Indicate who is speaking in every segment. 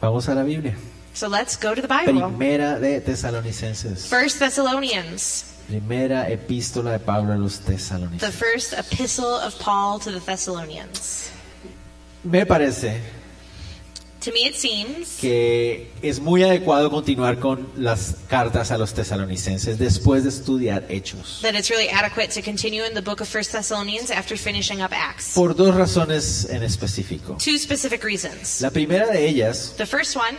Speaker 1: Vamos a la Biblia.
Speaker 2: So let's go to the Bible.
Speaker 1: Primera de Tesalonicenses.
Speaker 2: First Thessalonians,
Speaker 1: Primera epístola de Pablo a los
Speaker 2: the
Speaker 1: Tesalonicenses.
Speaker 2: first epistle of Paul to the Thessalonians.
Speaker 1: Me parece
Speaker 2: To me, it seems
Speaker 1: que es muy adecuado continuar con las cartas a los tesalonicenses después de estudiar Hechos.
Speaker 2: that it's really adequate to continue in the book of First Thessalonians after finishing up Acts.
Speaker 1: Por dos razones en específico.
Speaker 2: Two specific reasons.
Speaker 1: La primera de ellas
Speaker 2: The first one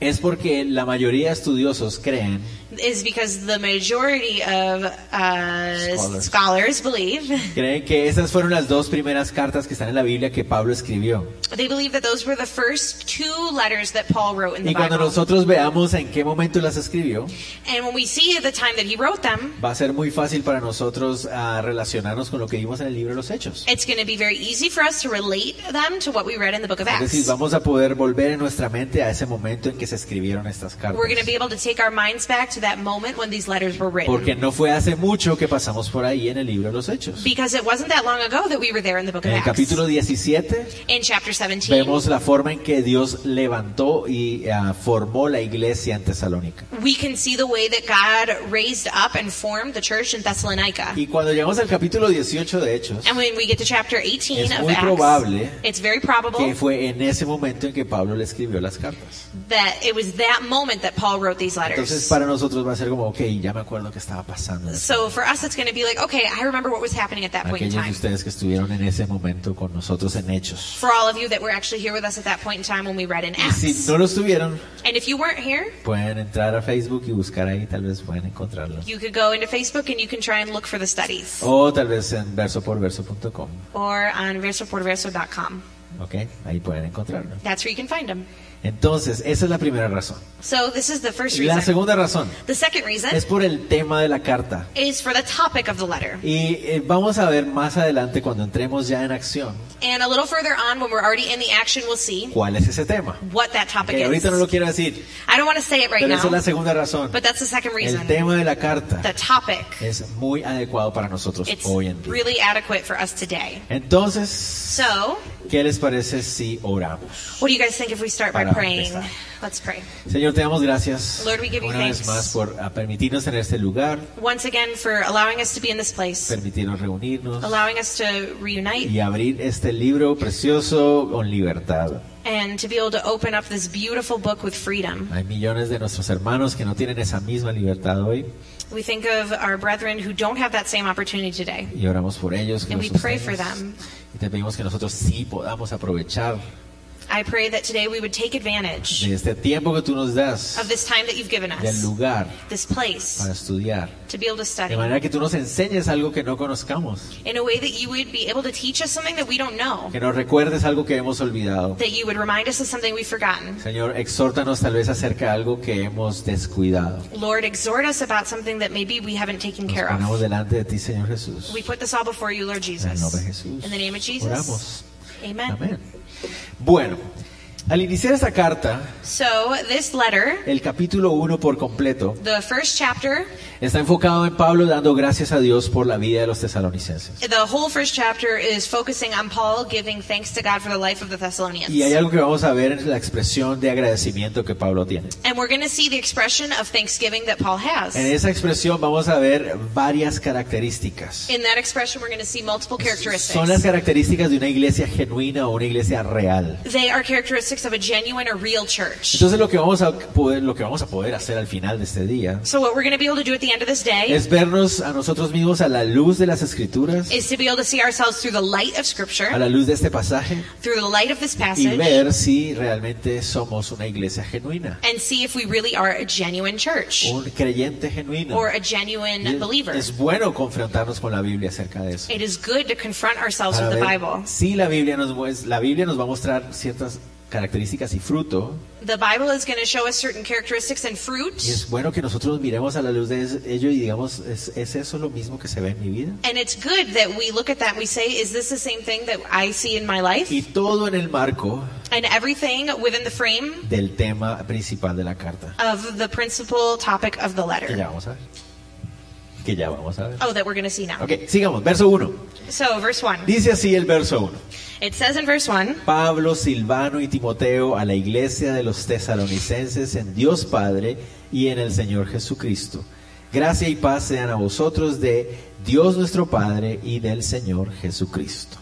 Speaker 1: es porque la mayoría de estudiosos creen
Speaker 2: is because the majority of uh,
Speaker 1: Scholars.
Speaker 2: scholars believe
Speaker 1: Creen que esas fueron las dos primeras cartas que están en la Biblia que Pablo escribió.
Speaker 2: they believe that those were the first two letters that Paul wrote in the
Speaker 1: Y cuando
Speaker 2: Bible.
Speaker 1: nosotros veamos en qué momento las escribió,
Speaker 2: And when we see the time that he wrote them,
Speaker 1: va a ser muy fácil para nosotros ah, relacionarnos con lo que vimos en el libro de los Hechos.
Speaker 2: it's going to be very easy for us to relate them to what we read in the book of
Speaker 1: Es decir,
Speaker 2: Acts.
Speaker 1: vamos a poder volver en nuestra mente a ese momento en que se escribieron estas cartas.
Speaker 2: We're going to be able to take our minds back to that moment when these letters were written.
Speaker 1: Porque no fue hace mucho que pasamos por ahí en el libro de los Hechos.
Speaker 2: Because it wasn't that long ago that we were there in the book of
Speaker 1: En el
Speaker 2: Acts.
Speaker 1: capítulo 17
Speaker 2: In chapter 17,
Speaker 1: vemos la forma en que Dios levantó y ah, formó la iglesia en Tesalónica.
Speaker 2: we can see the way that God raised up and formed the church in Thessalonica.
Speaker 1: Y cuando llegamos al capítulo 18 de Hechos,
Speaker 2: And when we get to chapter 18
Speaker 1: Es
Speaker 2: of
Speaker 1: muy
Speaker 2: Acts,
Speaker 1: probable
Speaker 2: it's very
Speaker 1: que
Speaker 2: probable
Speaker 1: fue en ese momento en que Pablo le escribió las cartas.
Speaker 2: that it was that moment that Paul wrote these
Speaker 1: Entonces
Speaker 2: letters.
Speaker 1: para nosotros va a ser como, ok, ya me acuerdo que estaba pasando.
Speaker 2: So for us, it's going to be like, okay, I remember what was happening at that point in
Speaker 1: Aquellos de
Speaker 2: time.
Speaker 1: ustedes que estuvieron en ese momento con nosotros en Hechos.
Speaker 2: For all of you that were actually here with us at that point in time when we read in
Speaker 1: Y si
Speaker 2: Acts.
Speaker 1: no lo estuvieron,
Speaker 2: And if you weren't here,
Speaker 1: pueden entrar a Facebook y buscar ahí, tal vez pueden encontrarlo.
Speaker 2: you could go into Facebook and you can try and look for the studies.
Speaker 1: O tal vez en versoporverso.com.
Speaker 2: or on versoporverso.com.
Speaker 1: Ok, ahí pueden encontrarlo.
Speaker 2: That's where you can find them.
Speaker 1: Entonces, esa es la primera razón.
Speaker 2: So this is the first
Speaker 1: La
Speaker 2: reason.
Speaker 1: segunda razón
Speaker 2: The second reason
Speaker 1: es por el tema de la carta.
Speaker 2: is for the topic of the letter.
Speaker 1: Y eh, vamos a ver más adelante cuando entremos ya en acción
Speaker 2: And a little further on, when we're already in the action, we'll see
Speaker 1: cuál es ese tema.
Speaker 2: what that topic
Speaker 1: Que
Speaker 2: is.
Speaker 1: ahorita no lo quiero decir,
Speaker 2: I don't want to say it right
Speaker 1: pero esa es la
Speaker 2: now,
Speaker 1: segunda razón.
Speaker 2: but that's the second
Speaker 1: El
Speaker 2: reason.
Speaker 1: tema de la carta
Speaker 2: The topic.
Speaker 1: es muy adecuado para nosotros
Speaker 2: It's
Speaker 1: hoy en día.
Speaker 2: really adequate for us today.
Speaker 1: Entonces,
Speaker 2: So,
Speaker 1: ¿qué les parece si oramos?
Speaker 2: what do you guys think if we start by
Speaker 1: Para
Speaker 2: praying?
Speaker 1: empezar.
Speaker 2: Let's pray.
Speaker 1: Señor, te damos gracias
Speaker 2: Lord, we give you
Speaker 1: una vez
Speaker 2: thanks.
Speaker 1: más por ah, permitirnos en este lugar,
Speaker 2: Once again, for allowing us to be in this place,
Speaker 1: permitirnos reunirnos
Speaker 2: allowing us to reunite,
Speaker 1: y abrir este libro precioso con libertad.
Speaker 2: and to be able to open up this beautiful book with freedom.
Speaker 1: Hay millones de nuestros hermanos que no tienen esa misma libertad hoy
Speaker 2: We think of our brethren who don't have that same opportunity today.
Speaker 1: y oramos por ellos. Que
Speaker 2: And
Speaker 1: los
Speaker 2: we pray
Speaker 1: sostengas.
Speaker 2: for them.
Speaker 1: Y te pedimos que nosotros sí podamos aprovechar
Speaker 2: I pray that today we would take advantage
Speaker 1: de este tiempo que tú nos das,
Speaker 2: of this time that you've given
Speaker 1: del
Speaker 2: us,
Speaker 1: lugar
Speaker 2: this
Speaker 1: para
Speaker 2: place,
Speaker 1: estudiar.
Speaker 2: to be able to study
Speaker 1: De manera que tú nos enseñes algo que no conozcamos,
Speaker 2: in a way that you would be able to teach us something that we don't know,
Speaker 1: que nos recuerdes algo que hemos olvidado.
Speaker 2: that you would remind us of something we've forgotten.
Speaker 1: Señor, exhórtanos tal vez acerca de algo que hemos descuidado.
Speaker 2: Lord, exhort us about something that maybe we haven't taken
Speaker 1: Nos
Speaker 2: care
Speaker 1: ponemos
Speaker 2: of.
Speaker 1: delante de ti, Señor Jesús.
Speaker 2: We put this all before you, Lord
Speaker 1: En el nombre de
Speaker 2: Jesus.
Speaker 1: Jesús.
Speaker 2: In the name of Jesus.
Speaker 1: Oramos.
Speaker 2: Amen.
Speaker 1: Amén. Bueno, al iniciar esta carta,
Speaker 2: So, this letter,
Speaker 1: el capítulo 1 por completo
Speaker 2: the first chapter,
Speaker 1: está enfocado en Pablo dando gracias a Dios por la vida de los tesalonicenses.
Speaker 2: the whole first chapter is focusing on Paul giving thanks to God for the life of the Thessalonians.
Speaker 1: Y hay algo que vamos a ver en la expresión de agradecimiento que Pablo tiene.
Speaker 2: And we're going to see the expression of thanksgiving that Paul has.
Speaker 1: En esa expresión vamos a ver varias características.
Speaker 2: In that expression, we're going to see multiple
Speaker 1: Son las
Speaker 2: characteristics.
Speaker 1: características de una iglesia genuina o una iglesia real.
Speaker 2: They are characteristics of a genuine or real church.
Speaker 1: Entonces lo que vamos a poder, lo que vamos a poder hacer al final de este día
Speaker 2: So, what we're going to be able to do at the end of this day
Speaker 1: es vernos a nosotros mismos a la luz de las escrituras,
Speaker 2: is to be able to see ourselves through the light of
Speaker 1: a
Speaker 2: Scripture,
Speaker 1: la luz de este pasaje
Speaker 2: through the light of this
Speaker 1: y
Speaker 2: passage,
Speaker 1: ver si realmente somos una iglesia genuina,
Speaker 2: and see if we really are a genuine church
Speaker 1: un creyente genuino.
Speaker 2: or a genuine
Speaker 1: Y
Speaker 2: believer.
Speaker 1: Es bueno confrontarnos con la Biblia acerca de eso.
Speaker 2: It is good to confront ourselves
Speaker 1: Para
Speaker 2: with the
Speaker 1: ver
Speaker 2: Bible.
Speaker 1: si la Biblia nos mues- la Biblia nos va a mostrar ciertas características y fruto.
Speaker 2: The Bible is going to show us certain characteristics and
Speaker 1: Y
Speaker 2: fruit,
Speaker 1: es bueno que nosotros miremos a la luz de es- ello y digamos, ¿es, es eso lo mismo que se ve en mi vida?
Speaker 2: and it's good that we look at that and we say, is this the same thing that I see in my life?
Speaker 1: Y todo en el marco
Speaker 2: And everything within the frame
Speaker 1: del tema principal de la carta.
Speaker 2: of the principal topic of the
Speaker 1: Que
Speaker 2: letter.
Speaker 1: ya vamos a ver. Que ya vamos a ver.
Speaker 2: Oh, that we're going to see now.
Speaker 1: Ok, sigamos. Verso 1.
Speaker 2: So, verse 1.
Speaker 1: Dice así el verso 1.
Speaker 2: It says in verse 1
Speaker 1: Pablo, Silvano y Timoteo a la iglesia de los tesalonicenses en Dios Padre y en el Señor Jesucristo. Gracia y paz sean a vosotros de Dios nuestro Padre y del Señor Jesucristo.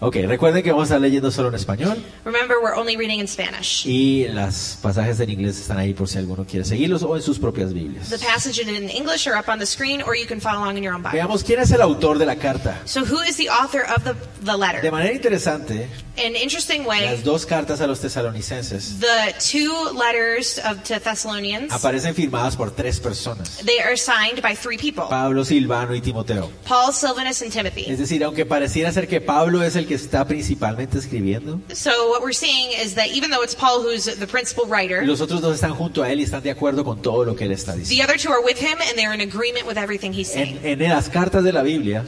Speaker 1: Ok, recuerden que vamos a estar leyendo solo en español
Speaker 2: Remember, we're only reading in Spanish.
Speaker 1: y los pasajes en inglés están ahí por si alguno quiere seguirlos o en sus propias Biblias.
Speaker 2: The passages in English are up on the screen, or you can follow along in your own Bible.
Speaker 1: Veamos quién es el autor de la carta.
Speaker 2: So, who is the author of the, the
Speaker 1: De
Speaker 2: letter?
Speaker 1: manera interesante,
Speaker 2: An interesting way,
Speaker 1: las dos cartas a los tesalonicenses
Speaker 2: the two letters of, to Thessalonians,
Speaker 1: aparecen firmadas por tres personas.
Speaker 2: they are signed by three people
Speaker 1: Pablo, Silvano y Timoteo.
Speaker 2: Paul, Silvanus, and
Speaker 1: Es
Speaker 2: Timothy.
Speaker 1: decir, aunque pareciera ser que Pablo es el que está principalmente escribiendo,
Speaker 2: So, what we're seeing is that even though it's Paul who's the principal writer,
Speaker 1: los otros dos están junto a él y están de acuerdo con todo lo que él está
Speaker 2: the
Speaker 1: diciendo.
Speaker 2: other two are with him and they're in agreement with everything he's saying.
Speaker 1: En, en las cartas de la Biblia,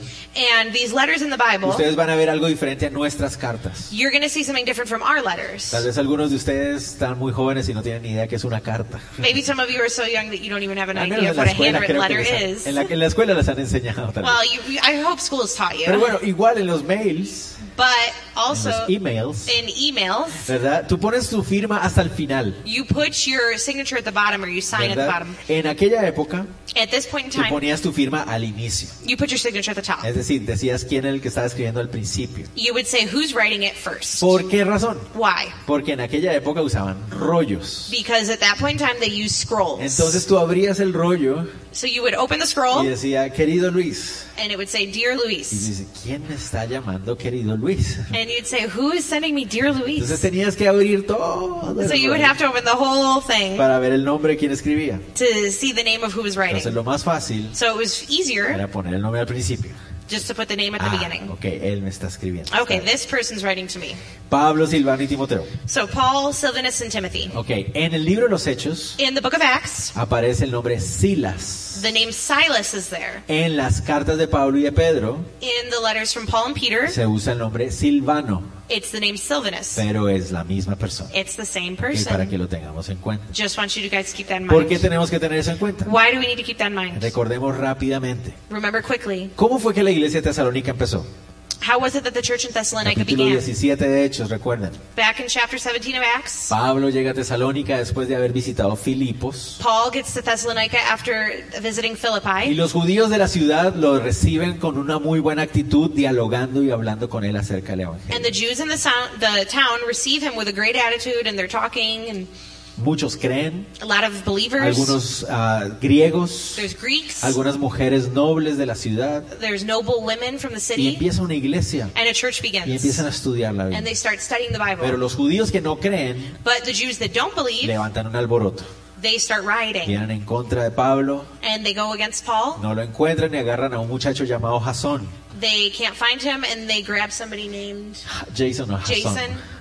Speaker 2: And these letters in the Bible,
Speaker 1: ustedes van a ver algo diferente a nuestras cartas.
Speaker 2: you're going to see something different from our letters.
Speaker 1: Tal vez algunos de ustedes están muy jóvenes y no tienen ni idea que es una carta.
Speaker 2: Maybe some of you are so young that you don't even have an
Speaker 1: Al
Speaker 2: idea
Speaker 1: menos en
Speaker 2: of
Speaker 1: la
Speaker 2: what a
Speaker 1: escuela
Speaker 2: handwritten
Speaker 1: creo que
Speaker 2: letter
Speaker 1: les
Speaker 2: is.
Speaker 1: han- en la, en la escuela las han enseñado. tal vez.
Speaker 2: Well, you, you- I hope school has taught
Speaker 1: Pero
Speaker 2: you,
Speaker 1: bueno, igual en los mails,
Speaker 2: but
Speaker 1: en
Speaker 2: also
Speaker 1: los
Speaker 2: in
Speaker 1: emails,
Speaker 2: emails,
Speaker 1: ¿verdad? Tú pones tu firma hasta el final,
Speaker 2: you put your signature at the bottom or you sign at the
Speaker 1: ¿verdad?
Speaker 2: bottom.
Speaker 1: En aquella época,
Speaker 2: At this point in
Speaker 1: tú
Speaker 2: time,
Speaker 1: ponías tu firma al inicio.
Speaker 2: you put your signature at the top.
Speaker 1: Es decir, decías quién era el que estaba escribiendo al principio.
Speaker 2: You would say who's writing it first.
Speaker 1: ¿Por qué razón?
Speaker 2: Why?
Speaker 1: Porque en aquella época usaban rollos.
Speaker 2: Because at that point in time, they used scrolls.
Speaker 1: Entonces tú abrías el rollo
Speaker 2: So you would open the
Speaker 1: y
Speaker 2: scroll
Speaker 1: decía, querido Luis.
Speaker 2: and it would say, Dear
Speaker 1: Y
Speaker 2: Luis.
Speaker 1: dice, ¿quién me está llamando querido Luis?
Speaker 2: And you'd say, Who is sending me Dear
Speaker 1: Entonces
Speaker 2: Luis?
Speaker 1: tenías que abrir todo el
Speaker 2: So you would
Speaker 1: rollo
Speaker 2: have to open the whole thing
Speaker 1: para ver el nombre de quien escribía.
Speaker 2: to see the name of who was
Speaker 1: Entonces
Speaker 2: writing.
Speaker 1: lo más fácil
Speaker 2: So it was easier
Speaker 1: era poner el nombre al principio.
Speaker 2: just to put the name at the
Speaker 1: Ah,
Speaker 2: beginning.
Speaker 1: ok, él me está escribiendo.
Speaker 2: Okay, this person's writing to me.
Speaker 1: Pablo, Silvano y Timoteo.
Speaker 2: So Paul, Silvanus, and Timothy.
Speaker 1: Ok, en el libro de los Hechos
Speaker 2: In the book of Acts,
Speaker 1: aparece el nombre Silas.
Speaker 2: the name Silas is there.
Speaker 1: En las cartas de Pablo y de Pedro
Speaker 2: In the letters from Paul and Peter,
Speaker 1: se usa el nombre Silvano,
Speaker 2: it's the name Silvanus.
Speaker 1: pero es la misma persona.
Speaker 2: It's the same
Speaker 1: Y para que
Speaker 2: person.
Speaker 1: lo tengamos en cuenta.
Speaker 2: Just want you to guys to keep that in
Speaker 1: ¿Por qué
Speaker 2: mind.
Speaker 1: tenemos que tener eso en cuenta?
Speaker 2: Why do we need to keep that in mind?
Speaker 1: Recordemos rápidamente.
Speaker 2: Remember quickly,
Speaker 1: ¿Cómo fue que la iglesia de Tesalónica empezó?
Speaker 2: how was it that the church in Thessalonica
Speaker 1: Capítulo
Speaker 2: began?
Speaker 1: 17 de Hechos, recuerden.
Speaker 2: Back in chapter 17 of Acts,
Speaker 1: Pablo llega a Tesalónica después de haber visitado Filipos.
Speaker 2: Paul gets to Thessalonica after visiting
Speaker 1: Y
Speaker 2: Philippi,
Speaker 1: los judíos de la ciudad lo reciben con una muy buena actitud, dialogando y hablando con él acerca del
Speaker 2: and
Speaker 1: Evangelio.
Speaker 2: the Jews in the, sound, the town receive him with a great attitude, and they're talking, and
Speaker 1: Muchos creen,
Speaker 2: a lot of believers.
Speaker 1: algunos ah, griegos,
Speaker 2: There's Greeks.
Speaker 1: algunas mujeres nobles de la ciudad.
Speaker 2: There's noble women from
Speaker 1: y
Speaker 2: the city.
Speaker 1: empieza una iglesia
Speaker 2: And a church
Speaker 1: y
Speaker 2: begins.
Speaker 1: empiezan a estudiar la
Speaker 2: And
Speaker 1: Biblia.
Speaker 2: they start studying the
Speaker 1: Pero
Speaker 2: Bible.
Speaker 1: los judíos que no creen
Speaker 2: But the Jews that don't believe,
Speaker 1: levantan un alboroto.
Speaker 2: they start rioting.
Speaker 1: Vienen en contra de Pablo,
Speaker 2: And they go against Paul.
Speaker 1: no lo encuentran y agarran a un muchacho llamado Jasón.
Speaker 2: They can't find him, and they grab somebody named.
Speaker 1: Jason o Jasón.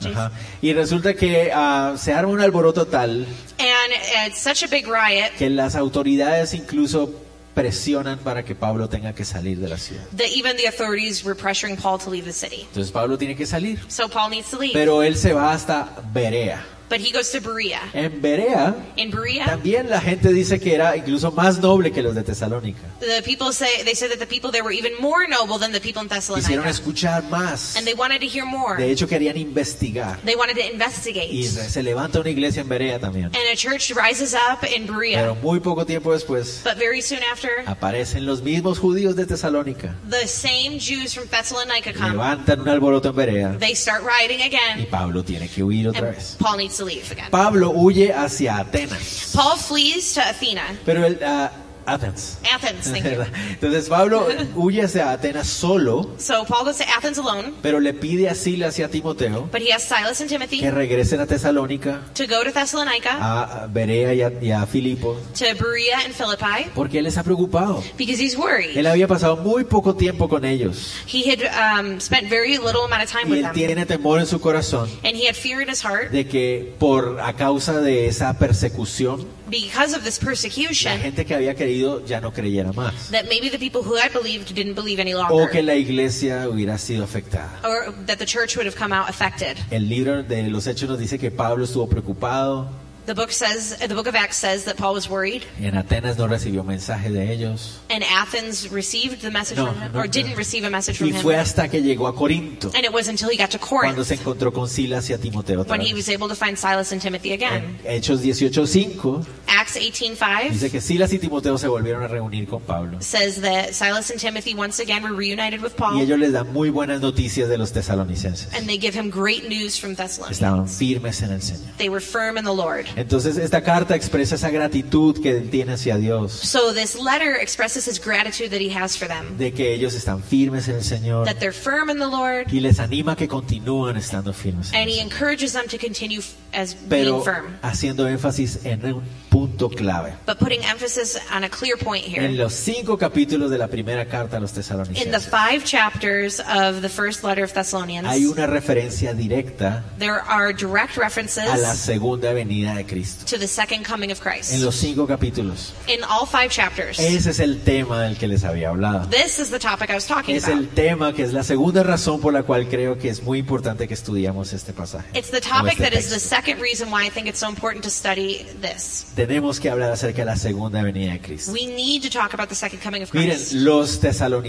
Speaker 2: Jason,
Speaker 1: Ajá. Y resulta que ah, se arma un alboroto tal
Speaker 2: And it's such a big riot
Speaker 1: que las autoridades incluso presionan para que Pablo tenga que salir de la ciudad.
Speaker 2: that even the authorities were pressuring Paul to leave the city.
Speaker 1: Entonces Pablo tiene que salir.
Speaker 2: So Paul needs to leave.
Speaker 1: Pero él se va hasta Berea.
Speaker 2: But he goes to Berea.
Speaker 1: En Berea
Speaker 2: In Berea,
Speaker 1: también la gente dice que era incluso más noble que los de Tesalónica.
Speaker 2: the people say, they said that the people there were even more noble than the people in
Speaker 1: Quisieron
Speaker 2: Thessalonica.
Speaker 1: escuchar más.
Speaker 2: Oh And they wanted to hear more.
Speaker 1: De hecho, querían investigar.
Speaker 2: They wanted to
Speaker 1: Y
Speaker 2: investigate.
Speaker 1: se levanta una iglesia en Berea también.
Speaker 2: And a church rises up in
Speaker 1: Pero Ah.
Speaker 2: Berea.
Speaker 1: muy poco tiempo después
Speaker 2: But very soon after,
Speaker 1: aparecen los mismos judíos de Tesalónica.
Speaker 2: the same Jews from Thessalonica come.
Speaker 1: Levantan un alboroto en Berea
Speaker 2: They start rioting
Speaker 1: y
Speaker 2: again,
Speaker 1: Pablo tiene que huir otra
Speaker 2: and
Speaker 1: vez.
Speaker 2: Paul needs to leave again.
Speaker 1: Pablo huye hacia Atenas.
Speaker 2: Paul flees to Athena,
Speaker 1: Pero él, ah, Athens.
Speaker 2: Athens, thank you.
Speaker 1: Entonces Pablo huye hacia Atenas solo,
Speaker 2: So Paul goes to Athens alone,
Speaker 1: pero le pide a Silas y a Timoteo
Speaker 2: but he has Silas and Timothy
Speaker 1: que regresen a Tesalónica,
Speaker 2: to go to Thessalonica,
Speaker 1: a Berea y a, y a Filipo,
Speaker 2: to Berea and Philippi,
Speaker 1: porque él les ha preocupado.
Speaker 2: because he's worried.
Speaker 1: Él había pasado muy poco tiempo con ellos
Speaker 2: He had um, spent very little amount of time
Speaker 1: y
Speaker 2: with
Speaker 1: él
Speaker 2: them,
Speaker 1: tiene temor en su corazón
Speaker 2: and he had fear in his heart
Speaker 1: de que por a causa de esa persecución
Speaker 2: because of this
Speaker 1: la
Speaker 2: persecution
Speaker 1: gente que había creído ya no creyera más
Speaker 2: that maybe the people who had believed didn't believe any
Speaker 1: o que
Speaker 2: longer,
Speaker 1: la iglesia hubiera sido afectada.
Speaker 2: or that the church would have come out affected.
Speaker 1: El libro de los hechos nos dice que Pablo estuvo preocupado,
Speaker 2: The book says, uh, the book of Acts says that Paul was worried,
Speaker 1: en Atenas no recibió mensaje de ellos
Speaker 2: and Athens received the message
Speaker 1: No,
Speaker 2: from him,
Speaker 1: no,
Speaker 2: or
Speaker 1: no.
Speaker 2: didn't receive a message from
Speaker 1: y fue
Speaker 2: him.
Speaker 1: hasta que llegó a Corinto
Speaker 2: And it was until he got to
Speaker 1: cuando
Speaker 2: Corinth
Speaker 1: se encontró con Silas y a Timoteo. otra
Speaker 2: when he
Speaker 1: vez.
Speaker 2: was able to find Silas and Timothy again.
Speaker 1: En Hechos 18:5
Speaker 2: Acts 18:5
Speaker 1: dice que Silas y Timoteo se volvieron a reunir con Pablo
Speaker 2: says that Silas and Timothy once again were reunited with Paul,
Speaker 1: y ellos les dan muy buenas noticias de los tesalonicenses.
Speaker 2: and they give him great news from Thessalonica.
Speaker 1: Estaban firmes en el Señor.
Speaker 2: They were firm in the Lord.
Speaker 1: Entonces esta carta expresa esa gratitud que él tiene hacia Dios,
Speaker 2: So this letter expresses his gratitude that he has for them,
Speaker 1: de que ellos están firmes en el Señor
Speaker 2: that they're firm in the Lord,
Speaker 1: y les anima a que continúen estando firmes. en el
Speaker 2: and he
Speaker 1: Señor.
Speaker 2: encourages them to continue f- as being
Speaker 1: Pero
Speaker 2: firm,
Speaker 1: haciendo énfasis en un punto clave.
Speaker 2: but putting emphasis on a clear point
Speaker 1: En
Speaker 2: here.
Speaker 1: los cinco capítulos de la primera carta a los
Speaker 2: In the
Speaker 1: tesalonicenses
Speaker 2: five chapters of the first letter of
Speaker 1: hay
Speaker 2: Thessalonians,
Speaker 1: una referencia directa
Speaker 2: there are direct
Speaker 1: a la
Speaker 2: references
Speaker 1: segunda venida de Cristo.
Speaker 2: to the second coming of
Speaker 1: En
Speaker 2: Christ
Speaker 1: los cinco capítulos.
Speaker 2: in all five chapters.
Speaker 1: Ese es el tema del que les había hablado.
Speaker 2: This is the topic I was talking
Speaker 1: Es
Speaker 2: about.
Speaker 1: el tema que es la segunda razón por la cual creo que es muy importante que estudiamos este pasaje.
Speaker 2: It's the
Speaker 1: o
Speaker 2: topic
Speaker 1: este
Speaker 2: that is the
Speaker 1: texto.
Speaker 2: second reason why I think it's so important to study this.
Speaker 1: Tenemos que hablar acerca de la segunda venida de Cristo.
Speaker 2: We need to talk about the second coming of
Speaker 1: Miren,
Speaker 2: Christ.
Speaker 1: los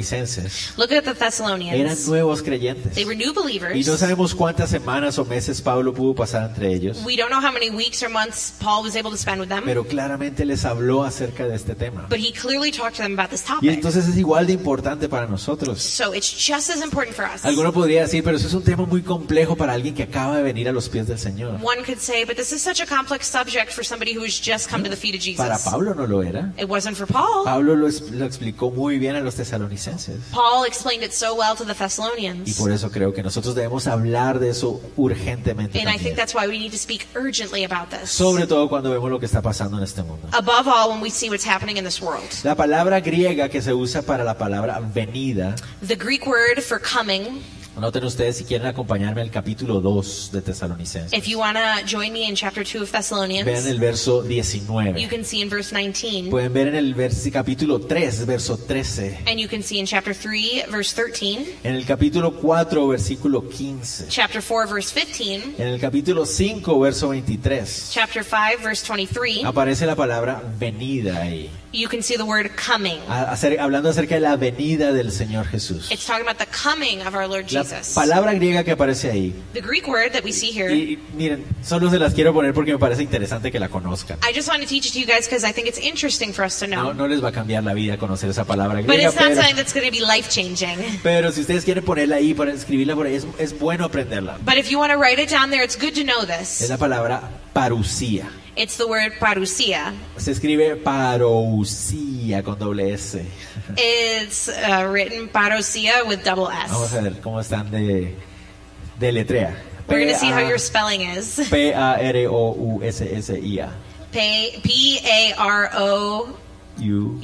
Speaker 1: tesalonicenses
Speaker 2: Look at the
Speaker 1: eran
Speaker 2: Thessalonians.
Speaker 1: nuevos creyentes.
Speaker 2: They were new
Speaker 1: Y no
Speaker 2: believers.
Speaker 1: sabemos cuántas semanas o meses Pablo pudo pasar entre ellos,
Speaker 2: We don't know how many weeks or months Paul was able to spend with them,
Speaker 1: pero claramente les habló acerca de este tema.
Speaker 2: but he clearly talked to them about this
Speaker 1: Y
Speaker 2: topic.
Speaker 1: entonces es igual de importante para nosotros.
Speaker 2: So it's just as important for us.
Speaker 1: Alguno podría decir, pero eso es un tema muy complejo para alguien que acaba de venir a los pies del Señor.
Speaker 2: One could say, but this is such a complex subject for somebody who has just come to the feet of
Speaker 1: Para
Speaker 2: Jesus.
Speaker 1: Pablo no lo era.
Speaker 2: It wasn't for Paul.
Speaker 1: Pablo lo, es- lo explicó muy bien a los tesalonicenses.
Speaker 2: Paul explained it so well to the
Speaker 1: Y
Speaker 2: Thessalonians.
Speaker 1: por eso creo que nosotros debemos hablar de eso urgentemente.
Speaker 2: And I
Speaker 1: También.
Speaker 2: think that's why we need to speak urgently about this.
Speaker 1: Sobre todo cuando vemos lo que está pasando en este mundo.
Speaker 2: Above all, when we see what's happening in this world.
Speaker 1: La palabra griega que se usa para la palabra venida,
Speaker 2: The Greek word for coming,
Speaker 1: anoten ustedes si quieren acompañarme al capítulo 2 de Tesalonicenses.
Speaker 2: if you want to join me in chapter 2 of
Speaker 1: Vean
Speaker 2: Thessalonians,
Speaker 1: el verso
Speaker 2: you
Speaker 1: 19.
Speaker 2: can see in verse 19,
Speaker 1: Pueden ver en el vers- capítulo 3, verso 13.
Speaker 2: and you can see in chapter 3, verse 13.
Speaker 1: En el capítulo 4, versículo 15.
Speaker 2: chapter 4 verse 15
Speaker 1: En el capítulo 5, verso 23.
Speaker 2: chapter 5 verse 23
Speaker 1: Aparece la palabra venida ahí.
Speaker 2: you can see the word coming
Speaker 1: A- acer- hablando acerca de la venida del Señor Jesús.
Speaker 2: it's talking about the coming of our lord
Speaker 1: La
Speaker 2: jesus
Speaker 1: palabra griega que aparece ahí.
Speaker 2: the greek word that we see here
Speaker 1: Y, y miren, solo se las quiero poner porque me parece interesante que la conozcan.
Speaker 2: i just want to teach it to you guys because i think it's interesting for us to
Speaker 1: No,
Speaker 2: know
Speaker 1: no les va a cambiar la vida conocer esa palabra
Speaker 2: but
Speaker 1: griega,
Speaker 2: it's not
Speaker 1: pero,
Speaker 2: something that's going to be life changing
Speaker 1: pero si ustedes quieren ponerla ahí, para escribirla por ahí, es, es bueno aprenderla.
Speaker 2: but if you want to write it down there it's good to know
Speaker 1: Es
Speaker 2: this
Speaker 1: la palabra parucía.
Speaker 2: it's the word parousia
Speaker 1: Se escribe parousia con doble S.
Speaker 2: it's uh, written parousia with double
Speaker 1: Vamos
Speaker 2: s
Speaker 1: a ver cómo están de, de letrea.
Speaker 2: we're going to see how
Speaker 1: P-A-
Speaker 2: your spelling is
Speaker 1: P-A-R-O-U-S-S-I-A.
Speaker 2: Pa- p-a-r-o-u-s-s-i-a
Speaker 1: U-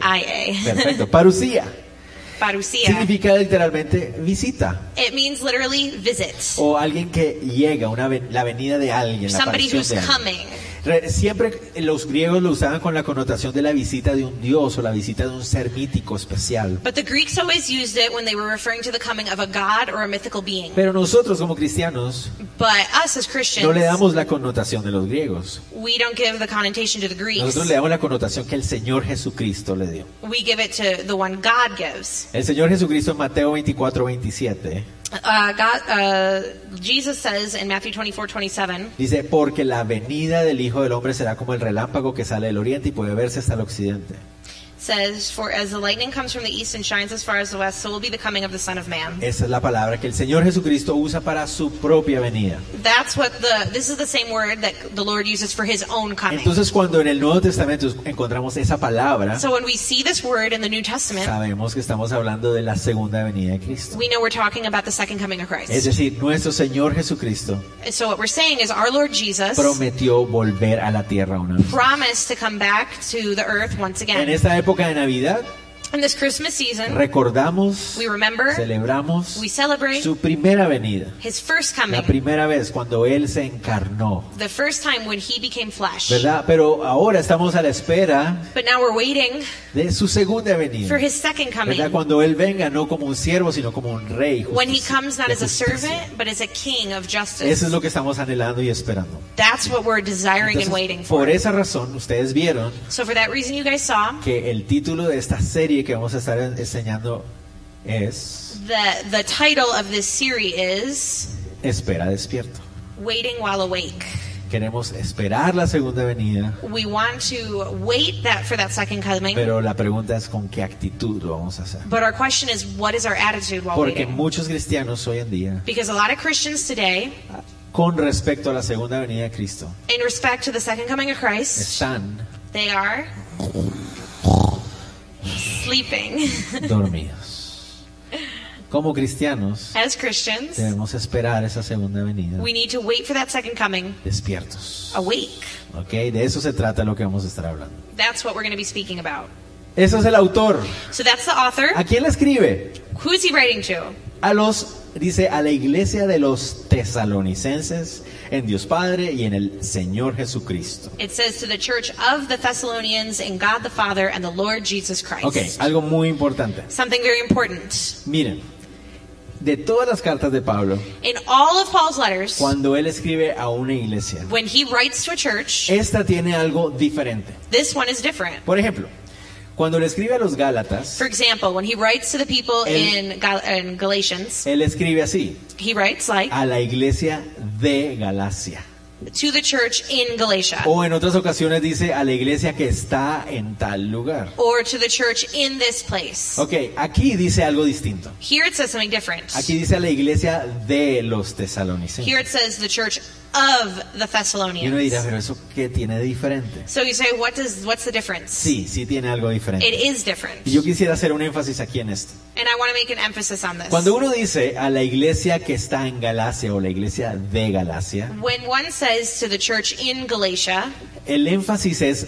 Speaker 1: I-A. Perfecto. Parucía
Speaker 2: parousia
Speaker 1: significa literalmente visita.
Speaker 2: It means literally visit.
Speaker 1: O alguien que llega, una ven- la venida de alguien. La
Speaker 2: Somebody
Speaker 1: aparición
Speaker 2: who's
Speaker 1: de alguien.
Speaker 2: coming.
Speaker 1: Re- Siempre los griegos lo usaban con la connotación de la visita de un dios o la visita de un ser mítico especial.
Speaker 2: But the Greeks always used it when they were referring to the coming of a god or a mythical being.
Speaker 1: Pero nosotros como cristianos
Speaker 2: But us as
Speaker 1: no le
Speaker 2: Christians,
Speaker 1: damos la connotación de los griegos.
Speaker 2: we don't give the connotation to the Greeks.
Speaker 1: Nosotros le damos la connotación que el Señor Jesucristo le dio.
Speaker 2: We give it to the one God gives.
Speaker 1: El Señor Jesucristo en Mateo 24, 27
Speaker 2: Uh, god, uh, Jesus says in Matthew 24, 27,
Speaker 1: dice, porque la venida del Hijo del Hombre será como el relámpago que sale del oriente y puede verse hasta el occidente.
Speaker 2: says, For as the lightning comes from the east and shines as far as the west, so will be the coming of the Son of Man.
Speaker 1: Esa es la palabra que el Señor Jesucristo usa para su propia venida.
Speaker 2: That's what the, this is the same word that the Lord uses for his own coming.
Speaker 1: Entonces cuando en el Nuevo Testamento encontramos esa palabra,
Speaker 2: So when we see this word in the New Testament,
Speaker 1: sabemos que estamos hablando de la segunda venida de Cristo.
Speaker 2: we know we're talking about the second coming of
Speaker 1: Es
Speaker 2: Christ.
Speaker 1: decir, nuestro Señor Jesucristo
Speaker 2: And so what we're saying is our Lord Jesus
Speaker 1: oh, prometió volver a la tierra una vez.
Speaker 2: promised to come back to the earth once
Speaker 1: En
Speaker 2: again.
Speaker 1: esta época de Navidad
Speaker 2: In this Christmas season,
Speaker 1: recordamos,
Speaker 2: we remember
Speaker 1: celebramos
Speaker 2: we celebrate
Speaker 1: su primera venida.
Speaker 2: his first
Speaker 1: La
Speaker 2: coming,
Speaker 1: primera vez cuando Él se encarnó,
Speaker 2: the first time when he became flesh.
Speaker 1: ¿verdad? Pero ahora estamos a la espera
Speaker 2: But now we're waiting
Speaker 1: de su segunda venida.
Speaker 2: for his second coming.
Speaker 1: ¿Verdad? Cuando Él venga, no como un siervo, sino como un rey. justicia-
Speaker 2: When he comes not
Speaker 1: de
Speaker 2: as a
Speaker 1: justicia.
Speaker 2: servant, but as a king of justice.
Speaker 1: Eso es lo que estamos anhelando y esperando.
Speaker 2: That's what we're desiring and
Speaker 1: Entonces,
Speaker 2: waiting
Speaker 1: por
Speaker 2: for.
Speaker 1: esa razón, ustedes vieron
Speaker 2: So for that reason, you guys saw
Speaker 1: que el título de esta serie que vamos a estar en- enseñando es
Speaker 2: that the title of this series is
Speaker 1: Espera despierto.
Speaker 2: Waiting While Awake.
Speaker 1: Queremos esperar la segunda venida,
Speaker 2: We want to wait that for that second coming,
Speaker 1: pero la pregunta es con qué actitud lo vamos a hacer.
Speaker 2: but our question is, what is our attitude while
Speaker 1: Porque
Speaker 2: waiting?
Speaker 1: muchos cristianos hoy en día,
Speaker 2: Because a lot of Christians today,
Speaker 1: con respecto a la segunda venida de Cristo,
Speaker 2: in respect to the second coming of Christ,
Speaker 1: están
Speaker 2: they are sleeping.
Speaker 1: dormidos. Como cristianos,
Speaker 2: As Christians,
Speaker 1: debemos esperar esa segunda venida
Speaker 2: we need to wait for that second coming
Speaker 1: despiertos.
Speaker 2: awake.
Speaker 1: ¿Ok? De eso se trata lo que vamos a estar hablando.
Speaker 2: That's what we're going to be speaking about.
Speaker 1: Eso es el autor.
Speaker 2: So that's the author.
Speaker 1: ¿A quién le escribe?
Speaker 2: Who is he writing to?
Speaker 1: A los, dice, a la iglesia de los tesalonicenses, en Dios Padre y en el Señor Jesucristo.
Speaker 2: It says to the church of the Thessalonians in God the Father and the Lord Jesus Christ.
Speaker 1: Ok, algo muy importante.
Speaker 2: Something very important.
Speaker 1: Miren, de todas las cartas de Pablo,
Speaker 2: In all of Paul's letters,
Speaker 1: cuando él escribe a una iglesia,
Speaker 2: when he writes to a church,
Speaker 1: esta tiene algo diferente.
Speaker 2: this one is different.
Speaker 1: Por ejemplo, cuando le escribe a los Gálatas,
Speaker 2: For example, when he writes to the people
Speaker 1: El-
Speaker 2: in, Gal- in Galatians,
Speaker 1: él escribe así,
Speaker 2: he writes like
Speaker 1: a la iglesia de Galacia.
Speaker 2: to the church in Galatia
Speaker 1: O en otras ocasiones dice a la iglesia que está en tal lugar.
Speaker 2: or to the church in this place.
Speaker 1: Ok, aquí dice algo distinto.
Speaker 2: Here it says something different.
Speaker 1: Aquí dice la iglesia de los
Speaker 2: Here
Speaker 1: tesalonicenses.
Speaker 2: it says the church of the
Speaker 1: Y uno dirá,
Speaker 2: Thessalonians.
Speaker 1: pero eso qué tiene de diferente.
Speaker 2: So you say, what does what's the difference?
Speaker 1: Sí, sí tiene algo
Speaker 2: It
Speaker 1: diferente.
Speaker 2: is different.
Speaker 1: Y yo quisiera hacer un énfasis aquí en esto.
Speaker 2: And I want to make an emphasis on this.
Speaker 1: Cuando uno dice a la iglesia que está en Galacia o la iglesia de Galacia,
Speaker 2: when one says to the church in Galatia,
Speaker 1: el énfasis es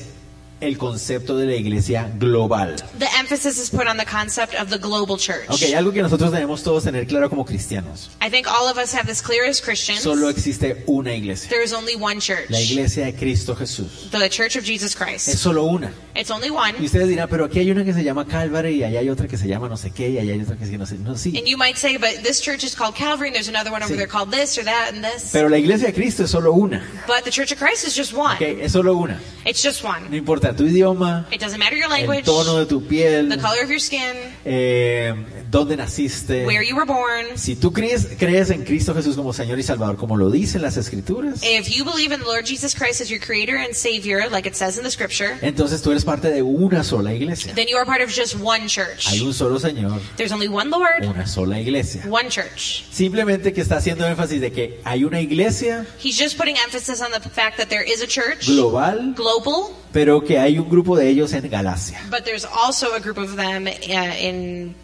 Speaker 1: el concepto de la iglesia global.
Speaker 2: the emphasis is put on the concept of the global church.
Speaker 1: Ok, algo que nosotros debemos todos tener claro como cristianos.
Speaker 2: I think all of us have this clear as Christians.
Speaker 1: Solo existe una iglesia,
Speaker 2: there is only one church.
Speaker 1: la iglesia de Cristo Jesús.
Speaker 2: The Church of Jesus Christ.
Speaker 1: Es solo una.
Speaker 2: It's only one.
Speaker 1: Y ustedes dirán, pero aquí hay una que se llama Calvary y allá hay otra que se llama no sé qué y allá hay otra que se no sé. No, sí.
Speaker 2: And you might say, but this church is called Calvary, and there's another one over
Speaker 1: Sí.
Speaker 2: there called this or that and this.
Speaker 1: Pero la iglesia de Cristo es solo una.
Speaker 2: but the Church of Christ is just one.
Speaker 1: ¿ok? Es solo una.
Speaker 2: It's just
Speaker 1: No
Speaker 2: one.
Speaker 1: importa tu idioma,
Speaker 2: It doesn't matter your
Speaker 1: el
Speaker 2: language,
Speaker 1: tono de tu piel,
Speaker 2: the color of your skin,
Speaker 1: eh, dónde naciste.
Speaker 2: where you were born.
Speaker 1: Si tú crees, crees en Cristo Jesús como Señor y Salvador, como lo dicen las Escrituras,
Speaker 2: If you believe in the Lord Jesus Christ as your creator and savior, like it says in the scripture,
Speaker 1: entonces tú eres parte de una sola iglesia.
Speaker 2: then you are part of just one church.
Speaker 1: Hay un solo Señor,
Speaker 2: There's only one Lord,
Speaker 1: una sola iglesia.
Speaker 2: one church.
Speaker 1: Simplemente que está haciendo énfasis de que hay una iglesia
Speaker 2: He's just putting emphasis on the fact that there is a church,
Speaker 1: global,
Speaker 2: global,
Speaker 1: pero que hay un grupo de ellos en Galacia.
Speaker 2: but there's also a group of them uh, in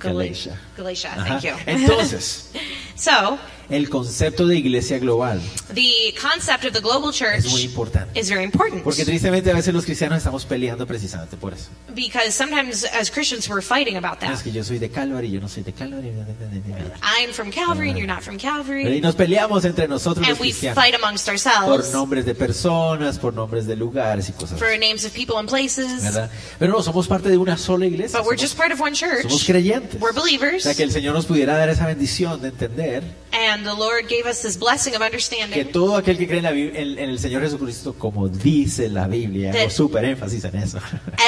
Speaker 2: Gal-
Speaker 1: Galatia. Uh-huh.
Speaker 2: Galatia,
Speaker 1: Ajá.
Speaker 2: thank you.
Speaker 1: Entonces,
Speaker 2: so,
Speaker 1: el concepto de iglesia global
Speaker 2: the concept of the global church
Speaker 1: es muy importante.
Speaker 2: is very important
Speaker 1: Porque tristemente a veces los cristianos estamos peleando precisamente por eso.
Speaker 2: because sometimes as Christians we're fighting about
Speaker 1: No, es
Speaker 2: that.
Speaker 1: que yo soy de Calvary, yo no soy de Calvary.
Speaker 2: I'm from Calvary and you're not from
Speaker 1: Y
Speaker 2: Calvary,
Speaker 1: nos peleamos entre nosotros los
Speaker 2: and we
Speaker 1: cristianos
Speaker 2: fight amongst
Speaker 1: por
Speaker 2: ourselves.
Speaker 1: nombres de personas, por nombres de lugares y cosas
Speaker 2: for
Speaker 1: así,
Speaker 2: names of people and places,
Speaker 1: ¿verdad? Pero no, somos parte de una sola iglesia.
Speaker 2: but we're
Speaker 1: Somos,
Speaker 2: just part of one
Speaker 1: somos
Speaker 2: church.
Speaker 1: creyentes.
Speaker 2: We're
Speaker 1: O sea, que
Speaker 2: believers,
Speaker 1: el Señor nos pudiera dar esa bendición de entender
Speaker 2: and the Lord gave us this blessing of
Speaker 1: que
Speaker 2: understanding
Speaker 1: todo aquel que cree en, la Bib- en- en el Señor Jesucristo, como dice la Biblia,
Speaker 2: That-
Speaker 1: hago súper énfasis en eso.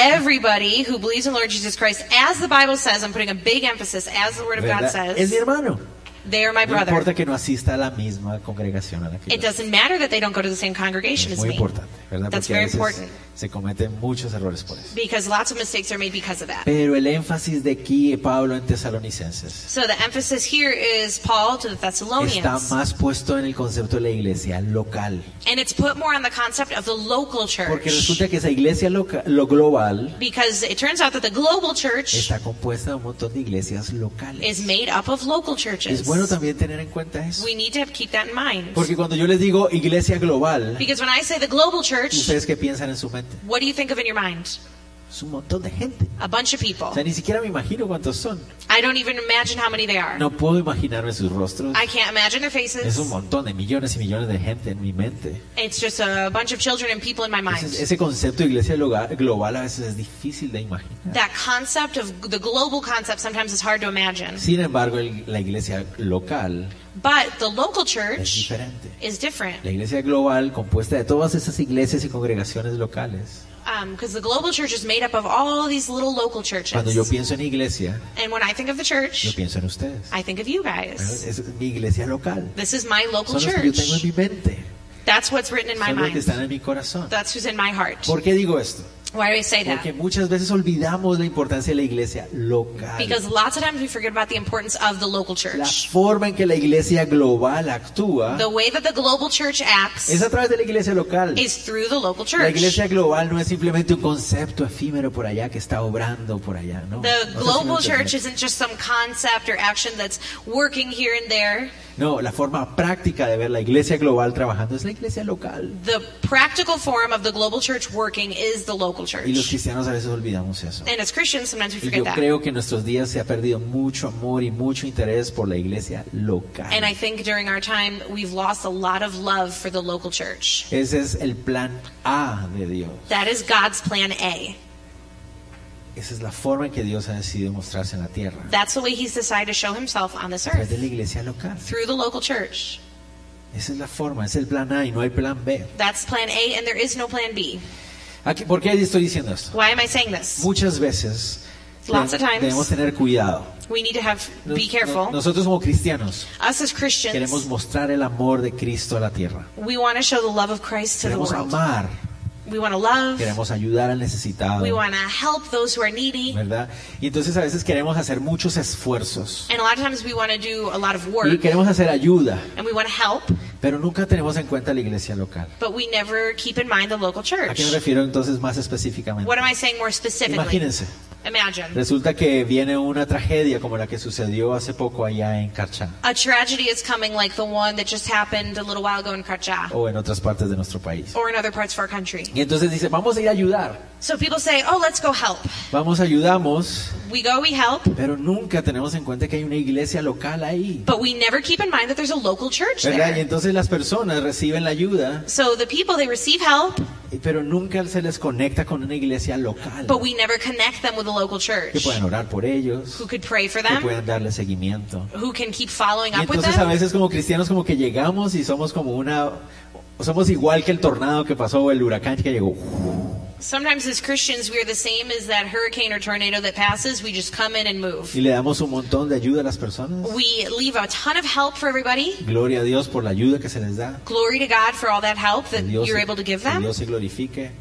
Speaker 2: everybody who believes in Lord Jesus Christ, as the Bible says, I'm putting a big emphasis, as the Word of God
Speaker 1: ¿verdad? Es mi
Speaker 2: says,
Speaker 1: hermano.
Speaker 2: they are my
Speaker 1: No importa
Speaker 2: brother.
Speaker 1: que no asista a la misma congregación a la que yo
Speaker 2: It doesn't matter that they don't go to the same congregation
Speaker 1: Es
Speaker 2: as
Speaker 1: muy
Speaker 2: me.
Speaker 1: importante, ¿verdad?
Speaker 2: That's
Speaker 1: Porque a
Speaker 2: very
Speaker 1: veces
Speaker 2: important.
Speaker 1: se cometen muchos errores por eso.
Speaker 2: because lots of mistakes are made because of that.
Speaker 1: Pero el énfasis de aquí, Pablo en Tesalonicenses,
Speaker 2: So the emphasis here is Paul to the
Speaker 1: está
Speaker 2: Thessalonians,
Speaker 1: más puesto en el concepto de la iglesia local.
Speaker 2: and it's put more on the concept of the local
Speaker 1: Porque
Speaker 2: church.
Speaker 1: resulta que esa iglesia loca- lo global
Speaker 2: Because it turns out that the global church
Speaker 1: está compuesta de un montón de iglesias locales.
Speaker 2: is made up of local
Speaker 1: Es
Speaker 2: churches.
Speaker 1: bueno también tener en cuenta eso.
Speaker 2: We need to have- keep that in mind.
Speaker 1: Porque cuando yo les digo iglesia global,
Speaker 2: Because when I say the global church,
Speaker 1: ¿ustedes qué piensan en su mente?
Speaker 2: what do you think of in your mind?
Speaker 1: Es un montón de gente.
Speaker 2: A bunch of
Speaker 1: O
Speaker 2: people.
Speaker 1: sea, ni siquiera me imagino cuántos son.
Speaker 2: I don't even imagine how many they are.
Speaker 1: No puedo imaginarme sus rostros.
Speaker 2: I can't imagine their
Speaker 1: Es un
Speaker 2: faces.
Speaker 1: montón de millones y millones de gente en mi mente.
Speaker 2: It's just a bunch of children and people in my
Speaker 1: Entonces,
Speaker 2: mind.
Speaker 1: ese concepto de iglesia loga- global a veces es difícil de imaginar.
Speaker 2: That concept of the global concept sometimes is hard to imagine.
Speaker 1: Sin embargo, el- la iglesia local
Speaker 2: But the local
Speaker 1: es
Speaker 2: church
Speaker 1: diferente.
Speaker 2: is different
Speaker 1: La iglesia global, compuesta de todas esas iglesias y congregaciones locales.
Speaker 2: because um, the global church is made up of all these little local
Speaker 1: Cuando yo
Speaker 2: churches.
Speaker 1: pienso en iglesia,
Speaker 2: And when I think of the
Speaker 1: yo
Speaker 2: church,
Speaker 1: pienso en ustedes.
Speaker 2: I think of you guys.
Speaker 1: Es mi iglesia local.
Speaker 2: This is my local
Speaker 1: Son los que yo tengo en
Speaker 2: church.
Speaker 1: mi mente.
Speaker 2: That's what's written in my
Speaker 1: Son los que
Speaker 2: mind.
Speaker 1: están en mi corazón.
Speaker 2: That's who's in my heart.
Speaker 1: ¿Por qué digo esto?
Speaker 2: Why do I say that?
Speaker 1: Porque muchas veces olvidamos la importancia de la iglesia local.
Speaker 2: Because lots of times we forget about the importance of the local
Speaker 1: La
Speaker 2: church.
Speaker 1: forma en que la iglesia global actúa
Speaker 2: The way that the global church acts
Speaker 1: es a través de la iglesia local.
Speaker 2: is through the local
Speaker 1: La
Speaker 2: church.
Speaker 1: iglesia global no es simplemente un concepto efímero por allá que está obrando por allá, ¿no? No sé
Speaker 2: The
Speaker 1: si me
Speaker 2: global
Speaker 1: entienden.
Speaker 2: church isn't just some concept or action that's working here and there.
Speaker 1: No, la forma práctica de ver la iglesia global trabajando es la iglesia local.
Speaker 2: The practical form of the global church working is the
Speaker 1: Y
Speaker 2: local
Speaker 1: los
Speaker 2: church.
Speaker 1: cristianos a veces olvidamos eso.
Speaker 2: And as Christians, sometimes we
Speaker 1: Y yo
Speaker 2: forget that.
Speaker 1: creo que en nuestros días se ha perdido mucho amor y mucho interés por la iglesia local.
Speaker 2: And I think during our time, we've lost a lot of love for the local church.
Speaker 1: Ese es el plan A de Dios.
Speaker 2: That is God's plan A.
Speaker 1: Esa es la forma en que Dios ha decidido mostrarse en la tierra.
Speaker 2: That's the way He's decided to show Himself on this
Speaker 1: A través
Speaker 2: earth
Speaker 1: de la iglesia local.
Speaker 2: through the local church.
Speaker 1: Esa es la forma, es el plan A y no hay plan B.
Speaker 2: That's plan A, and there is no plan B.
Speaker 1: Aquí- ¿Por qué estoy diciendo esto?
Speaker 2: Why am I saying this?
Speaker 1: Muchas veces
Speaker 2: Lots of times.
Speaker 1: debemos tener cuidado.
Speaker 2: We need to have
Speaker 1: Nos-
Speaker 2: be
Speaker 1: no-
Speaker 2: careful.
Speaker 1: nosotros como cristianos
Speaker 2: Us as
Speaker 1: queremos
Speaker 2: Christians,
Speaker 1: mostrar el amor de Cristo a la tierra.
Speaker 2: we want to show the love of Christ to the
Speaker 1: Queremos
Speaker 2: world.
Speaker 1: amar,
Speaker 2: We want to love.
Speaker 1: queremos ayudar al necesitado,
Speaker 2: We want to help those who are needy.
Speaker 1: ¿verdad? Y entonces a veces queremos hacer muchos esfuerzos
Speaker 2: And a lot of times we want to do a lot of
Speaker 1: y
Speaker 2: work
Speaker 1: queremos hacer ayuda,
Speaker 2: and we want to help,
Speaker 1: pero nunca tenemos en cuenta la iglesia local.
Speaker 2: but we never keep in mind the local
Speaker 1: ¿A
Speaker 2: church.
Speaker 1: qué me refiero entonces más específicamente?
Speaker 2: What am I saying more specifically?
Speaker 1: Imagínense,
Speaker 2: Imagine.
Speaker 1: resulta que viene una tragedia como la que sucedió hace poco allá en Carchán
Speaker 2: A tragedy is coming like the one that just happened a little while ago in Karcha
Speaker 1: o en otras partes de nuestro país.
Speaker 2: or in other parts of our country.
Speaker 1: Y entonces dice, vamos a ir a ayudar,
Speaker 2: So people say, oh, let's go help.
Speaker 1: vamos, ayudamos,
Speaker 2: We go, we help,
Speaker 1: pero nunca tenemos en cuenta que hay una iglesia local ahí.
Speaker 2: but we never keep in mind that there's a local church
Speaker 1: ¿Verdad? Y
Speaker 2: there.
Speaker 1: entonces las personas reciben la ayuda,
Speaker 2: So the people, they receive help,
Speaker 1: pero nunca se les conecta con una iglesia local.
Speaker 2: but we never connect them with a local
Speaker 1: Que
Speaker 2: church
Speaker 1: puedan orar por ellos,
Speaker 2: who could pray for
Speaker 1: que
Speaker 2: them,
Speaker 1: puedan darle seguimiento.
Speaker 2: who can keep following
Speaker 1: Y
Speaker 2: up with
Speaker 1: entonces a
Speaker 2: them.
Speaker 1: veces como cristianos como que llegamos y somos como una... Somos igual que el tornado que pasó o el huracán que llegó.
Speaker 2: Sometimes as Christians, we are the same as that hurricane or tornado that passes. We just come in and move.
Speaker 1: Y le damos un montón de ayuda a las personas.
Speaker 2: We leave a ton of help for everybody.
Speaker 1: Gloria a Dios por la ayuda que se les da.
Speaker 2: Glory to God for all that help
Speaker 1: Que
Speaker 2: that
Speaker 1: Dios,
Speaker 2: you're able to give
Speaker 1: que
Speaker 2: them.
Speaker 1: Dios se glorifique.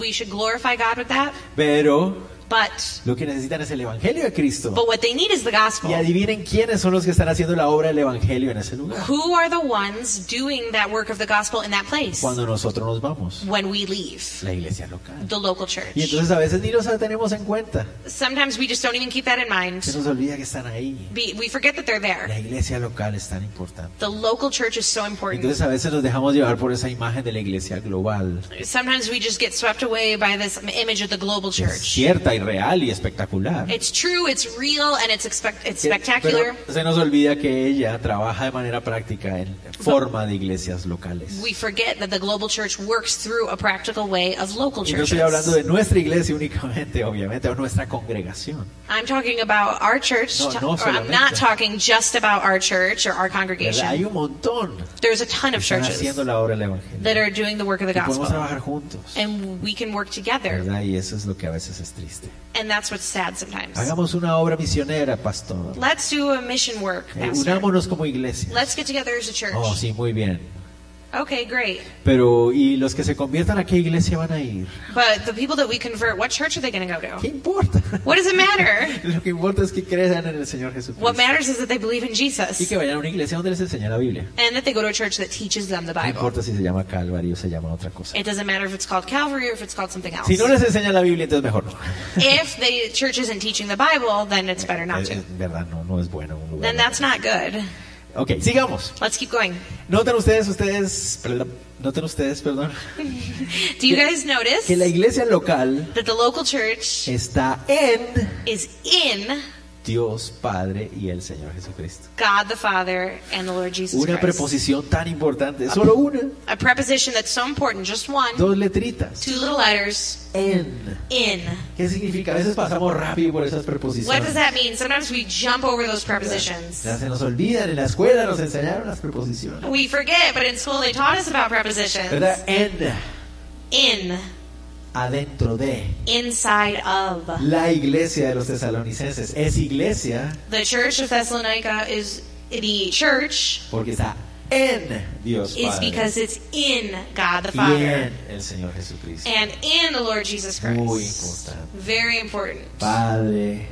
Speaker 2: We should glorify God with that.
Speaker 1: Pero
Speaker 2: But
Speaker 1: lo que necesitan es el Evangelio de Cristo.
Speaker 2: but what they need is the gospel.
Speaker 1: Y adivinen quiénes son los que están haciendo la obra del Evangelio en ese lugar.
Speaker 2: Who are the ones doing that work of the gospel in that place
Speaker 1: Cuando nosotros nos vamos.
Speaker 2: when we leave
Speaker 1: La iglesia local.
Speaker 2: the
Speaker 1: Y
Speaker 2: local church?
Speaker 1: entonces a veces ni los tenemos en cuenta.
Speaker 2: Sometimes we just don't even keep that in
Speaker 1: Se
Speaker 2: mind.
Speaker 1: nos olvida que están ahí.
Speaker 2: Be- We forget that they're there.
Speaker 1: La iglesia local es tan importante.
Speaker 2: The local church is so important.
Speaker 1: Entonces a veces nos dejamos llevar por esa imagen de la iglesia global.
Speaker 2: Sometimes we just get swept away by this image of the global
Speaker 1: que Es
Speaker 2: church.
Speaker 1: cierta y real y espectacular.
Speaker 2: It's true, it's real, and it's, expect- it's spectacular.
Speaker 1: Pero se nos olvida que ella trabaja de manera práctica en forma de iglesias locales.
Speaker 2: We forget that the global church works through a practical way of local
Speaker 1: Y no estoy hablando de
Speaker 2: churches.
Speaker 1: nuestra iglesia únicamente, obviamente, o nuestra congregación.
Speaker 2: I'm talking about our church,
Speaker 1: No, no
Speaker 2: or I'm not
Speaker 1: solamente.
Speaker 2: talking just about our church or
Speaker 1: ¿verdad?
Speaker 2: our
Speaker 1: Hay
Speaker 2: congregation.
Speaker 1: un montón
Speaker 2: There's a ton
Speaker 1: que
Speaker 2: of
Speaker 1: están haciendo
Speaker 2: churches
Speaker 1: la obra del Evangelio.
Speaker 2: that are doing the work of the
Speaker 1: Y podemos
Speaker 2: gospel,
Speaker 1: trabajar juntos.
Speaker 2: and we can work together,
Speaker 1: ¿verdad? Y eso es lo que a veces es triste.
Speaker 2: and that's what's sad sometimes.
Speaker 1: Hagamos una obra misionera, pastor.
Speaker 2: Let's do a mission work,
Speaker 1: Eh,
Speaker 2: Pastor.
Speaker 1: unámonos como iglesia.
Speaker 2: Let's get together as a church.
Speaker 1: Oh, sí, muy bien.
Speaker 2: Okay, great.
Speaker 1: Pero, ¿y los que se conviertan a qué iglesia van a ir?
Speaker 2: But the people that we convert, what church are they going to go
Speaker 1: ¿Qué
Speaker 2: to?
Speaker 1: importa?
Speaker 2: What does it matter?
Speaker 1: Lo que importa es que crean en el Señor Jesucristo.
Speaker 2: What matters is that they believe in
Speaker 1: Y
Speaker 2: Jesus
Speaker 1: que vayan a una iglesia donde les enseñan la Biblia.
Speaker 2: and that they go to a church that teaches them the
Speaker 1: No
Speaker 2: Bible.
Speaker 1: importa si se llama Calvario o se llama otra cosa.
Speaker 2: It doesn't matter if it's called Calvary or if it's called something else.
Speaker 1: Si no les enseñan la Biblia, entonces mejor no.
Speaker 2: If the church isn't teaching the Bible, then it's better not
Speaker 1: Es,
Speaker 2: to.
Speaker 1: es verdad, no, no es bueno un lugar.
Speaker 2: Then that's not good.
Speaker 1: Ok, sigamos.
Speaker 2: Let's keep going.
Speaker 1: Noten ustedes, ustedes, perdón, noten ustedes, perdón,
Speaker 2: Do you guys notice
Speaker 1: que la iglesia local
Speaker 2: that the local church
Speaker 1: está en
Speaker 2: is in
Speaker 1: Dios Padre y el Señor Jesucristo.
Speaker 2: God the Father and the Lord Jesus
Speaker 1: Una
Speaker 2: Christ? Ah.
Speaker 1: preposición tan importante, solo una,
Speaker 2: A preposition that's so important, just one,
Speaker 1: dos letritas.
Speaker 2: two little letters,
Speaker 1: En.
Speaker 2: in.
Speaker 1: ¿Qué significa? A veces pasamos rápido por esas
Speaker 2: What does
Speaker 1: preposiciones.
Speaker 2: that mean? Sometimes we jump over those prepositions.
Speaker 1: Ya se nos olvidan, en la escuela nos enseñaron las preposiciones.
Speaker 2: We forget, but in school they taught us about prepositions.
Speaker 1: ¿Verdad? En,
Speaker 2: In,
Speaker 1: adentro de.
Speaker 2: inside of.
Speaker 1: La iglesia de los tesalonicenses es iglesia
Speaker 2: The church of Thessalonica is the church
Speaker 1: porque está en Dios
Speaker 2: is
Speaker 1: Padre
Speaker 2: because it's in God the
Speaker 1: y
Speaker 2: Father
Speaker 1: en el Señor Jesucristo.
Speaker 2: and in the Lord Jesus Christ.
Speaker 1: Muy importante.
Speaker 2: Very important.
Speaker 1: Padre,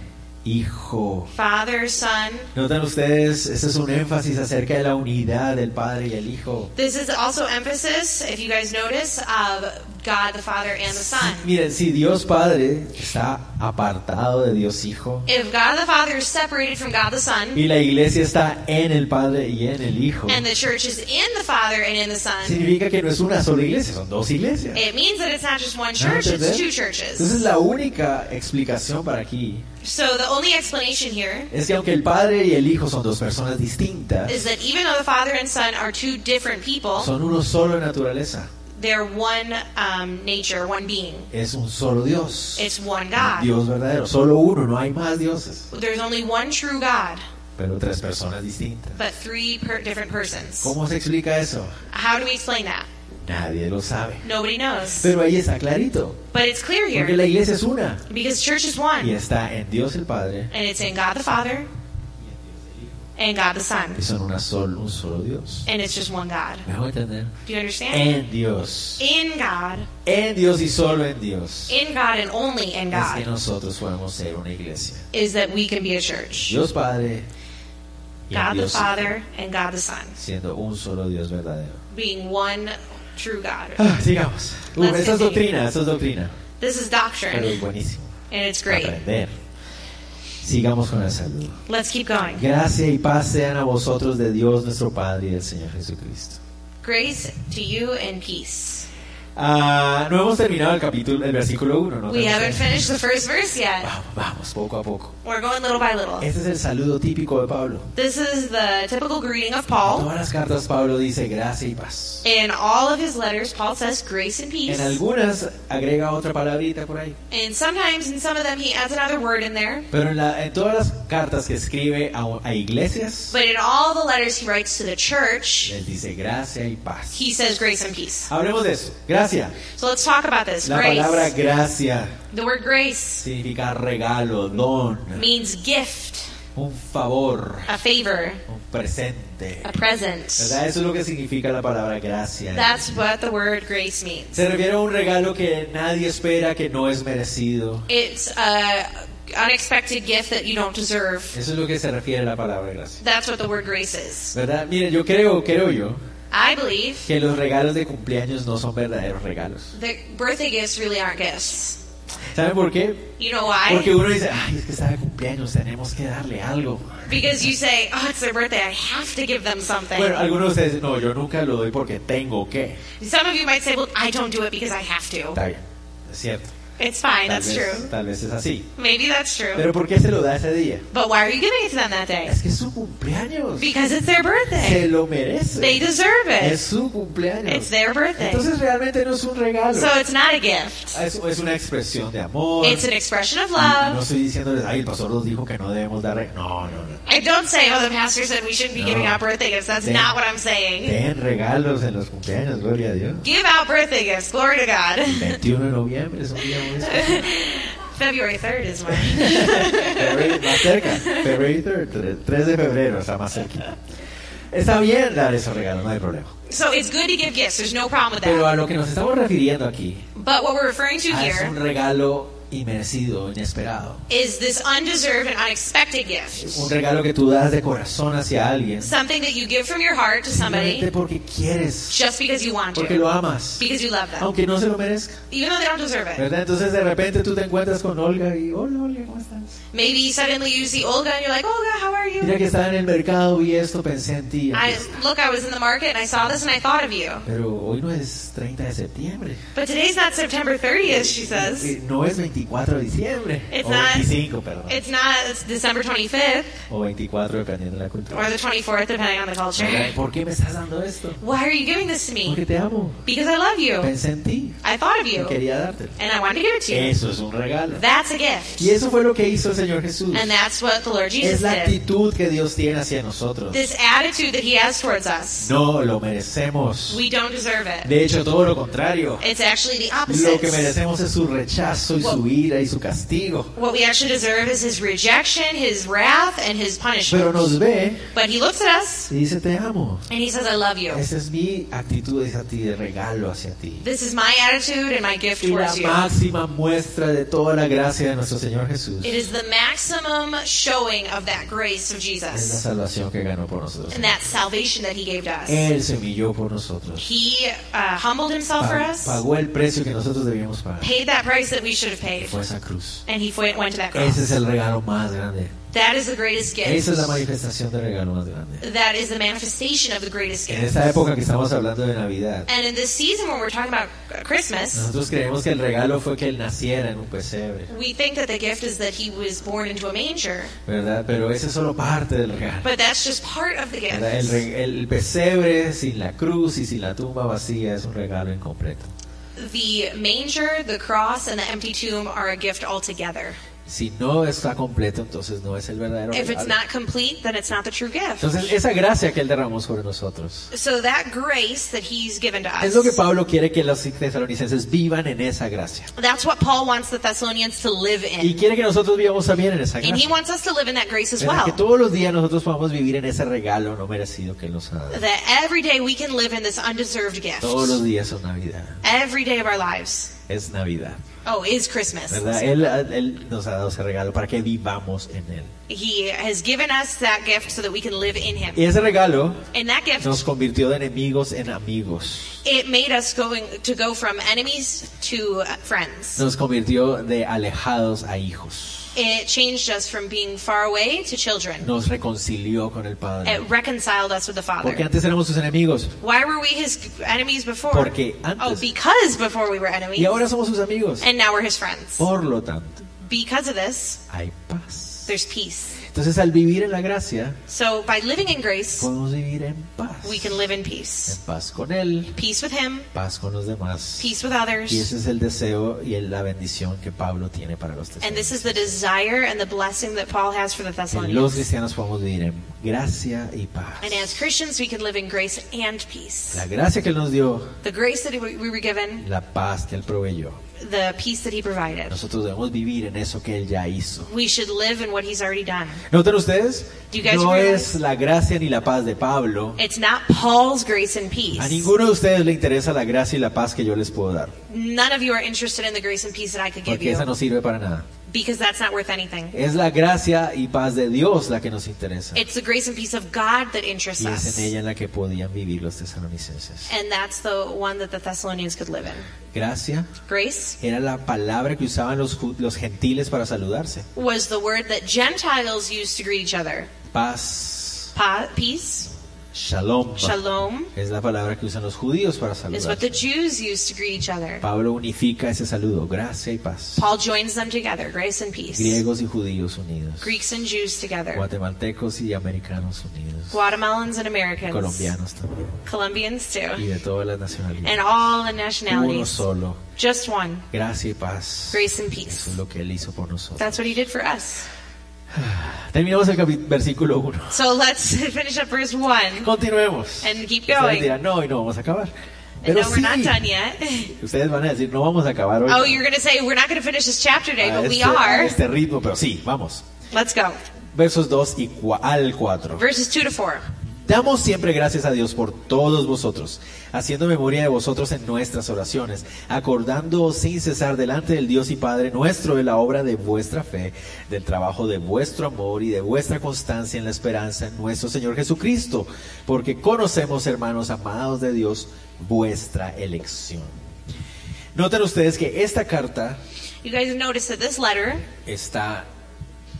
Speaker 1: Hijo.
Speaker 2: Father, Son.
Speaker 1: Notan ustedes, este es un énfasis acerca de la unidad del Padre y el Hijo.
Speaker 2: This is also emphasis, if you guys notice, of God the Father and the Son.
Speaker 1: Miren, si Dios Padre está apartado de Dios Hijo
Speaker 2: If God the Father is separated from God the Son
Speaker 1: y la iglesia está en el Padre y en el Hijo,
Speaker 2: and the church is in the Father and in the Son,
Speaker 1: significa que no es una sola iglesia, son dos iglesias.
Speaker 2: it means that it's not just one
Speaker 1: ¿No
Speaker 2: church, it's
Speaker 1: entendés?
Speaker 2: Eh, two
Speaker 1: Entonces
Speaker 2: churches.
Speaker 1: la única explicación para aquí
Speaker 2: So the only explanation here
Speaker 1: es que aunque el Padre y el Hijo son dos personas distintas,
Speaker 2: is that even though the Father and Son are two different people,
Speaker 1: son uno solo en naturaleza,
Speaker 2: they're one um, nature, one being.
Speaker 1: es un solo Dios,
Speaker 2: It's one God.
Speaker 1: Dios verdadero, solo uno, no hay más dioses,
Speaker 2: There's only one true God,
Speaker 1: pero tres personas distintas.
Speaker 2: but three per- different persons.
Speaker 1: ¿Cómo se explica eso?
Speaker 2: How do we explain that?
Speaker 1: Nadie lo sabe.
Speaker 2: Nobody knows.
Speaker 1: Pero ahí está clarito,
Speaker 2: But it's clear
Speaker 1: porque
Speaker 2: here
Speaker 1: la iglesia es una
Speaker 2: because church is
Speaker 1: y
Speaker 2: one,
Speaker 1: está en Dios el Padre
Speaker 2: and it's in God the Father and God the Son,
Speaker 1: y son una sol, un solo Dios.
Speaker 2: and it's just one God.
Speaker 1: ¿Me hago entender?
Speaker 2: Do you understand?
Speaker 1: En Dios,
Speaker 2: In God,
Speaker 1: en Dios y solo en Dios.
Speaker 2: in God, and only in
Speaker 1: Es que
Speaker 2: God
Speaker 1: nosotros podemos ser una iglesia.
Speaker 2: is that we can be a church.
Speaker 1: Dios Padre y
Speaker 2: God the
Speaker 1: Dios
Speaker 2: Father and God the Son,
Speaker 1: siendo un solo Dios verdadero.
Speaker 2: being one true God.
Speaker 1: sigamos. Uh,
Speaker 2: Let's
Speaker 1: esa es
Speaker 2: continue.
Speaker 1: doctrina, esa es doctrina.
Speaker 2: This is
Speaker 1: Pero es
Speaker 2: doctrine,
Speaker 1: buenísimo.
Speaker 2: and it's great.
Speaker 1: Aprender. Sigamos con el saludo.
Speaker 2: Let's keep going.
Speaker 1: Gracia y paz sean a vosotros de Dios nuestro Padre y del Señor Jesucristo.
Speaker 2: Grace to you and peace.
Speaker 1: Ah, no hemos terminado el capítulo, el versículo 1, ¿no?
Speaker 2: We haven't
Speaker 1: Tenemos que-
Speaker 2: finished the first verse yet.
Speaker 1: Vamos, vamos, poco a poco.
Speaker 2: We're going little by little.
Speaker 1: Este es el saludo típico de Pablo.
Speaker 2: This is the typical greeting of
Speaker 1: En
Speaker 2: Paul.
Speaker 1: todas las cartas Pablo dice gracia y paz.
Speaker 2: In all of his letters, Paul says grace and
Speaker 1: En
Speaker 2: peace.
Speaker 1: algunas agrega otra palabrita por ahí.
Speaker 2: And sometimes in some of them, he adds another word in there.
Speaker 1: Pero en, la- en todas las cartas que escribe a, a iglesias,
Speaker 2: But in all the letters he writes to the church,
Speaker 1: les dice gracia y paz.
Speaker 2: he says grace and peace.
Speaker 1: Hablemos de eso. Gracia.
Speaker 2: So let's talk about this.
Speaker 1: La palabra
Speaker 2: Grace.
Speaker 1: gracia
Speaker 2: The word grace
Speaker 1: significa regalo, don,
Speaker 2: means gift,
Speaker 1: un favor,
Speaker 2: a favor,
Speaker 1: un presente.
Speaker 2: a present.
Speaker 1: ¿Verdad? Eso es lo que significa la palabra gracia.
Speaker 2: That's what the word grace means.
Speaker 1: Se refiere a un regalo que nadie espera, que no es merecido.
Speaker 2: It's a unexpected gift that you don't deserve.
Speaker 1: Eso es lo que se refiere a la palabra gracia.
Speaker 2: That's what the word grace is.
Speaker 1: ¿Verdad? Mire, yo creo, creo yo,
Speaker 2: I believe
Speaker 1: que los regalos de cumpleaños no son verdaderos regalos.
Speaker 2: that birthday gifts really aren't gifts.
Speaker 1: ¿Saben por qué?
Speaker 2: You know
Speaker 1: Porque
Speaker 2: why?
Speaker 1: uno dice, ay, es que está de cumpleaños, tenemos que darle algo.
Speaker 2: Because you say, "Oh, it's their birthday. I have to give them something."
Speaker 1: Bueno, algunos de ustedes dicen, no, yo nunca lo doy porque tengo que.
Speaker 2: Some of you might say, "Well, I don't do it because I have to."
Speaker 1: Está bien, es cierto.
Speaker 2: It's
Speaker 1: Tal
Speaker 2: fine. That's
Speaker 1: vez,
Speaker 2: true.
Speaker 1: tal vez es así.
Speaker 2: Maybe that's true.
Speaker 1: Pero ¿por qué se lo da ese día?
Speaker 2: But why are you giving it to them that day?
Speaker 1: Es que es su cumpleaños.
Speaker 2: Because it's their
Speaker 1: Se
Speaker 2: birthday.
Speaker 1: lo
Speaker 2: They
Speaker 1: merece.
Speaker 2: deserve
Speaker 1: Es
Speaker 2: it.
Speaker 1: su cumpleaños.
Speaker 2: It's their birthday.
Speaker 1: Entonces realmente no es un regalo.
Speaker 2: So it's not a gift.
Speaker 1: Es, es una expresión de amor.
Speaker 2: It's an expression of
Speaker 1: No
Speaker 2: love.
Speaker 1: estoy diciéndoles, ay, el pastor nos dijo que no debemos dar regalos. No, no, no.
Speaker 2: And don't say, "Oh, the pastor said we shouldn't be
Speaker 1: No.
Speaker 2: giving out birthday gifts." That's
Speaker 1: Then-
Speaker 2: not what I'm saying.
Speaker 1: Den regalos en los cumpleaños, gloria a Dios.
Speaker 2: Give out birthday gifts. Glory to
Speaker 1: El
Speaker 2: God.
Speaker 1: 21 de noviembre es un día muy especial.
Speaker 2: February 3rd is mine.
Speaker 1: Febrero, más cerca. Febrero, 3 de febrero, está más cerca. Está bien dar esos regalos, no hay problema.
Speaker 2: So it's good to give gifts. There's no problem with
Speaker 1: Pero
Speaker 2: that.
Speaker 1: a lo que nos estamos refiriendo aquí
Speaker 2: But what we're referring to
Speaker 1: ah, es un
Speaker 2: here
Speaker 1: regalo inmerecido, inesperado.
Speaker 2: is this undeserved and unexpected gift.
Speaker 1: Un regalo que tú das de corazón hacia alguien.
Speaker 2: Something that you give from your heart to
Speaker 1: Simplemente
Speaker 2: somebody
Speaker 1: porque quieres,
Speaker 2: just because you want
Speaker 1: porque
Speaker 2: to,
Speaker 1: lo Oh. amas,
Speaker 2: because you love them,
Speaker 1: aunque no se lo merezca.
Speaker 2: even though they don't deserve it.
Speaker 1: ¿Verdad? Entonces de repente tú te encuentras con Olga y, hola Olga, ¿cómo estás?
Speaker 2: Maybe suddenly you see Olga and you're like, Olga, how are you?
Speaker 1: Mira que estaba en el mercado, vi esto, pensé en ti.
Speaker 2: I look, I was in the market and I saw this and I thought of you.
Speaker 1: Pero hoy no es 30 de septiembre.
Speaker 2: But today's not September 30th, she says.
Speaker 1: Eh, No es 24 de diciembre.
Speaker 2: It's
Speaker 1: o
Speaker 2: not-
Speaker 1: 25, perdón.
Speaker 2: It's not it's December 25th
Speaker 1: O 24, dependiendo de la
Speaker 2: or
Speaker 1: cultura.
Speaker 2: the 24th, depending on the culture.
Speaker 1: Ay, ¿Por qué me estás dando esto?
Speaker 2: Why are you giving this to me?
Speaker 1: Porque te amo.
Speaker 2: Because I love you.
Speaker 1: Pensé en ti.
Speaker 2: I thought of
Speaker 1: Y
Speaker 2: you.
Speaker 1: quería dártelo.
Speaker 2: And I wanted to give it to you.
Speaker 1: Eso es un regalo.
Speaker 2: That's a gift.
Speaker 1: Y eso fue lo que hizo el Señor Jesús.
Speaker 2: And that's what the Lord Jesus
Speaker 1: Es la
Speaker 2: did.
Speaker 1: actitud que Dios tiene hacia nosotros.
Speaker 2: This attitude that he has towards us.
Speaker 1: No lo merecemos.
Speaker 2: We don't deserve it.
Speaker 1: De hecho, todo lo contrario.
Speaker 2: It's actually the
Speaker 1: Lo que
Speaker 2: opposite.
Speaker 1: merecemos es su rechazo y su ira y su castigo.
Speaker 2: What we actually deserve is his rejection, his wrath, and his
Speaker 1: Pero nos
Speaker 2: punishment.
Speaker 1: ve
Speaker 2: But he looks at us
Speaker 1: y dice, te amo.
Speaker 2: and he says, I love you.
Speaker 1: Esa es mi actitud hacia ti, de regalo hacia ti.
Speaker 2: This is my attitude and my gift
Speaker 1: Y la
Speaker 2: towards you.
Speaker 1: máxima muestra de toda la gracia de nuestro Señor Jesús
Speaker 2: It
Speaker 1: es
Speaker 2: is the maximum showing of that grace of
Speaker 1: la
Speaker 2: Jesus
Speaker 1: salvación que ganó por nosotros.
Speaker 2: and that salvation that he gave to us.
Speaker 1: Él se humilló por nosotros.
Speaker 2: He uh, humbled himself for
Speaker 1: Pa-
Speaker 2: us,
Speaker 1: Pagó el precio que nosotros debíamos pagar.
Speaker 2: paid that price that we should have paid,
Speaker 1: Fue esa cruz.
Speaker 2: and he fo- went to that cross.
Speaker 1: Ese es el regalo más grande.
Speaker 2: That is the greatest gift.
Speaker 1: Esa es la manifestación del regalo más grande.
Speaker 2: That is the manifestation of the greatest
Speaker 1: En
Speaker 2: gift.
Speaker 1: esta época que estamos hablando de Navidad,
Speaker 2: And in this season when we're talking about uh, Christmas,
Speaker 1: nosotros creemos que el regalo fue que Él naciera en un pesebre,
Speaker 2: we think that the gift is that he was born into a manger,
Speaker 1: ¿verdad? Pero esa es solo parte del regalo.
Speaker 2: but that's just part of the
Speaker 1: ¿verdad? El,
Speaker 2: gift.
Speaker 1: re- el pesebre sin la cruz y sin la tumba vacía es un regalo incompleto.
Speaker 2: The manger, the cross, and the empty tomb are a gift altogether.
Speaker 1: Si no está completo, entonces no es el verdadero
Speaker 2: If it's
Speaker 1: regalo.
Speaker 2: not complete, then it's not the true gift.
Speaker 1: Entonces, esa gracia que Él derramó sobre nosotros.
Speaker 2: So that grace that he's given to
Speaker 1: Es lo que
Speaker 2: us,
Speaker 1: Pablo quiere que los tesalonicenses vivan en esa gracia.
Speaker 2: that's what Paul wants the Thessalonians to live
Speaker 1: Y
Speaker 2: in.
Speaker 1: quiere que nosotros vivamos también en esa
Speaker 2: And he
Speaker 1: gracia.
Speaker 2: wants us to live in that grace as
Speaker 1: ¿Verdad? Que
Speaker 2: well.
Speaker 1: todos los días nosotros podamos vivir en ese regalo no merecido que Él nos ha dado.
Speaker 2: That every day we can live in this undeserved gift.
Speaker 1: Todos los días son Navidad.
Speaker 2: Every day of our lives.
Speaker 1: Es Navidad.
Speaker 2: Oh, is Christmas.
Speaker 1: ¿Verdad? Él, él nos ha dado ese regalo para que vivamos en Él.
Speaker 2: He has given us that gift so that we can live in him.
Speaker 1: Y ese regalo
Speaker 2: And that
Speaker 1: nos
Speaker 2: gift,
Speaker 1: convirtió de enemigos en amigos.
Speaker 2: it made us going to go from enemies to uh, friends.
Speaker 1: Nos convirtió de alejados a hijos.
Speaker 2: It changed us from being far away to children.
Speaker 1: Nos reconcilió con el Padre.
Speaker 2: It reconciled us with the Father.
Speaker 1: Porque antes éramos sus enemigos.
Speaker 2: Why were we his enemies before?
Speaker 1: Porque antes-
Speaker 2: oh, because before we were
Speaker 1: Y
Speaker 2: enemies.
Speaker 1: ahora somos sus amigos.
Speaker 2: And now we're his friends.
Speaker 1: Por lo tanto,
Speaker 2: Because of this,
Speaker 1: hay paz.
Speaker 2: there's peace.
Speaker 1: Entonces, al vivir en la gracia,
Speaker 2: So by living in grace,
Speaker 1: podemos vivir en paz.
Speaker 2: we can live in
Speaker 1: En
Speaker 2: peace.
Speaker 1: paz con Él,
Speaker 2: Peace with him,
Speaker 1: paz con los demás.
Speaker 2: peace with
Speaker 1: Y
Speaker 2: others.
Speaker 1: ese es el deseo y el- la bendición que Pablo tiene para los
Speaker 2: And this
Speaker 1: testigos.
Speaker 2: is the desire and the blessing that Paul has for the
Speaker 1: Los
Speaker 2: Thessalonians.
Speaker 1: cristianos podemos vivir en gracia y paz.
Speaker 2: And as Christians, we can live in grace and peace.
Speaker 1: La gracia que Él nos dio,
Speaker 2: The grace that we we were given,
Speaker 1: la paz que Él proveyó.
Speaker 2: the peace that he provided.
Speaker 1: Nosotros debemos vivir en eso que Él ya hizo.
Speaker 2: We should live in what he's already done.
Speaker 1: ¿Notan ustedes?
Speaker 2: Do you guys
Speaker 1: No
Speaker 2: realize-
Speaker 1: es la gracia ni la paz de Pablo.
Speaker 2: It's not Paul's grace and
Speaker 1: A
Speaker 2: peace.
Speaker 1: ninguno de ustedes le interesa la gracia y la paz que yo les puedo dar.
Speaker 2: None of you are interested in the grace and peace that I could give
Speaker 1: Porque esa
Speaker 2: you
Speaker 1: no sirve para nada.
Speaker 2: because that's not worth anything.
Speaker 1: Es la gracia y paz de Dios la que nos interesa.
Speaker 2: It's the grace and peace of God that interests
Speaker 1: Y es
Speaker 2: us.
Speaker 1: en ella en la que podían vivir los tesalonicenses.
Speaker 2: And that's the one that the Thessalonians could live in.
Speaker 1: Gracia
Speaker 2: Grace
Speaker 1: era la palabra que usaban los, ju- los gentiles para saludarse.
Speaker 2: was the word that Gentiles used to greet each other.
Speaker 1: Paz,
Speaker 2: Pa- peace,
Speaker 1: shalom,
Speaker 2: shalom,
Speaker 1: es la palabra que usan los judíos para
Speaker 2: is what the
Speaker 1: saludarse.
Speaker 2: Jews used to greet each other.
Speaker 1: Pablo unifica ese saludo, gracia y paz.
Speaker 2: Paul joins them together, grace and peace.
Speaker 1: Griegos y judíos unidos.
Speaker 2: Greeks and Jews together.
Speaker 1: Guatemaltecos y americanos unidos.
Speaker 2: Guatemalans and Americans.
Speaker 1: Colombianos también.
Speaker 2: Colombians
Speaker 1: Y
Speaker 2: too.
Speaker 1: de todas las nacionalidades.
Speaker 2: And all the
Speaker 1: Uno
Speaker 2: nationalities.
Speaker 1: solo.
Speaker 2: Just one.
Speaker 1: Gracia y paz.
Speaker 2: Grace and
Speaker 1: Eso es
Speaker 2: peace.
Speaker 1: lo que él hizo por nosotros.
Speaker 2: That's what he did for us.
Speaker 1: Terminamos el capi- versículo 1.
Speaker 2: So let's finish up verse 1
Speaker 1: Continuemos.
Speaker 2: and keep
Speaker 1: Ustedes
Speaker 2: going.
Speaker 1: dirán, no, y no vamos a acabar.
Speaker 2: And
Speaker 1: Pero
Speaker 2: no, we're
Speaker 1: sí.
Speaker 2: not done yet.
Speaker 1: Ustedes van a decir, no vamos a acabar hoy.
Speaker 2: Oh, you're going to say we're not going to finish this chapter today,
Speaker 1: a,
Speaker 2: but we
Speaker 1: este, a
Speaker 2: are.
Speaker 1: este ritmo, pero sí, vamos.
Speaker 2: Let's go.
Speaker 1: Versos 2 y cua- al 4.
Speaker 2: Verses 2 to 4.
Speaker 1: Damos siempre gracias a Dios por todos vosotros, haciendo memoria de vosotros en nuestras oraciones, acordándoos sin cesar delante del Dios y Padre nuestro de la obra de vuestra fe, del trabajo de vuestro amor y de vuestra constancia en la esperanza en nuestro Señor Jesucristo, porque conocemos, hermanos amados de Dios, vuestra elección. Noten ustedes que esta carta
Speaker 2: You guys notice that this letter
Speaker 1: está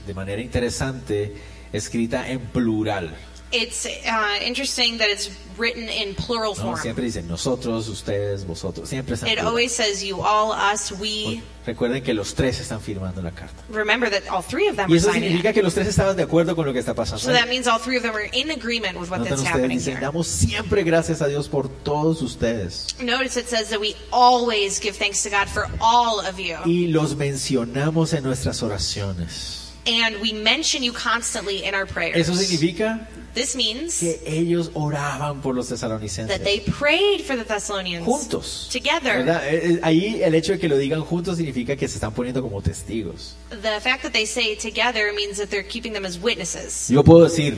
Speaker 1: de manera interesante escrita en plural.
Speaker 2: It's uh, interesting that it's written in plural
Speaker 1: ¿no?
Speaker 2: form.
Speaker 1: Siempre dicen nosotros, ustedes, vosotros. Siempre están
Speaker 2: It
Speaker 1: plural.
Speaker 2: always says you, all, us, we.
Speaker 1: Recuerden que los tres están firmando la carta.
Speaker 2: Remember that all three of them
Speaker 1: Y
Speaker 2: are
Speaker 1: eso
Speaker 2: signing
Speaker 1: significa
Speaker 2: it.
Speaker 1: que los tres estaban de acuerdo con lo que está pasando.
Speaker 2: So that means all three of them are in agreement with what
Speaker 1: Notan
Speaker 2: that's
Speaker 1: ustedes,
Speaker 2: happening
Speaker 1: dicen,
Speaker 2: here.
Speaker 1: damos siempre gracias a Dios por todos ustedes.
Speaker 2: Notice it says that we always give thanks to God for all of you.
Speaker 1: Y los mencionamos en nuestras oraciones.
Speaker 2: And we mention you constantly in our prayers.
Speaker 1: Eso significa
Speaker 2: This means
Speaker 1: que ellos oraban por los
Speaker 2: that they
Speaker 1: tesalonicenses.
Speaker 2: prayed for the Thessalonians.
Speaker 1: Juntos.
Speaker 2: Together.
Speaker 1: ¿Verdad? Eh, eh, Ahí el hecho de que lo digan juntos significa que se están poniendo como testigos.
Speaker 2: The fact that they say together means that they're keeping them as witnesses.
Speaker 1: Yo puedo decir,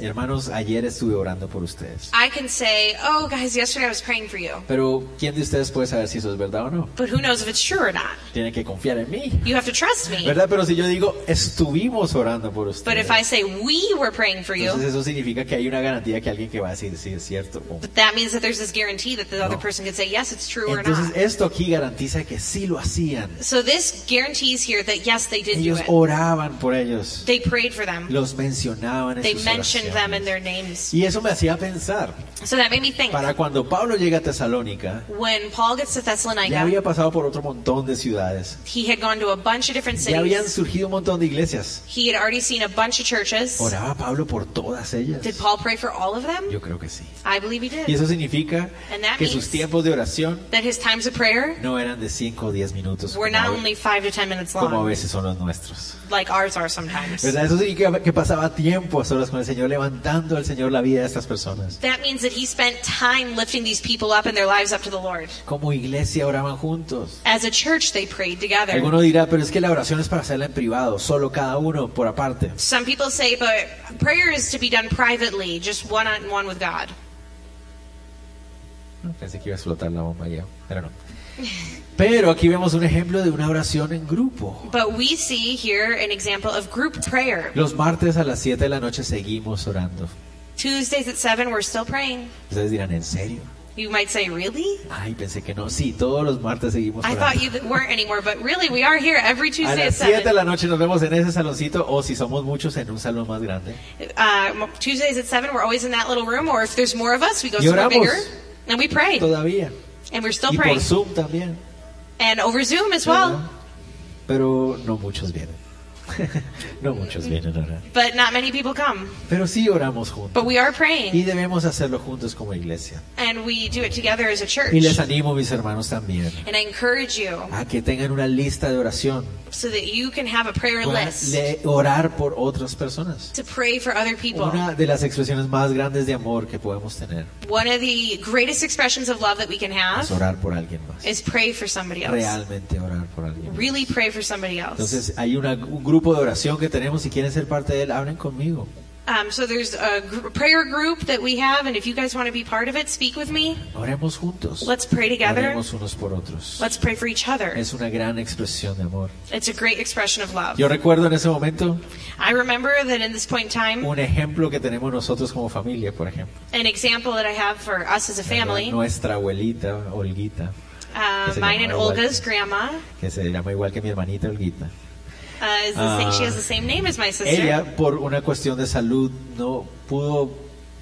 Speaker 1: hermanos, ayer estuve orando por ustedes.
Speaker 2: I can say, oh, guys, yesterday I was praying for you.
Speaker 1: Pero ¿quién de ustedes puede saber si eso es verdad o no?
Speaker 2: But who knows if it's true or not?
Speaker 1: Tienen que confiar en mí.
Speaker 2: You have to trust me.
Speaker 1: ¿Verdad? Pero si yo digo, estuvimos orando por
Speaker 2: But
Speaker 1: ustedes.
Speaker 2: if I say we were praying for you,
Speaker 1: Entonces eso significa que hay una garantía que alguien que va a decir si es cierto o no.
Speaker 2: but that means that there's this guarantee that the other
Speaker 1: No.
Speaker 2: person can say yes, it's true or
Speaker 1: Entonces
Speaker 2: not.
Speaker 1: esto aquí garantiza que sí lo hacían.
Speaker 2: So this guarantees here that yes, they did do
Speaker 1: Ellos
Speaker 2: it.
Speaker 1: oraban por ellos.
Speaker 2: They prayed for them.
Speaker 1: Los mencionaban en
Speaker 2: They
Speaker 1: sus
Speaker 2: mentioned them in
Speaker 1: oraciones.
Speaker 2: their names.
Speaker 1: Y eso me hacía pensar,
Speaker 2: So that made me think.
Speaker 1: para cuando Pablo llega a Tesalónica,
Speaker 2: When Paul gets to
Speaker 1: ya
Speaker 2: Thessalonica,
Speaker 1: había pasado por otro montón de ciudades.
Speaker 2: he had gone to a bunch of different
Speaker 1: Ya habían
Speaker 2: cities.
Speaker 1: surgido un montón de iglesias.
Speaker 2: He had already seen a bunch of churches.
Speaker 1: Oraba Pablo por todas ellas.
Speaker 2: Did Paul pray for all of them?
Speaker 1: Yo creo que sí.
Speaker 2: I believe he
Speaker 1: Y
Speaker 2: did.
Speaker 1: eso significa
Speaker 2: And that
Speaker 1: que sus
Speaker 2: means-
Speaker 1: tiempos de oración
Speaker 2: That his times of prayer
Speaker 1: no eran de 5 o 10 minutos
Speaker 2: were
Speaker 1: como, a
Speaker 2: not
Speaker 1: ve-
Speaker 2: only five to ten minutes
Speaker 1: como a
Speaker 2: long,
Speaker 1: veces son los nuestros.
Speaker 2: like ours are sometimes.
Speaker 1: ¿Verdad? Eso significa que pasaba tiempo a solas con el Señor, levantando al Señor la vida de estas personas.
Speaker 2: That means that he spent time lifting these people up and their lives up to the Lord.
Speaker 1: Como iglesia oraban juntos.
Speaker 2: As a church, they prayed together.
Speaker 1: Alguno dirá, pero es que la oración es para hacerla en privado, solo cada uno por aparte.
Speaker 2: Some people say, but prayer is to be done privately, just one on one with God.
Speaker 1: Pensé que iba a explotar la bomba ya, pero no. Pero aquí vemos un ejemplo de una oración en grupo.
Speaker 2: But we see here an example of group prayer.
Speaker 1: Los martes a las 7 de la noche seguimos orando.
Speaker 2: Tuesdays at 7, we're still praying.
Speaker 1: Ustedes dirán, ¿en serio?
Speaker 2: You might say, really?
Speaker 1: Ay, pensé que no. Sí, todos los martes seguimos
Speaker 2: I
Speaker 1: orando.
Speaker 2: thought you weren't anymore, but really, we are here every
Speaker 1: A
Speaker 2: Tuesday at
Speaker 1: las 7 de
Speaker 2: 7.
Speaker 1: la noche nos vemos en ese saloncito o si somos muchos en un salón más grande.
Speaker 2: Uh, Tuesdays at 7, we're always in that little room, or if there's more of us, we go
Speaker 1: Y
Speaker 2: somewhere
Speaker 1: oramos.
Speaker 2: bigger. And we pray.
Speaker 1: Todavía.
Speaker 2: And we're still
Speaker 1: Y por
Speaker 2: praying.
Speaker 1: Zoom también.
Speaker 2: And over Zoom as well.
Speaker 1: Pero no muchos vienen. no muchos vienen a orar.
Speaker 2: But not many people come.
Speaker 1: Pero sí oramos juntos.
Speaker 2: But we are
Speaker 1: Y
Speaker 2: praying,
Speaker 1: debemos hacerlo juntos como iglesia.
Speaker 2: and we do it together as a church.
Speaker 1: Y les animo, mis hermanos, también
Speaker 2: And I encourage you
Speaker 1: a que tengan una lista de oración.
Speaker 2: so that you can have a prayer
Speaker 1: Puedan
Speaker 2: list
Speaker 1: le- orar por otras personas.
Speaker 2: to pray for other people.
Speaker 1: Una de las expresiones más grandes de amor que podemos tener
Speaker 2: One of the greatest expressions of love that we can
Speaker 1: es
Speaker 2: have
Speaker 1: orar por alguien más.
Speaker 2: is pray for somebody else.
Speaker 1: Realmente orar por alguien más.
Speaker 2: Really pray for somebody else.
Speaker 1: Entonces hay una- un grupo de oración que tenemos, si quieren ser parte de él, hablen conmigo.
Speaker 2: Um, so there's a gr- prayer group that we have, and if you guys want to be part of it, speak with me.
Speaker 1: Oremos juntos.
Speaker 2: Let's pray together.
Speaker 1: Oremos unos por otros.
Speaker 2: Let's pray for each other.
Speaker 1: Es una gran expresión de amor.
Speaker 2: It's a great expression of love.
Speaker 1: Yo recuerdo en ese momento
Speaker 2: I remember that in this point in time,
Speaker 1: un ejemplo que tenemos nosotros como familia, por ejemplo.
Speaker 2: an example that I have for us as a family.
Speaker 1: Nuestra abuelita Olguita,
Speaker 2: Uh,
Speaker 1: Is it
Speaker 2: mine
Speaker 1: not
Speaker 2: and
Speaker 1: my wife?
Speaker 2: Olga's grandma
Speaker 1: que se llama igual que mi hermanita Olguita.
Speaker 2: uh, is the same.
Speaker 1: Ah.
Speaker 2: She has the same name as my sister.
Speaker 1: Ella, por una cuestión de salud, no pudo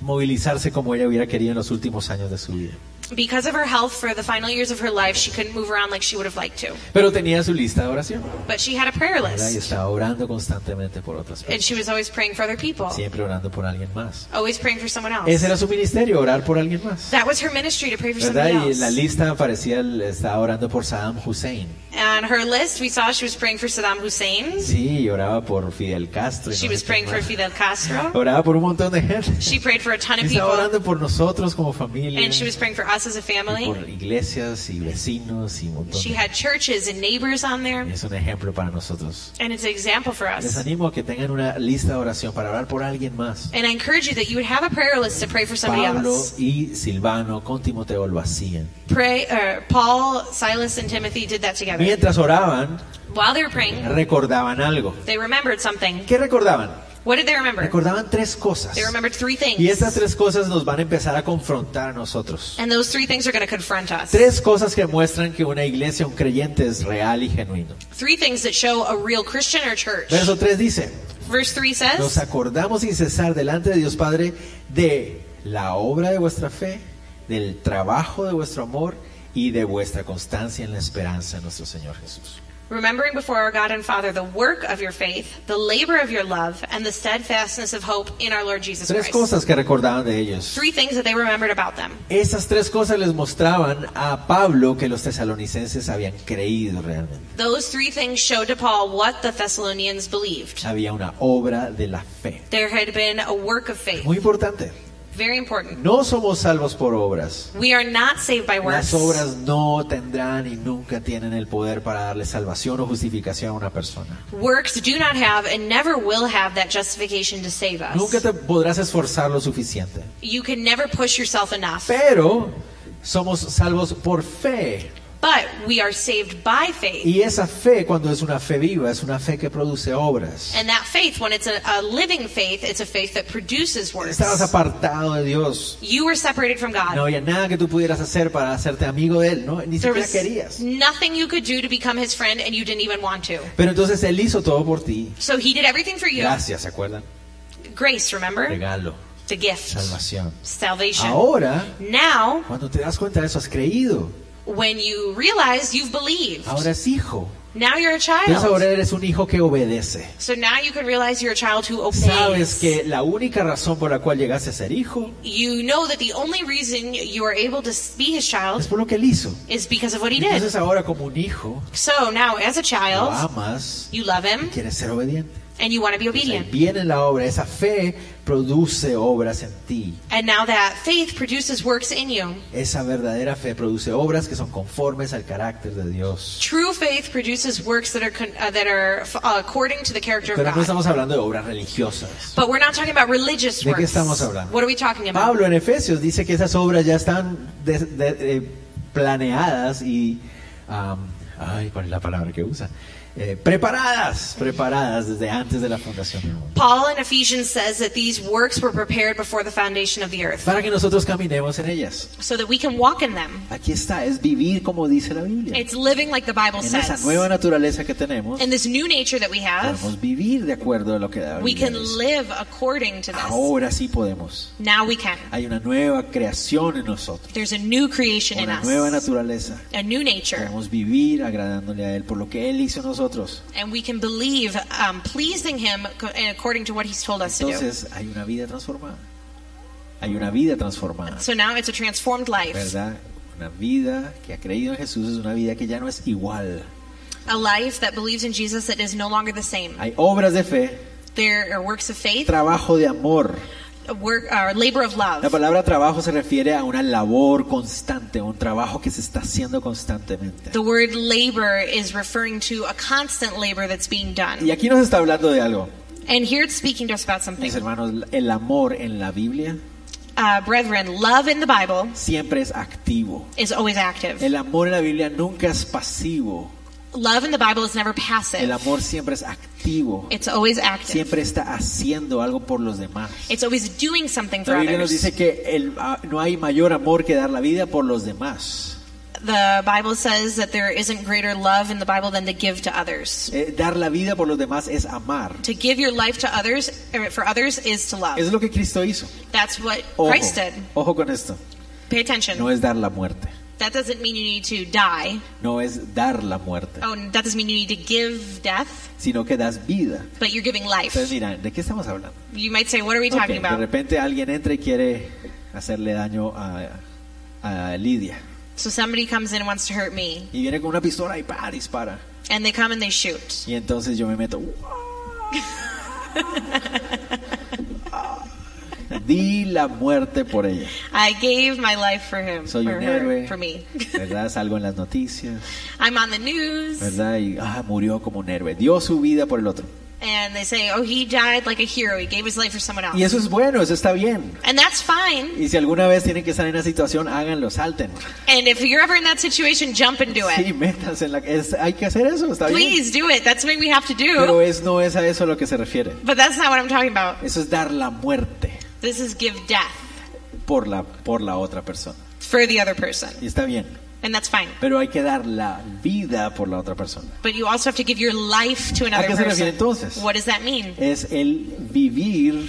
Speaker 1: movilizarse como ella hubiera querido en los últimos años de su vida.
Speaker 2: Because of her health, for the final years of her life, she couldn't move around like she would have liked to.
Speaker 1: Pero tenía su lista de oración.
Speaker 2: But she had a prayer
Speaker 1: ¿verdad? Y
Speaker 2: list,
Speaker 1: estaba orando constantemente por otras personas.
Speaker 2: and she was always praying for other people,
Speaker 1: siempre orando por alguien más.
Speaker 2: always praying for someone else.
Speaker 1: Ese era su ministerio, orar por alguien más.
Speaker 2: That was her ministry to pray for
Speaker 1: ¿Verdad? Y en
Speaker 2: somebody else.
Speaker 1: la lista aparecía, el- estaba orando por Saddam Hussein.
Speaker 2: And her list, we saw she was praying for Saddam Hussein.
Speaker 1: Sí, y oraba por Fidel Castro. y
Speaker 2: She
Speaker 1: no
Speaker 2: was
Speaker 1: sé
Speaker 2: praying
Speaker 1: quién
Speaker 2: for
Speaker 1: más.
Speaker 2: Fidel Castro.
Speaker 1: Oh. Oraba por un montón de gente.
Speaker 2: She prayed for a ton
Speaker 1: Y
Speaker 2: of
Speaker 1: estaba
Speaker 2: people,
Speaker 1: orando por nosotros como familia.
Speaker 2: and she was praying for us as a
Speaker 1: y
Speaker 2: family.
Speaker 1: por iglesias y vecinos y un montón
Speaker 2: She
Speaker 1: de-
Speaker 2: had churches and neighbors on there,
Speaker 1: Es un ejemplo para nosotros.
Speaker 2: and it's an example for
Speaker 1: Les
Speaker 2: us.
Speaker 1: animo a que tengan una lista de oración para orar por alguien más.
Speaker 2: And I encourage you that you would have a prayer list to pray for somebody
Speaker 1: Pablo
Speaker 2: else.
Speaker 1: y Silvano con Timoteo lo hacían.
Speaker 2: Pray, uh, Paul, Silas, and Timothy did that together.
Speaker 1: Mientras oraban,
Speaker 2: While they were praying,
Speaker 1: recordaban algo.
Speaker 2: they remembered something.
Speaker 1: ¿Qué recordaban?
Speaker 2: What did they remember?
Speaker 1: Recordaban tres cosas.
Speaker 2: They remembered three
Speaker 1: Y estas
Speaker 2: things.
Speaker 1: tres cosas nos van a empezar a confrontar a nosotros.
Speaker 2: And those three things are going to confront us.
Speaker 1: Tres cosas que muestran que una iglesia, un creyente es real y genuino.
Speaker 2: Three things that show a real Christian or church.
Speaker 1: Verso 3 dice,
Speaker 2: Verse 3
Speaker 1: nos
Speaker 2: says,
Speaker 1: acordamos sin cesar delante de Dios Padre de la obra de vuestra fe, del trabajo de vuestro amor y de vuestra constancia en la esperanza en nuestro Señor Jesús.
Speaker 2: Remembering before our God and Father the work of your faith, the labor of your love, and the steadfastness of hope in our Lord Jesus
Speaker 1: Tres
Speaker 2: Christ.
Speaker 1: cosas que recordaban de ellos.
Speaker 2: Three things that they remembered about them.
Speaker 1: Esas tres cosas les mostraban a Pablo que los tesalonicenses habían creído realmente.
Speaker 2: Those three things showed to Paul what the Thessalonians believed.
Speaker 1: Había una obra de la fe.
Speaker 2: There had been a work of faith.
Speaker 1: Muy importante.
Speaker 2: Very important.
Speaker 1: No somos salvos por obras.
Speaker 2: We are not saved by works.
Speaker 1: Las obras no tendrán y nunca tienen el poder para darle salvación o justificación a una persona.
Speaker 2: Works do not have and never will have that justification to save
Speaker 1: Nunca
Speaker 2: us.
Speaker 1: te podrás esforzar lo suficiente.
Speaker 2: You can never push yourself enough.
Speaker 1: Pero somos salvos por fe.
Speaker 2: But we are saved by faith.
Speaker 1: Y esa fe, cuando es una fe viva, es una fe que produce obras.
Speaker 2: And that faith, when it's a, a living faith, it's a faith that produces works.
Speaker 1: Estabas apartado de Dios.
Speaker 2: You were separated from God.
Speaker 1: No había nada que tú pudieras hacer para hacerte amigo de Él, ¿no? Ni
Speaker 2: There
Speaker 1: siquiera
Speaker 2: was
Speaker 1: querías.
Speaker 2: nothing you could do to become his friend, and you didn't even want to.
Speaker 1: Pero entonces Él hizo todo por ti.
Speaker 2: So he did everything for you.
Speaker 1: Gracias, ¿se acuerdan?
Speaker 2: Grace, remember?
Speaker 1: Regalo,
Speaker 2: The gift.
Speaker 1: salvación.
Speaker 2: Salvation.
Speaker 1: Ahora,
Speaker 2: Now,
Speaker 1: cuando te das cuenta de eso, has creído.
Speaker 2: when you realize you've believed,
Speaker 1: Ahora es hijo.
Speaker 2: now you're a
Speaker 1: Entonces ahora
Speaker 2: child.
Speaker 1: eres un hijo que obedece.
Speaker 2: So now you can realize you're a child who
Speaker 1: Sabes
Speaker 2: obeys.
Speaker 1: que la única razón por la cual llegaste a ser hijo
Speaker 2: You know that the only reason you are able to be his
Speaker 1: es
Speaker 2: child
Speaker 1: por lo que él hizo.
Speaker 2: is because of what he did.
Speaker 1: Entonces ahora como un hijo,
Speaker 2: So now, as a
Speaker 1: lo
Speaker 2: child,
Speaker 1: amas
Speaker 2: you love
Speaker 1: y
Speaker 2: him
Speaker 1: quieres ser obediente.
Speaker 2: and you want to be
Speaker 1: Entonces,
Speaker 2: obedient.
Speaker 1: ahí viene la obra, esa fe produce obras en ti.
Speaker 2: And now that faith produces works in you.
Speaker 1: Esa verdadera fe produce obras que son conformes al carácter de Dios.
Speaker 2: True faith produces works that are con, uh, that are f- uh, according to the character of
Speaker 1: Pero no
Speaker 2: God.
Speaker 1: estamos hablando de obras religiosas.
Speaker 2: But we're not talking about religious
Speaker 1: ¿De qué
Speaker 2: works.
Speaker 1: estamos hablando?
Speaker 2: What are we talking about?
Speaker 1: Pablo en Efesios dice que esas obras ya están de- de- eh, planeadas y am, ay, ¿cuál es la palabra que usa? Eh, preparadas, preparadas desde antes de la fundación del mundo.
Speaker 2: Paul in Ephesians says that these works were prepared before the foundation of the earth,
Speaker 1: para que nosotros caminemos en ellas.
Speaker 2: so that we can walk in them.
Speaker 1: Aquí está, es vivir como dice la Biblia.
Speaker 2: It's living like the Bible
Speaker 1: en esa
Speaker 2: says.
Speaker 1: nueva naturaleza que tenemos,
Speaker 2: In this new nature that we have,
Speaker 1: podemos vivir de acuerdo a lo que da.
Speaker 2: we can live according to this.
Speaker 1: Ahora sí podemos.
Speaker 2: Now we can.
Speaker 1: Hay una nueva creación en nosotros,
Speaker 2: There's a new creation in
Speaker 1: una nueva
Speaker 2: us,
Speaker 1: naturaleza.
Speaker 2: a new nature,
Speaker 1: Podemos vivir agradándole a Él por lo que Él hizo en nosotros.
Speaker 2: and we can believe, um, pleasing Him co- and according to what He's told us to do.
Speaker 1: Entonces hay una vida transformada. Hay una vida transformada.
Speaker 2: So now it's a transformed life.
Speaker 1: ¿Verdad? Una vida que ha creído en Jesús es una vida que ya no es igual.
Speaker 2: A life that believes in Jesus that is no longer the same.
Speaker 1: Hay obras de fe,
Speaker 2: There are works of faith,
Speaker 1: trabajo de amor.
Speaker 2: a work, or labor of
Speaker 1: La
Speaker 2: love.
Speaker 1: palabra trabajo se refiere a una labor constante, un trabajo que se está haciendo constantemente.
Speaker 2: The word labor is referring to a constant labor that's being
Speaker 1: Y
Speaker 2: done.
Speaker 1: aquí nos está hablando de algo.
Speaker 2: And here it's speaking to us about something.
Speaker 1: Mis hermanos, el amor en la Biblia
Speaker 2: Uh, brethren, love in the Bible
Speaker 1: siempre es activo.
Speaker 2: is always active.
Speaker 1: El amor en la Biblia nunca es pasivo.
Speaker 2: Love in the Bible is never
Speaker 1: El
Speaker 2: passive.
Speaker 1: amor siempre es activo.
Speaker 2: It's always active.
Speaker 1: Siempre está haciendo algo por los demás.
Speaker 2: It's always doing something for
Speaker 1: La Biblia nos
Speaker 2: others.
Speaker 1: dice que el- ah, no hay mayor amor que dar la vida por los demás.
Speaker 2: The Bible says that there isn't greater love in the Bible than to give to others.
Speaker 1: Eh, dar la vida por los demás es amar.
Speaker 2: To give your life to others, er, for others, is to love.
Speaker 1: Es lo que Cristo hizo.
Speaker 2: That's what
Speaker 1: Ojo,
Speaker 2: Christ did.
Speaker 1: ojo con esto.
Speaker 2: Pay attention.
Speaker 1: No es dar la muerte.
Speaker 2: That doesn't mean you need to die.
Speaker 1: No es dar la muerte,
Speaker 2: Oh, and that doesn't mean you need to give death,
Speaker 1: sino que das vida.
Speaker 2: but you're giving life.
Speaker 1: Entonces, mira, ¿de qué estamos hablando?
Speaker 2: You might say, what are we
Speaker 1: Ok,
Speaker 2: talking
Speaker 1: de
Speaker 2: about?
Speaker 1: repente alguien entra y quiere hacerle daño a, a Lidia.
Speaker 2: So somebody comes in and wants to hurt me,
Speaker 1: Y viene con una pistola y pa, dispara.
Speaker 2: and they come and they shoot.
Speaker 1: Y entonces yo me meto. di la muerte por ella.
Speaker 2: I gave my life for him.
Speaker 1: Soy
Speaker 2: for
Speaker 1: un
Speaker 2: her,
Speaker 1: héroe,
Speaker 2: For me.
Speaker 1: ¿verdad? Salgo en las noticias,
Speaker 2: I'm on the news,
Speaker 1: ¿verdad? Y ah, murió como un héroe, dio su vida por el otro.
Speaker 2: and they say, oh, he died like a hero. He gave his life for someone else.
Speaker 1: Y eso es bueno, eso está bien.
Speaker 2: And that's fine.
Speaker 1: Y si alguna vez tienen que estar en esa situación, háganlo, salten.
Speaker 2: And if you're ever in that situation, jump and do it.
Speaker 1: Sí, métanse en la... es- hay que hacer eso, está bien.
Speaker 2: Please do it. That's something we have to
Speaker 1: Pero
Speaker 2: do.
Speaker 1: es, no es a eso a lo que se refiere.
Speaker 2: But that's not what I'm talking about.
Speaker 1: Eso es dar la muerte
Speaker 2: This is give death
Speaker 1: por la, por la otra persona.
Speaker 2: for the other person.
Speaker 1: Y está bien.
Speaker 2: And that's fine.
Speaker 1: Pero hay que dar la vida por la otra persona.
Speaker 2: But you also have to give your life to another
Speaker 1: qué se refiere
Speaker 2: person.
Speaker 1: entonces?
Speaker 2: What does that mean?
Speaker 1: Es el vivir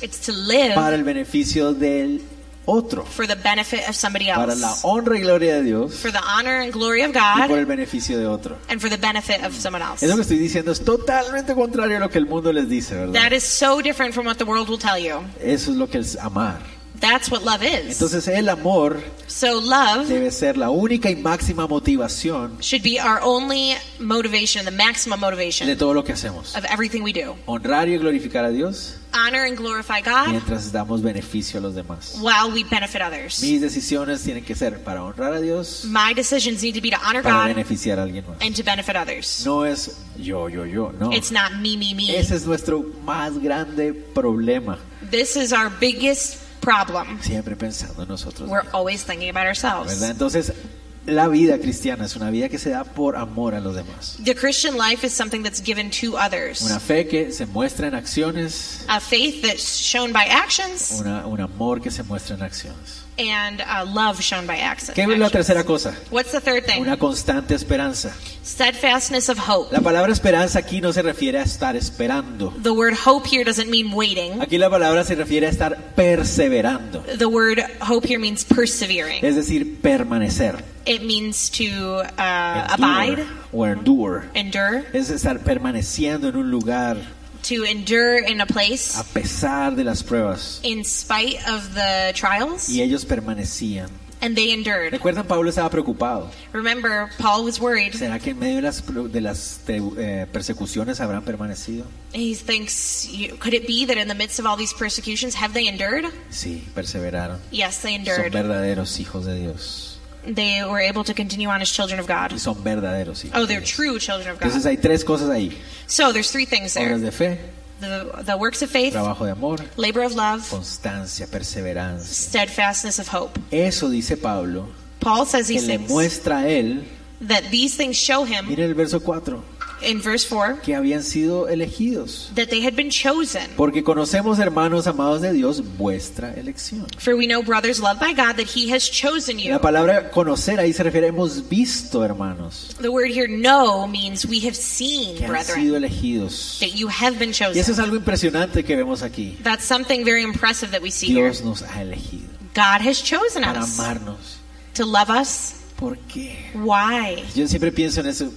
Speaker 2: It's to
Speaker 1: para
Speaker 2: live
Speaker 1: el beneficio del otro.
Speaker 2: for the benefit of somebody
Speaker 1: Para la
Speaker 2: else,
Speaker 1: honra y gloria de Dios
Speaker 2: for the honor and glory of
Speaker 1: y por
Speaker 2: God,
Speaker 1: el beneficio de otro.
Speaker 2: and for the benefit of someone else.
Speaker 1: Eso que estoy diciendo es totalmente contrario a lo que el mundo les dice, ¿verdad?
Speaker 2: That is so different from what the world will tell you.
Speaker 1: Eso es lo que es amar.
Speaker 2: That's what love is.
Speaker 1: Entonces el amor
Speaker 2: So love
Speaker 1: debe ser la única y máxima motivación
Speaker 2: should be our only motivation, the maximum
Speaker 1: de
Speaker 2: motivation
Speaker 1: todo lo que hacemos.
Speaker 2: of everything we do.
Speaker 1: Honrar y glorificar a Dios
Speaker 2: Honor and glorify God
Speaker 1: mientras damos beneficio a los demás.
Speaker 2: while we benefit others.
Speaker 1: Mis decisiones tienen que ser para honrar a Dios,
Speaker 2: My decisions need to be to honor
Speaker 1: para
Speaker 2: Mm, God
Speaker 1: beneficiar a alguien más.
Speaker 2: and to benefit others.
Speaker 1: No es yo, yo, yo, no.
Speaker 2: It's not me, me, me.
Speaker 1: Ese es nuestro más grande problema.
Speaker 2: This is our biggest problem.
Speaker 1: Siempre pensando en nosotros.
Speaker 2: We're
Speaker 1: mismos,
Speaker 2: always thinking about
Speaker 1: ¿verdad?
Speaker 2: ourselves.
Speaker 1: Entonces, la vida cristiana es una vida que se da por amor a los demás.
Speaker 2: The Christian life is something that's given to others.
Speaker 1: Una fe que se muestra en acciones,
Speaker 2: A faith that's shown by actions
Speaker 1: una- un amor que se muestra en acciones.
Speaker 2: and a love shown by actions.
Speaker 1: ¿Qué es la tercera cosa?
Speaker 2: What's the third thing?
Speaker 1: Una constante esperanza.
Speaker 2: Steadfastness of hope.
Speaker 1: La palabra esperanza aquí no se refiere a estar esperando.
Speaker 2: The word hope here doesn't mean waiting.
Speaker 1: Aquí la palabra se refiere a estar perseverando.
Speaker 2: The word hope here means persevering.
Speaker 1: Es decir, permanecer.
Speaker 2: It means to uh,
Speaker 1: Endure
Speaker 2: abide,
Speaker 1: O endure.
Speaker 2: endure,
Speaker 1: Es estar permaneciendo en un lugar
Speaker 2: to endure in a
Speaker 1: a
Speaker 2: place
Speaker 1: pesar de las pruebas.
Speaker 2: in spite of the trials,
Speaker 1: Y ellos permanecían.
Speaker 2: and they endured.
Speaker 1: Recuerdan, Pablo estaba preocupado.
Speaker 2: Remember, Paul was worried.
Speaker 1: ¿Será que en medio de las, pro- de las te- eh, persecuciones habrán permanecido?
Speaker 2: He thinks, you- could it be that in the midst of all these persecutions, have they endured?
Speaker 1: Sí, perseveraron.
Speaker 2: Yes, they
Speaker 1: Son
Speaker 2: endured.
Speaker 1: verdaderos hijos de Dios.
Speaker 2: They were able to continue on as children of
Speaker 1: Y
Speaker 2: God.
Speaker 1: son verdaderos hijos.
Speaker 2: Oh,
Speaker 1: de
Speaker 2: they're
Speaker 1: Dios.
Speaker 2: true children of
Speaker 1: Entonces
Speaker 2: God.
Speaker 1: hay tres cosas ahí.
Speaker 2: So there's three things
Speaker 1: Obras
Speaker 2: there:
Speaker 1: de fe,
Speaker 2: the the works of faith,
Speaker 1: trabajo de amor,
Speaker 2: labor of love,
Speaker 1: constancia, perseverancia.
Speaker 2: steadfastness of hope.
Speaker 1: Eso dice Pablo,
Speaker 2: Paul says
Speaker 1: que
Speaker 2: these
Speaker 1: le
Speaker 2: things
Speaker 1: muestra a él,
Speaker 2: that these things show him
Speaker 1: miren el verso 4,
Speaker 2: in verse four
Speaker 1: que habían sido elegidos.
Speaker 2: that they had been chosen.
Speaker 1: Porque conocemos, hermanos amados de Dios, vuestra elección.
Speaker 2: For we know, brothers loved by God, that He has chosen you.
Speaker 1: La palabra conocer ahí se refiere, hemos visto, hermanos,
Speaker 2: The word here "know" means we have seen,
Speaker 1: que han
Speaker 2: brethren,
Speaker 1: sido elegidos.
Speaker 2: that you have been
Speaker 1: Y eso
Speaker 2: chosen.
Speaker 1: es algo impresionante que vemos aquí.
Speaker 2: That's something very impressive that we see here.
Speaker 1: Dios nos ha elegido
Speaker 2: God has chosen
Speaker 1: para
Speaker 2: us
Speaker 1: amarnos.
Speaker 2: to love us.
Speaker 1: ¿Por qué?
Speaker 2: Why?
Speaker 1: Yo siempre pienso en eso.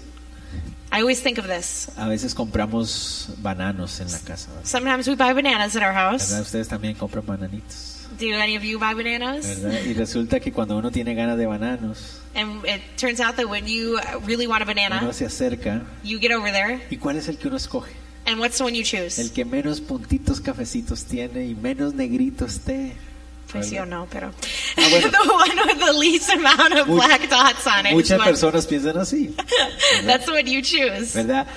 Speaker 2: I always think of this.
Speaker 1: A veces compramos bananos en la casa.
Speaker 2: Sometimes we buy bananas at our
Speaker 1: ¿Verdad?
Speaker 2: house.
Speaker 1: Ustedes también compran bananitos.
Speaker 2: Do any of you buy bananas?
Speaker 1: ¿verdad? Y resulta que cuando uno tiene ganas de bananos,
Speaker 2: And it turns out that when you really want a
Speaker 1: uno
Speaker 2: banana,
Speaker 1: se acerca
Speaker 2: you get over there.
Speaker 1: ¿Y cuál es el que uno escoge?
Speaker 2: And what's the one you choose?
Speaker 1: El que menos puntitos cafecitos tiene y menos negritos esté.
Speaker 2: Pues yo no, pero.
Speaker 1: Ah, bueno.
Speaker 2: the one with the least amount of
Speaker 1: Much-
Speaker 2: black dots on it. is
Speaker 1: Muchas
Speaker 2: what-
Speaker 1: personas piensan así,
Speaker 2: that's the one you choose.
Speaker 1: ¿verdad?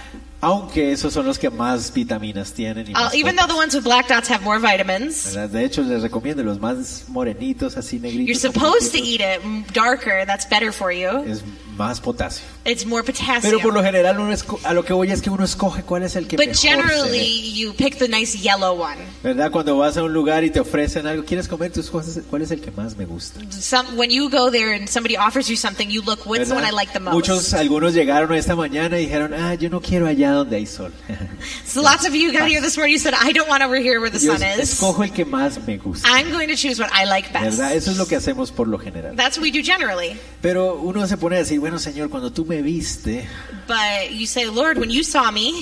Speaker 1: Aunque esos son los que más vitaminas tienen. Y
Speaker 2: Uh,
Speaker 1: más
Speaker 2: even though the
Speaker 1: cosas,
Speaker 2: ones with black dots have more vitamins,
Speaker 1: ¿verdad? De hecho, les recomiendo los más morenitos, así negritos.
Speaker 2: you're supposed to
Speaker 1: cafecitos,
Speaker 2: eat it m- darker. That's better for you.
Speaker 1: Es más potasio.
Speaker 2: It's more
Speaker 1: Pero por
Speaker 2: potassium.
Speaker 1: lo general, uno esco- a lo que voy es que uno escoge cuál es el que
Speaker 2: But
Speaker 1: mejor se ve,
Speaker 2: generally, you pick the nice yellow one.
Speaker 1: ¿Verdad? Cuando vas a un lugar y te ofrecen algo, ¿quieres comer tus cosas? ¿Cuál es el que más me gusta?
Speaker 2: Some, when you go there and somebody offers you something, you look, what's the
Speaker 1: ¿Verdad?
Speaker 2: one I like the most?
Speaker 1: Muchos, algunos llegaron esta mañana y dijeron, ah, yo no quiero allá donde hay sol.
Speaker 2: so lots of you got here this morning, you said, I don't want over here where the
Speaker 1: Yo
Speaker 2: sun is.
Speaker 1: escojo el que más me gusta,
Speaker 2: I'm going to choose what I like best.
Speaker 1: ¿verdad? Eso es lo que hacemos por lo general.
Speaker 2: That's what we do generally.
Speaker 1: Pero uno se pone a decir, bueno, Señor, cuando tú me viste,
Speaker 2: But you say, Lord, when you saw me,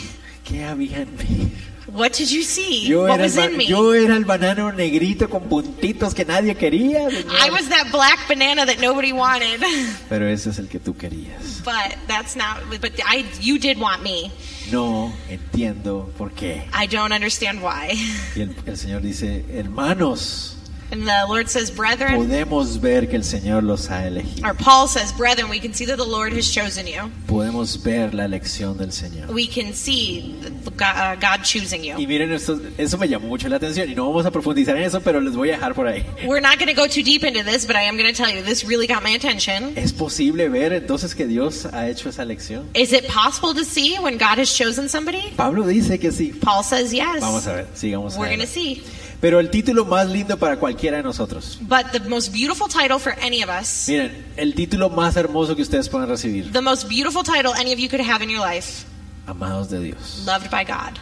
Speaker 1: ¿qué había en mí?
Speaker 2: What did you see?
Speaker 1: Yo
Speaker 2: what
Speaker 1: era, el
Speaker 2: was in
Speaker 1: ba-
Speaker 2: me?
Speaker 1: yo era el banano negrito con puntitos que nadie quería. señor.
Speaker 2: I was that black banana that nobody wanted.
Speaker 1: Pero ese es el que tú querías.
Speaker 2: but that's not but I you did want me.
Speaker 1: No entiendo por qué.
Speaker 2: I don't understand why.
Speaker 1: Y el, el Señor dice, hermanos,
Speaker 2: And the Lord says, "Brethren,"
Speaker 1: podemos ver que el Señor los ha elegido.
Speaker 2: or Paul says, "Brethren, we can see that the Lord has chosen you.
Speaker 1: Podemos ver la elección del Señor.
Speaker 2: We can see the- God, uh, God choosing
Speaker 1: Y
Speaker 2: you."
Speaker 1: miren, esto, eso me llamó mucho la atención y no vamos a profundizar en eso, pero les voy a dejar por ahí.
Speaker 2: We're not going to go too deep into this, but I am going to tell you this really got my attention.
Speaker 1: ¿Es posible ver entonces que Dios ha hecho esa elección?
Speaker 2: Is it possible to see when God has chosen somebody?
Speaker 1: Pablo dice que sí.
Speaker 2: Paul says yes.
Speaker 1: Vamos a ver, sigamos.
Speaker 2: We're going to
Speaker 1: adelante.
Speaker 2: see.
Speaker 1: Pero el título más lindo para cualquiera de nosotros.
Speaker 2: But the most beautiful title for any of us,
Speaker 1: Miren, el título más hermoso que ustedes puedan recibir.
Speaker 2: the most beautiful title any of you could have in your life,
Speaker 1: Amados de Dios.
Speaker 2: loved by God.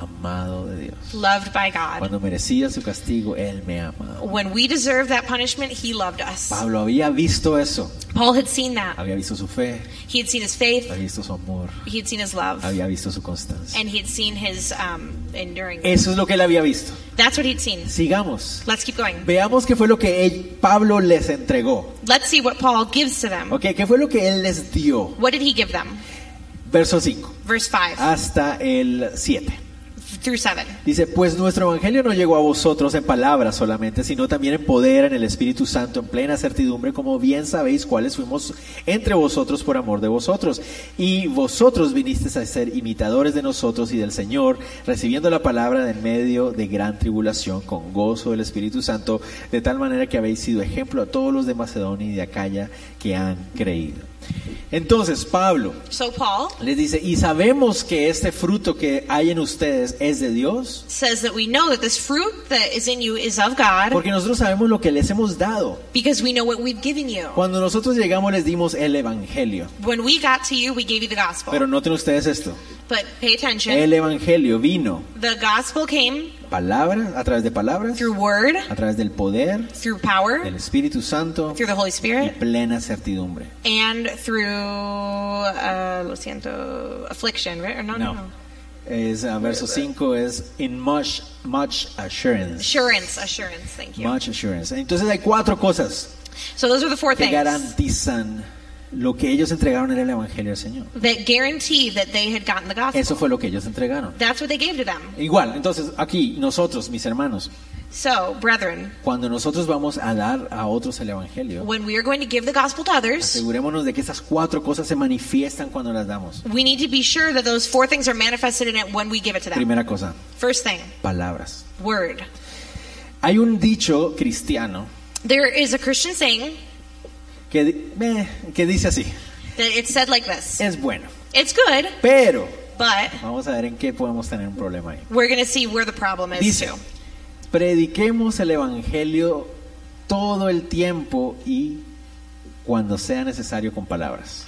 Speaker 1: Amado de Dios.
Speaker 2: Loved by God.
Speaker 1: Cuando merecía su castigo, Él me amaba.
Speaker 2: When we deserved that punishment, he loved us.
Speaker 1: Pablo había visto eso.
Speaker 2: Paul had seen that.
Speaker 1: Había visto su fe,
Speaker 2: He had seen his faith,
Speaker 1: había visto su amor,
Speaker 2: he had seen his love,
Speaker 1: había visto su constancia.
Speaker 2: and he had seen his um, enduring.
Speaker 1: Eso es lo que él había visto.
Speaker 2: That's what he'd seen.
Speaker 1: Sigamos.
Speaker 2: Let's keep going.
Speaker 1: Veamos qué fue lo que él- Pablo les entregó.
Speaker 2: Let's see what Paul gives to them.
Speaker 1: Ok, qué fue lo que él les dio.
Speaker 2: What did he give them?
Speaker 1: Verso 5
Speaker 2: Verse 5
Speaker 1: hasta el 7.
Speaker 2: through 7.
Speaker 1: Dice, pues nuestro evangelio no llegó a vosotros en palabras solamente, sino también en poder, en el Espíritu Santo, en plena certidumbre, como bien sabéis cuáles fuimos entre vosotros por amor de vosotros. Y vosotros vinisteis a ser imitadores de nosotros y del Señor, recibiendo la palabra en medio de gran tribulación, con gozo del Espíritu Santo, de tal manera que habéis sido ejemplo a todos los de Macedonia y de Acaya que han creído. Entonces, Pablo
Speaker 2: So Paul
Speaker 1: les dice, y sabemos que este fruto que hay en ustedes es de Dios.
Speaker 2: says that we know that this fruit that is in you is of God
Speaker 1: Porque nosotros sabemos lo que les hemos dado.
Speaker 2: because we know what we've given you.
Speaker 1: Cuando nosotros llegamos les dimos el Evangelio.
Speaker 2: When we got to you, we gave you the
Speaker 1: Pero
Speaker 2: gospel.
Speaker 1: noten ustedes esto.
Speaker 2: But pay attention.
Speaker 1: El Evangelio vino
Speaker 2: The gospel came
Speaker 1: palabras, a través de palabras,
Speaker 2: through word,
Speaker 1: a través del poder,
Speaker 2: through power,
Speaker 1: del Espíritu Santo
Speaker 2: through the
Speaker 1: y
Speaker 2: Holy Spirit
Speaker 1: plena certidumbre.
Speaker 2: and through uh, lo siento, affliction, right? Or Ah, no, no, no.
Speaker 1: Es, ah, verso 5 es in much, much assurance.
Speaker 2: Assurance, assurance. Thank you.
Speaker 1: Much assurance. Entonces hay cuatro cosas
Speaker 2: So those are the four
Speaker 1: que
Speaker 2: things
Speaker 1: garantizan lo que ellos entregaron era el Evangelio del Señor.
Speaker 2: that guarantee that they had gotten the gospel.
Speaker 1: Eso fue lo que ellos entregaron.
Speaker 2: That's what they gave to them.
Speaker 1: Igual, entonces aquí nosotros, mis hermanos,
Speaker 2: So, brethren,
Speaker 1: Cuando nosotros vamos a dar a otros el Evangelio,
Speaker 2: when we are going to give the gospel to others,
Speaker 1: asegurémonos de que esas cuatro cosas se manifiestan cuando las damos.
Speaker 2: we need to be sure that those four things are manifested in it when we give it to them.
Speaker 1: Primera cosa,
Speaker 2: First thing,
Speaker 1: palabras.
Speaker 2: word.
Speaker 1: Hay un dicho cristiano
Speaker 2: There is a Christian saying
Speaker 1: que, di- meh, que dice así,
Speaker 2: that it's said like this.
Speaker 1: es bueno,
Speaker 2: It's good,
Speaker 1: pero
Speaker 2: but
Speaker 1: vamos a ver en qué podemos tener un problema ahí.
Speaker 2: we're going to see where the problem is
Speaker 1: Dice,
Speaker 2: too.
Speaker 1: prediquemos el Evangelio todo el tiempo y cuando sea necesario con palabras.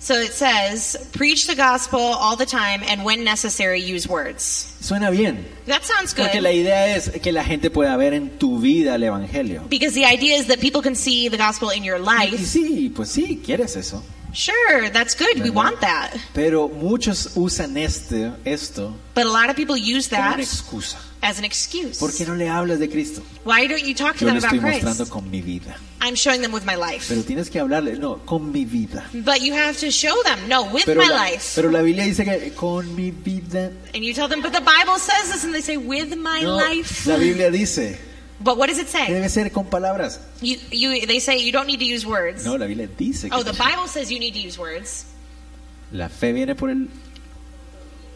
Speaker 2: So it says, preach the gospel all the time and when necessary, use words.
Speaker 1: Suena bien,
Speaker 2: That sounds
Speaker 1: porque la
Speaker 2: good.
Speaker 1: idea es que la gente pueda ver en tu vida el Evangelio.
Speaker 2: Because the idea is that people can see the gospel in your
Speaker 1: Y
Speaker 2: life.
Speaker 1: sí, pues sí, quieres eso.
Speaker 2: Sure, that's good. We want that.
Speaker 1: Pero muchos usan este, esto
Speaker 2: But a lot of people use
Speaker 1: como una
Speaker 2: that
Speaker 1: excusa.
Speaker 2: as an
Speaker 1: ¿Por qué
Speaker 2: excuse.
Speaker 1: no le hablas de Cristo?
Speaker 2: Why don't you talk to
Speaker 1: Yo
Speaker 2: them
Speaker 1: le
Speaker 2: about
Speaker 1: estoy mostrando
Speaker 2: Christ?
Speaker 1: con mi vida.
Speaker 2: I'm showing them with my life.
Speaker 1: Pero tienes que hablarle, no, con mi vida.
Speaker 2: But you have to show them, no, with
Speaker 1: Pero
Speaker 2: my
Speaker 1: la,
Speaker 2: life.
Speaker 1: pero la Biblia dice que con mi vida.
Speaker 2: And you tell them, but the Bible says this, and they say, with my
Speaker 1: No,
Speaker 2: life.
Speaker 1: la Biblia dice
Speaker 2: But what does it
Speaker 1: que
Speaker 2: say?
Speaker 1: debe ser con palabras.
Speaker 2: You, you, they say you don't need to use words.
Speaker 1: No, la Biblia dice que
Speaker 2: Oh, the Bible says you need to use words.
Speaker 1: la fe viene por el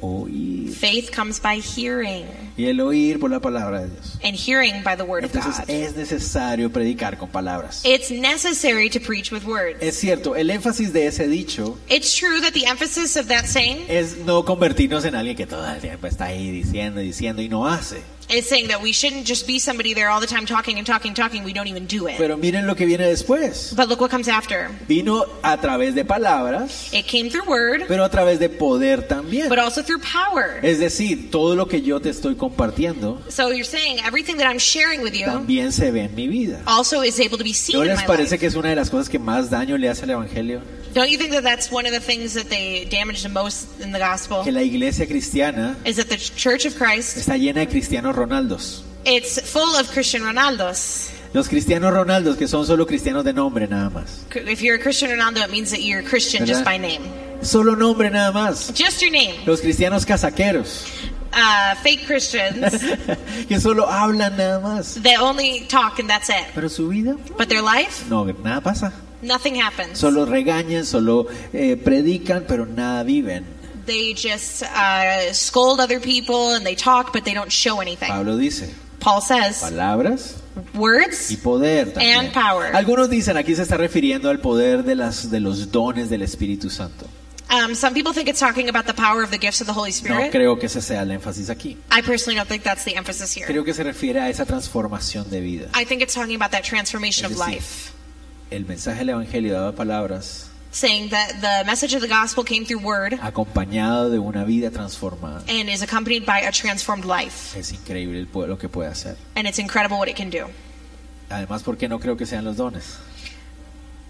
Speaker 1: oír.
Speaker 2: Faith comes by hearing,
Speaker 1: Y el oír por la palabra de Dios.
Speaker 2: and hearing by the word of
Speaker 1: Entonces eh,
Speaker 2: God.
Speaker 1: es necesario predicar con palabras.
Speaker 2: It's necessary to preach with words.
Speaker 1: Es cierto, el énfasis de ese dicho
Speaker 2: It's true that the emphasis of that saying
Speaker 1: es no convertirnos en alguien que todo el tiempo está ahí diciendo y diciendo y no hace.
Speaker 2: is saying that we shouldn't just be somebody there all the time talking and talking and talking. We don't even do it.
Speaker 1: Pero miren lo que viene después.
Speaker 2: But look what comes after.
Speaker 1: Vino a través de palabras,
Speaker 2: It came through word,
Speaker 1: pero a través de poder también.
Speaker 2: but also through power.
Speaker 1: Es decir, todo lo que yo te estoy compartiendo
Speaker 2: So you're saying everything that I'm sharing with you
Speaker 1: también se ve en mi vida.
Speaker 2: also is able to be
Speaker 1: ¿No
Speaker 2: seen in
Speaker 1: les
Speaker 2: Oh, my
Speaker 1: parece
Speaker 2: life.
Speaker 1: que es una de las cosas que más daño le hace al Evangelio?
Speaker 2: Don't you think that that's one of the things that they damage the most in the gospel?
Speaker 1: que la iglesia cristiana
Speaker 2: Is that the Church of Christ?
Speaker 1: está llena de cristianos Ronaldos.
Speaker 2: It's full of Christian Ronaldos.
Speaker 1: Los cristianos Ronaldos que son solo cristianos de nombre nada más.
Speaker 2: If you're a Christian Ronaldo, it means that you're a Christian
Speaker 1: ¿Verdad?
Speaker 2: just by name,
Speaker 1: Solo nombre nada más.
Speaker 2: just your name.
Speaker 1: Los cristianos casaqueros
Speaker 2: Uh, fake Christians
Speaker 1: que solo hablan nada más.
Speaker 2: that only talk and that's it,
Speaker 1: Pero su vida,
Speaker 2: but their life,
Speaker 1: no, nada pasa.
Speaker 2: nothing happens.
Speaker 1: Solo regañan, solo eh, predican, pero nada viven.
Speaker 2: They just uh, scold other people and they talk, but they don't show anything.
Speaker 1: Pablo dice,
Speaker 2: Paul says
Speaker 1: palabras y
Speaker 2: words.
Speaker 1: poder también.
Speaker 2: And power.
Speaker 1: Algunos dicen aquí se está refiriendo al poder de las de los dones del Espíritu Santo.
Speaker 2: Um, some people think it's talking about the power of the gifts of the Holy
Speaker 1: No
Speaker 2: Spirit.
Speaker 1: creo que ese sea el énfasis aquí.
Speaker 2: I personally don't think that's the emphasis here.
Speaker 1: Creo que se refiere a esa transformación de vida.
Speaker 2: I think it's talking about that transformation
Speaker 1: Es
Speaker 2: of
Speaker 1: decir,
Speaker 2: life,
Speaker 1: El mensaje del Evangelio daba palabras
Speaker 2: saying that the message of the gospel came through word
Speaker 1: acompañado de una vida transformada.
Speaker 2: and is accompanied by a transformed life.
Speaker 1: Es increíble el po- lo que puede hacer.
Speaker 2: And it's incredible what it can do.
Speaker 1: Además, porque no creo que sean los dones.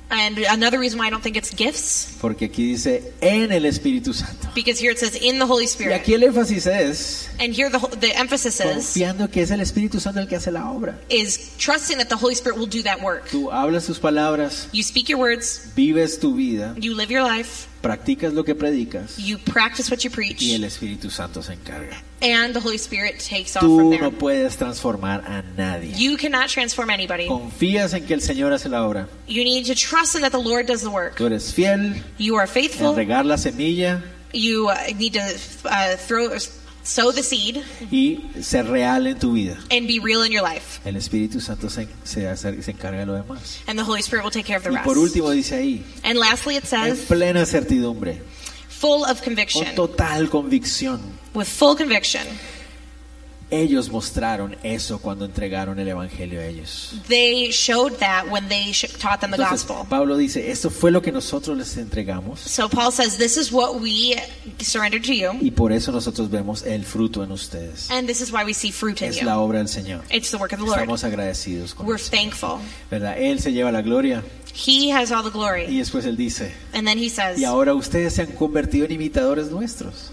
Speaker 2: And another reason why I don't think it's gifts,
Speaker 1: Porque aquí dice en el Espíritu Santo.
Speaker 2: because here it says in the Holy
Speaker 1: Y
Speaker 2: Spirit.
Speaker 1: aquí el énfasis es
Speaker 2: And here the, the emphasis
Speaker 1: Oh,
Speaker 2: is,
Speaker 1: confiando que es el Espíritu Santo el que hace la obra.
Speaker 2: is trusting that the Holy Spirit will do that work.
Speaker 1: Tú hablas tus palabras,
Speaker 2: You speak your words,
Speaker 1: vives tu vida,
Speaker 2: you live your life,
Speaker 1: practicas lo que predicas
Speaker 2: you practice what you
Speaker 1: y el
Speaker 2: preach,
Speaker 1: Espíritu Santo se encarga.
Speaker 2: and the Holy Spirit takes off
Speaker 1: Tú
Speaker 2: from there.
Speaker 1: no puedes transformar a nadie.
Speaker 2: You cannot transform
Speaker 1: Oh.
Speaker 2: anybody.
Speaker 1: Confías en que el Señor hace la obra.
Speaker 2: You need to trust in that the Lord does the work.
Speaker 1: Tú eres fiel
Speaker 2: You are
Speaker 1: en
Speaker 2: faithful.
Speaker 1: regar la semilla
Speaker 2: You uh, need to uh, throw, sow the seed
Speaker 1: y ser real en tu vida.
Speaker 2: and be real in your life,
Speaker 1: El Espíritu Santo se, se, hace- se encarga de lo demás.
Speaker 2: and the Holy Spirit will take care of the
Speaker 1: Y por
Speaker 2: rest.
Speaker 1: último dice ahí,
Speaker 2: And lastly, it
Speaker 1: en
Speaker 2: says,
Speaker 1: plena certidumbre,
Speaker 2: full of
Speaker 1: con
Speaker 2: conviction.
Speaker 1: total convicción.
Speaker 2: With full conviction,
Speaker 1: Ellos mostraron eso cuando entregaron el Evangelio a ellos.
Speaker 2: they showed that when they sh- taught them the
Speaker 1: Entonces,
Speaker 2: gospel.
Speaker 1: Pablo dice, esto fue lo que nosotros les entregamos
Speaker 2: So Paul says, This is what we surrendered to you,
Speaker 1: y por eso nosotros vemos el fruto en ustedes.
Speaker 2: and this is why we see fruit in
Speaker 1: Es
Speaker 2: you.
Speaker 1: la obra del Señor.
Speaker 2: It's the work of the Lord.
Speaker 1: Estamos agradecidos con
Speaker 2: We're
Speaker 1: él,
Speaker 2: thankful.
Speaker 1: ¿verdad? Él se lleva la gloria
Speaker 2: He has all the
Speaker 1: y
Speaker 2: glory.
Speaker 1: después él dice,
Speaker 2: And then he says,
Speaker 1: y ahora ustedes se han convertido en imitadores nuestros.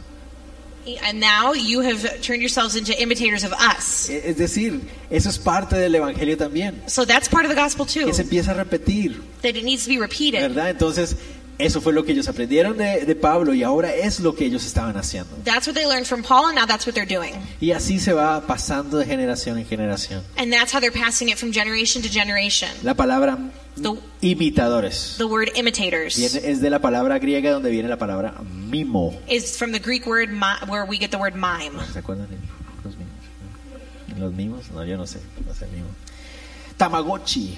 Speaker 2: And now you have turned yourselves into imitators of us.
Speaker 1: E- Es decir, eso es parte del Evangelio también.
Speaker 2: So that's part of the gospel too,
Speaker 1: que se empieza a repetir,
Speaker 2: that it needs to be repeated.
Speaker 1: ¿verdad? Entonces, eso fue lo que ellos aprendieron de, de Pablo y ahora es lo que ellos estaban haciendo.
Speaker 2: That's what they learned from Paul, and now that's what they're doing.
Speaker 1: Y así se va pasando de generación en generación.
Speaker 2: And that's how they're passing it from generation to generation.
Speaker 1: La palabra
Speaker 2: The,
Speaker 1: imitadores
Speaker 2: the word imitators
Speaker 1: viene- es de la palabra griega donde viene la palabra mimo.
Speaker 2: is from the Greek word mi- where we get the word mime.
Speaker 1: ¿Se acuerdan de los mimos? ¿Los mimos? No, yo no sé. No sé mimo. Tamagotchi.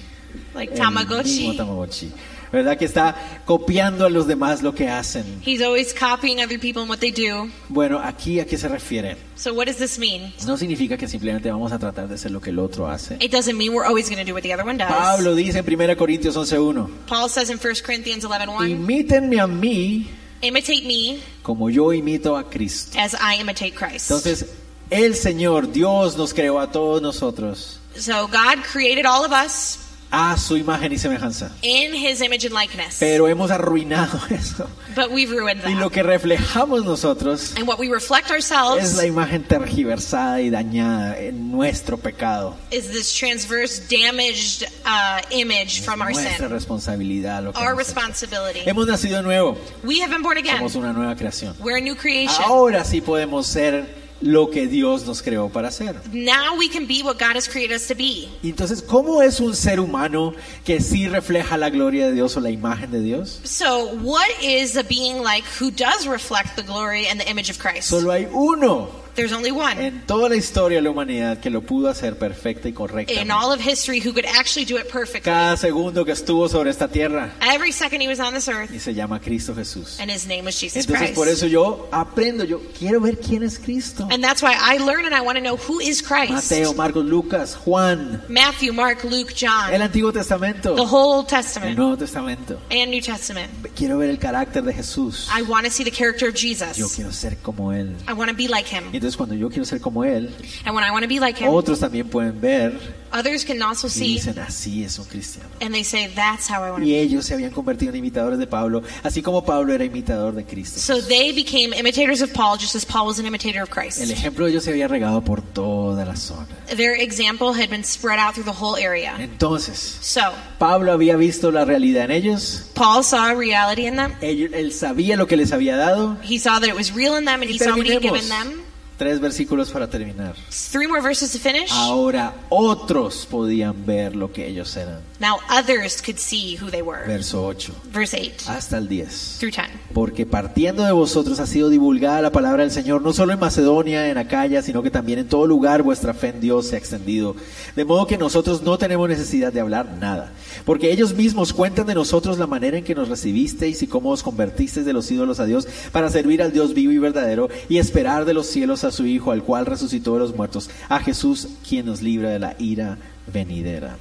Speaker 2: Like
Speaker 1: El mimo
Speaker 2: Tamagotchi.
Speaker 1: Tamagotchi. ¿Verdad? Que está copiando a los demás lo que hacen.
Speaker 2: He's always copying other people and what they do.
Speaker 1: Bueno, aquí a qué se refiere.
Speaker 2: So what does this mean?
Speaker 1: No significa que simplemente vamos a tratar de hacer lo que el otro hace.
Speaker 2: It doesn't mean we're always going to do what the other one does.
Speaker 1: Pablo dice en 1 Corintios 11:1,
Speaker 2: Paul says in 1 Corinthians 11:1,
Speaker 1: imítenme a mí
Speaker 2: imitate me
Speaker 1: como yo imito a Cristo.
Speaker 2: as I imitate Christ.
Speaker 1: Entonces, el Señor, Dios nos creó a todos nosotros
Speaker 2: So God created all of us
Speaker 1: a su imagen y semejanza.
Speaker 2: in his image and likeness.
Speaker 1: Pero hemos arruinado eso.
Speaker 2: but we've ruined
Speaker 1: Y lo
Speaker 2: that.
Speaker 1: que reflejamos nosotros
Speaker 2: And what we reflect
Speaker 1: es
Speaker 2: ourselves
Speaker 1: la imagen tergiversada y dañada en nuestro pecado.
Speaker 2: is this transverse, damaged uh, image from our
Speaker 1: Nuestra
Speaker 2: sin,
Speaker 1: responsabilidad. Lo que
Speaker 2: our
Speaker 1: hemos hecho.
Speaker 2: responsibility.
Speaker 1: Hemos nacido de nuevo.
Speaker 2: We have been born again.
Speaker 1: Somos una nueva creación.
Speaker 2: We're a new creation.
Speaker 1: Ahora sí podemos ser lo que Dios nos creó para ser.
Speaker 2: Now we can be what God has created us to be.
Speaker 1: Y Entonces, ¿cómo es un ser humano que sí refleja la gloria de Dios o la imagen de Dios?
Speaker 2: So, what is a being like who does reflect the glory and the image of Christ?
Speaker 1: Solo hay uno
Speaker 2: There's only one
Speaker 1: en toda la historia de la humanidad que lo pudo hacer perfecta y
Speaker 2: in
Speaker 1: correcta.
Speaker 2: all of history who could actually do it perfectly.
Speaker 1: Cada segundo que estuvo sobre esta tierra
Speaker 2: Every second he was on this earth,
Speaker 1: y se llama Cristo Jesús.
Speaker 2: and his name was Jesus
Speaker 1: Entonces,
Speaker 2: Christ.
Speaker 1: por eso yo aprendo, yo quiero ver quién es Cristo.
Speaker 2: And that's why I learn and I want to know who is Christ.
Speaker 1: Mateo, Marcos, Lucas, Juan,
Speaker 2: Matthew, Mark, Luke,
Speaker 1: el
Speaker 2: John,
Speaker 1: Antiguo
Speaker 2: the
Speaker 1: Testamento,
Speaker 2: whole
Speaker 1: el
Speaker 2: Testament
Speaker 1: Nuevo Testamento.
Speaker 2: and New Testament.
Speaker 1: Quiero ver el carácter de Jesús.
Speaker 2: I want to see the character of Jesus.
Speaker 1: Yo quiero ser como Él.
Speaker 2: I want to be like him.
Speaker 1: Y entonces cuando yo quiero ser como Él,
Speaker 2: And when I want to be like him,
Speaker 1: otros también pueden ver
Speaker 2: others can also
Speaker 1: y
Speaker 2: see
Speaker 1: dicen, así es un cristiano.
Speaker 2: and they say, That's how I want to
Speaker 1: Y
Speaker 2: be.
Speaker 1: ellos se habían convertido en imitadores de Pablo, así como Pablo era imitador de Cristo.
Speaker 2: So they became imitators of Paul, just as Paul was an imitator of
Speaker 1: El
Speaker 2: Christ.
Speaker 1: ejemplo de ellos se había regado por toda la zona.
Speaker 2: Their example had been spread out through the whole area.
Speaker 1: Entonces,
Speaker 2: So
Speaker 1: Pablo había visto la realidad en ellos,
Speaker 2: Paul saw a reality in them.
Speaker 1: él, él sabía lo que les había dado.
Speaker 2: He saw that it was real in them and he
Speaker 1: Y
Speaker 2: saw what he had
Speaker 1: terminemos.
Speaker 2: given them.
Speaker 1: Tres versículos para terminar.
Speaker 2: Three more verses to finish.
Speaker 1: Ah, Ahora otros podían ver lo que ellos eran.
Speaker 2: Now others could see who they were.
Speaker 1: Verso 8
Speaker 2: Verse 8
Speaker 1: hasta el 10.
Speaker 2: through 10.
Speaker 1: Porque partiendo de vosotros ha sido divulgada la palabra del Señor, no solo en Macedonia, en Acaya, sino que también en todo lugar vuestra fe en Dios se ha extendido. De modo que nosotros no tenemos necesidad de hablar nada, porque ellos mismos cuentan de nosotros la manera en que nos recibisteis y cómo os convertisteis de los ídolos a Dios para servir al Dios vivo y verdadero y esperar de los cielos a su Hijo, al cual resucitó de los muertos, a Jesús, quien nos libra de la ira venidera.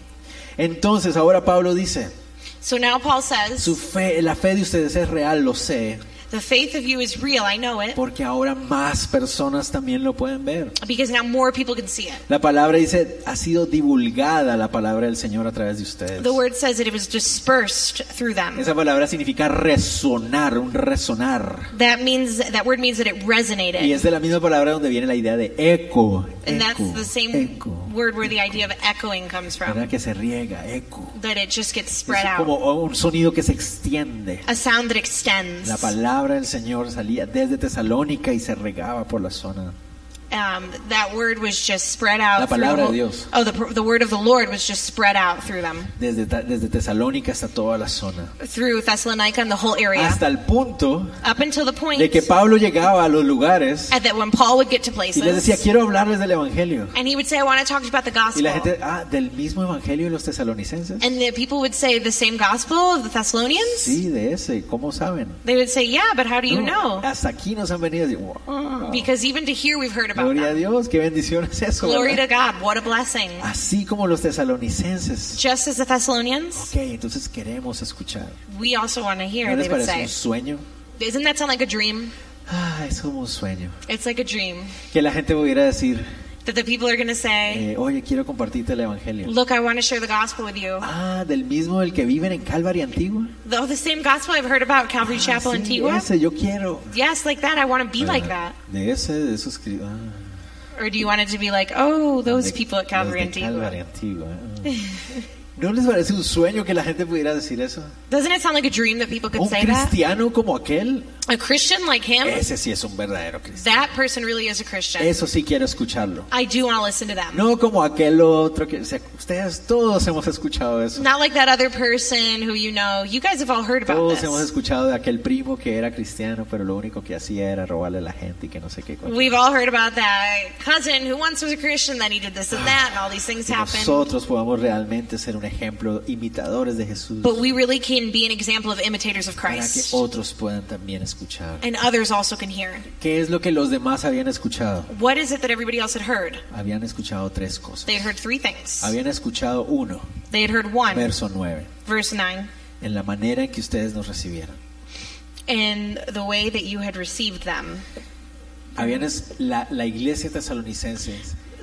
Speaker 1: Entonces ahora Pablo dice,
Speaker 2: So now Paul
Speaker 1: su
Speaker 2: says,
Speaker 1: fe, la fe de ustedes es real, lo sé.
Speaker 2: The faith of you is real, I know it,
Speaker 1: Porque ahora más personas también lo pueden ver.
Speaker 2: because now more people can see it.
Speaker 1: La palabra dice, ha sido divulgada la palabra del Señor a través de ustedes.
Speaker 2: The word says that it was dispersed through them.
Speaker 1: Esa palabra significa resonar, un resonar.
Speaker 2: That means that word means that it
Speaker 1: Y
Speaker 2: resonated.
Speaker 1: es de la misma palabra donde viene la idea de eco.
Speaker 2: And that's
Speaker 1: eco,
Speaker 2: the same
Speaker 1: eco.
Speaker 2: word where the idea of echoing comes
Speaker 1: ¿Verdad
Speaker 2: from,
Speaker 1: que se riega, eco?
Speaker 2: that it just gets
Speaker 1: Es
Speaker 2: spread out.
Speaker 1: como un sonido que se extiende.
Speaker 2: A sound that extends.
Speaker 1: La palabra del Señor salía desde Tesalónica y se regaba por la zona.
Speaker 2: Um, that word was just spread
Speaker 1: La
Speaker 2: out. through
Speaker 1: palabra
Speaker 2: the whole-
Speaker 1: de Dios.
Speaker 2: Oh, the, pr- the word of the Lord was just spread out through them,
Speaker 1: Desde, Ta- desde Tesalónica hasta toda la zona.
Speaker 2: through Thessalonica and the whole area,
Speaker 1: Hasta el punto
Speaker 2: up until the point
Speaker 1: de que Pablo llegaba a los lugares
Speaker 2: at that when Paul would get to
Speaker 1: y
Speaker 2: places,
Speaker 1: les decía, quiero hablarles del Evangelio.
Speaker 2: and he would say, "I want to talk to you about the
Speaker 1: Y
Speaker 2: gospel,"
Speaker 1: la gente, ah, ¿del mismo Evangelio de los tesalonicenses?
Speaker 2: and the people would say, "The same gospel of the Thessalonians."
Speaker 1: Sí, de ese, ¿cómo saben?
Speaker 2: They would say, "Yeah, but how do you
Speaker 1: No,
Speaker 2: know?" Oh,
Speaker 1: hasta aquí nos han venido. Y, wow,
Speaker 2: Because even to here, we've heard about
Speaker 1: gloria a
Speaker 2: that.
Speaker 1: Dios, qué bendición es eso.
Speaker 2: Glory
Speaker 1: ¿verdad? Ah.
Speaker 2: to God! What a blessing.
Speaker 1: Así como los tesalonicenses.
Speaker 2: Just as the Thessalonians,
Speaker 1: Ok, entonces queremos escuchar.
Speaker 2: we also want to hear.
Speaker 1: ¿No les
Speaker 2: They would
Speaker 1: parece
Speaker 2: say,
Speaker 1: un sueño?
Speaker 2: "Doesn't that sound like a dream?"
Speaker 1: Ah, es como un sueño.
Speaker 2: It's like a dream
Speaker 1: Que la gente pudiera decir,
Speaker 2: that the people are going to say.
Speaker 1: eh, oye, quiero compartirte el Evangelio.
Speaker 2: Look, I want to share the gospel with you.
Speaker 1: Ah, del mismo del que viven en Calvary Antigua.
Speaker 2: Though the same gospel I've heard about Calvary
Speaker 1: Ah,
Speaker 2: Chapel
Speaker 1: sí,
Speaker 2: Antigua.
Speaker 1: ese yo quiero.
Speaker 2: Yes, like that. I want to be like that.
Speaker 1: De ese, de esos cri- ah,
Speaker 2: Or do you want it to be like, oh, those
Speaker 1: de-
Speaker 2: people at Calvary
Speaker 1: los de Calvary Antigua,
Speaker 2: Antigua?
Speaker 1: ah. ¿No les parece un sueño que la gente pudiera decir eso?
Speaker 2: Doesn't it sound like a dream that people could
Speaker 1: Un
Speaker 2: say that?
Speaker 1: cristiano como aquel,
Speaker 2: A Christian like him,
Speaker 1: ese sí es un verdadero cristiano.
Speaker 2: that person really is a Christian.
Speaker 1: Eso sí quiero escucharlo.
Speaker 2: I do want to listen to them.
Speaker 1: No como aquel otro que o sea, ustedes todos hemos escuchado eso.
Speaker 2: Not like that other person who you know. You guys have all heard about
Speaker 1: Todos hemos
Speaker 2: this.
Speaker 1: escuchado de aquel primo que era cristiano, pero lo único que hacía era robarle a la gente y que no sé qué. cosa.
Speaker 2: We've all heard about that cousin who once was a Christian, then he did this and that, and all these things
Speaker 1: Que
Speaker 2: happen.
Speaker 1: nosotros podamos realmente ser un ejemplo, imitadores de Jesús,
Speaker 2: But we really can be an example of imitators of
Speaker 1: para que
Speaker 2: Christ.
Speaker 1: otros puedan también escuchar.
Speaker 2: and others also can hear.
Speaker 1: ¿Qué es lo que los demás habían escuchado?
Speaker 2: What is it that everybody else had heard?
Speaker 1: Habían escuchado tres cosas.
Speaker 2: They had heard three things.
Speaker 1: Habían escuchado uno,
Speaker 2: They had heard one,
Speaker 1: verso 9,
Speaker 2: verse 9,
Speaker 1: en la manera en que ustedes nos recibieron.
Speaker 2: in the way that you had received them.
Speaker 1: Habían es- la, la iglesia tesalonicense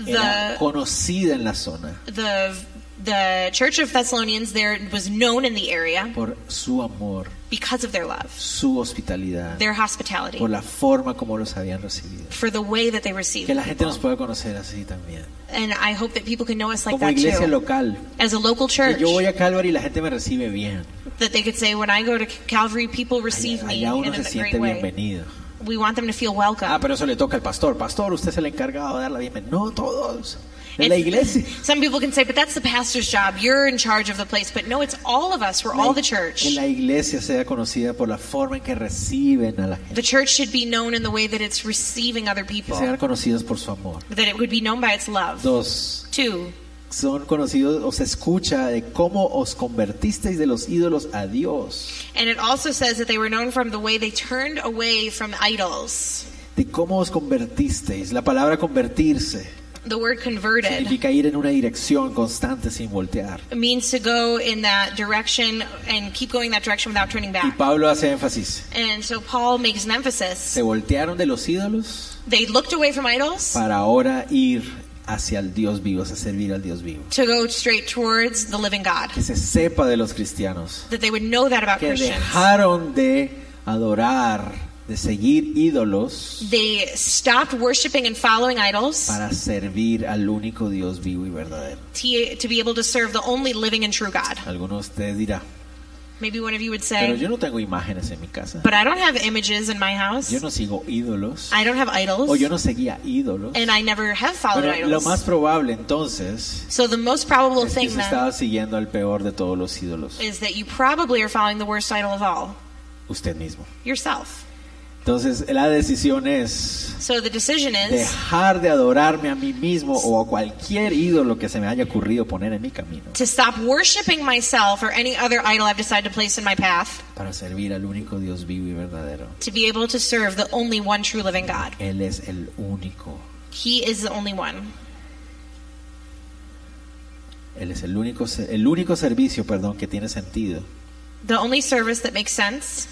Speaker 2: The-
Speaker 1: era conocida en la zona
Speaker 2: The the Church of Thessalonians there was known in the area
Speaker 1: por su amor,
Speaker 2: because of their love,
Speaker 1: su hospitalidad,
Speaker 2: their
Speaker 1: por
Speaker 2: hospitality,
Speaker 1: la forma como los habían recibido.
Speaker 2: for the way that they received.
Speaker 1: Que la gente nos
Speaker 2: people.
Speaker 1: pueda conocer así también.
Speaker 2: And I hope that people can know us like
Speaker 1: Como
Speaker 2: that
Speaker 1: iglesia
Speaker 2: too.
Speaker 1: local.
Speaker 2: As a local
Speaker 1: Que
Speaker 2: church,
Speaker 1: yo voy a Calvary y la gente me recibe bien.
Speaker 2: that they could say, when I go to Calvary, people receive me
Speaker 1: Allá uno
Speaker 2: in
Speaker 1: se
Speaker 2: a
Speaker 1: siente
Speaker 2: great way.
Speaker 1: bienvenido.
Speaker 2: We want them to feel
Speaker 1: Ah,
Speaker 2: welcome.
Speaker 1: pero eso le toca al pastor. Pastor, usted es el encargado de dar la bienvenida. No, todos. Es la
Speaker 2: It's-
Speaker 1: iglesia.
Speaker 2: Some people can say, but that's the pastor's job. You're in charge of the place. But no, it's all of us. We're all the church.
Speaker 1: Que la iglesia sea conocida por la forma en que reciben a la gente.
Speaker 2: The church should be known in the way that it's receiving other
Speaker 1: Que
Speaker 2: people,
Speaker 1: sean conocidos por su amor.
Speaker 2: that it would be known by its love.
Speaker 1: Dos,
Speaker 2: Two,
Speaker 1: son conocidos o se escucha de cómo os convertisteis de los ídolos a Dios.
Speaker 2: and it also says that they were known from the way they turned away from idols.
Speaker 1: De cómo os convertisteis. La palabra convertirse
Speaker 2: The word converted
Speaker 1: Significa ir en una dirección constante sin voltear.
Speaker 2: means to go in that direction and keep going that direction without turning
Speaker 1: Y
Speaker 2: back.
Speaker 1: Pablo hace énfasis.
Speaker 2: And so Paul makes an emphasis.
Speaker 1: Se voltearon de los ídolos
Speaker 2: They looked away from idols
Speaker 1: para ahora ir hacia el Dios vivo, hacia servir al Dios vivo.
Speaker 2: to go straight towards the living God.
Speaker 1: Que se sepa de los cristianos
Speaker 2: That they would know that about
Speaker 1: que
Speaker 2: Christians.
Speaker 1: dejaron de adorar, de seguir ídolos
Speaker 2: They stopped worshiping and following idols
Speaker 1: para servir al único Dios vivo y verdadero.
Speaker 2: to, to be able to serve the only living and true God.
Speaker 1: Alguno de ustedes dirá,
Speaker 2: Maybe one of you would
Speaker 1: pero
Speaker 2: say,
Speaker 1: yo no tengo imágenes en mi casa.
Speaker 2: but I don't have images in my
Speaker 1: Yo
Speaker 2: house.
Speaker 1: no sigo ídolos.
Speaker 2: I don't have
Speaker 1: O
Speaker 2: idols.
Speaker 1: yo no seguía ídolos.
Speaker 2: And I never have followed
Speaker 1: Bueno, lo más
Speaker 2: idols.
Speaker 1: probable entonces
Speaker 2: So the most probable
Speaker 1: es que
Speaker 2: thing
Speaker 1: se
Speaker 2: then
Speaker 1: estaba siguiendo al peor de todos los ídolos,
Speaker 2: is that you probably are following the worst idol of all,
Speaker 1: usted mismo.
Speaker 2: yourself.
Speaker 1: Entonces la decisión es
Speaker 2: So the decision is
Speaker 1: dejar de adorarme a mí mismo o a cualquier ídolo que se me haya ocurrido poner en mi camino
Speaker 2: to stop worshiping myself or any other idol I've decided to place in my path
Speaker 1: para servir al único Dios vivo y verdadero.
Speaker 2: to be able to serve the only one true living God.
Speaker 1: Él es el único,
Speaker 2: He is the only one.
Speaker 1: Él es el único, se- el único servicio, perdón, que tiene sentido
Speaker 2: The only service that makes sense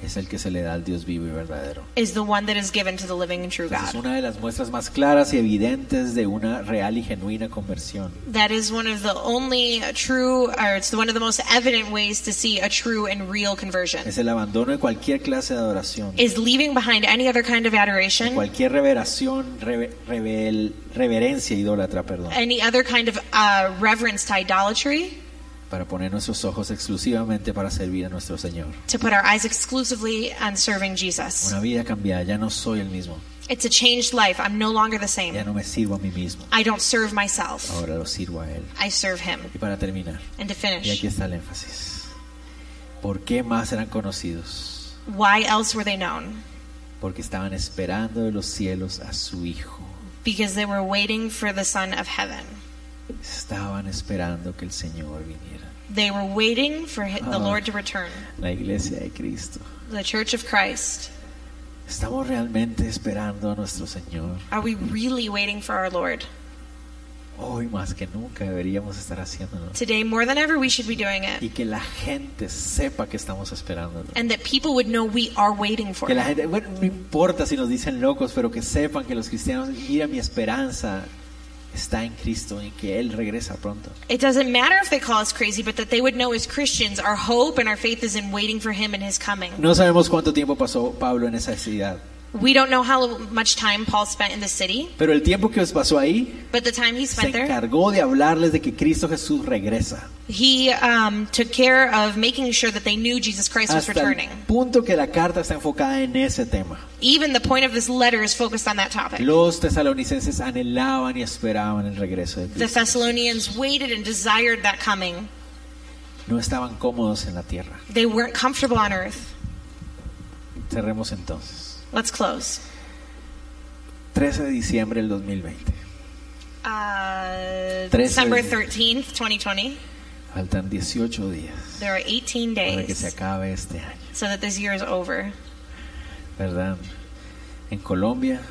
Speaker 1: es el que se le da al Dios vivo y verdadero.
Speaker 2: is the one that is given to the living and true
Speaker 1: Entonces,
Speaker 2: God.
Speaker 1: una de las muestras más claras y evidentes de una real y genuina conversión
Speaker 2: That is one of the only true, or it's one of the most evident ways to see a true and real conversion.
Speaker 1: es el abandono de cualquier clase de adoración.
Speaker 2: Is leaving behind any other kind of adoration,
Speaker 1: cualquier reveración, reve- revel- reverencia idólatra, perdón,
Speaker 2: any other kind of uh, reverence to idolatry,
Speaker 1: para poner nuestros ojos exclusivamente para servir a nuestro Señor.
Speaker 2: to put our eyes exclusively on serving Jesus.
Speaker 1: Una vida cambiada, ya no soy el mismo,
Speaker 2: It's a changed life. I'm no longer the
Speaker 1: ya
Speaker 2: same.
Speaker 1: no me sirvo a mí mismo,
Speaker 2: I don't serve myself,
Speaker 1: ahora lo sirvo a Él.
Speaker 2: I serve Him.
Speaker 1: Y para terminar,
Speaker 2: And to
Speaker 1: y
Speaker 2: finish,
Speaker 1: aquí está el énfasis. ¿Por qué más eran conocidos?
Speaker 2: why else were they known?
Speaker 1: Porque estaban esperando de los cielos a su Hijo.
Speaker 2: Because they were waiting for the Son of Heaven.
Speaker 1: Estaban esperando que el Señor viniera.
Speaker 2: They were waiting for hi- the
Speaker 1: Oh.
Speaker 2: Lord to return.
Speaker 1: La iglesia de Cristo.
Speaker 2: The Church of Christ.
Speaker 1: ¿Estamos realmente esperando a nuestro Señor?
Speaker 2: Are we really waiting for our Lord?
Speaker 1: Hoy más que nunca deberíamos estar haciéndolo.
Speaker 2: Today, more than ever, we should be doing
Speaker 1: Y
Speaker 2: it.
Speaker 1: que la gente sepa que estamos esperándolo.
Speaker 2: And that people would know we are waiting for
Speaker 1: Que la
Speaker 2: it.
Speaker 1: gente, bueno, no importa si nos dicen locos, pero que sepan que los cristianos, mira, mi esperanza está en Cristo y que Él regresa pronto.
Speaker 2: It doesn't matter if they call us crazy, but that they would know as Christians, our hope and our faith is in waiting for Him and His coming.
Speaker 1: No sabemos cuánto tiempo pasó Pablo en esa ciudad,
Speaker 2: We don't know how much time Paul spent in the city,
Speaker 1: pero el tiempo que os pasó ahí
Speaker 2: but the time he
Speaker 1: se
Speaker 2: spent there,
Speaker 1: encargó de hablarles de que Cristo Jesús regresa.
Speaker 2: he um, took care of making sure that they knew Jesus Christ was
Speaker 1: Hasta el
Speaker 2: returning.
Speaker 1: punto que la carta está enfocada en ese tema.
Speaker 2: Even the point of this letter is focused on that topic.
Speaker 1: Los tesalonicenses anhelaban y esperaban el regreso de
Speaker 2: The
Speaker 1: Cristo.
Speaker 2: Thessalonians waited and desired that coming.
Speaker 1: No estaban cómodos en la tierra.
Speaker 2: They weren't comfortable on earth.
Speaker 1: Cerremos entonces.
Speaker 2: Let's close.
Speaker 1: 13 de diciembre del 2020.
Speaker 2: Uh,
Speaker 1: Trece.
Speaker 2: December 13th, 2020.
Speaker 1: Faltan 18 días
Speaker 2: There are 18
Speaker 1: para que se
Speaker 2: days
Speaker 1: acabe este año,
Speaker 2: so that this year is over.
Speaker 1: ¿verdad? En Colombia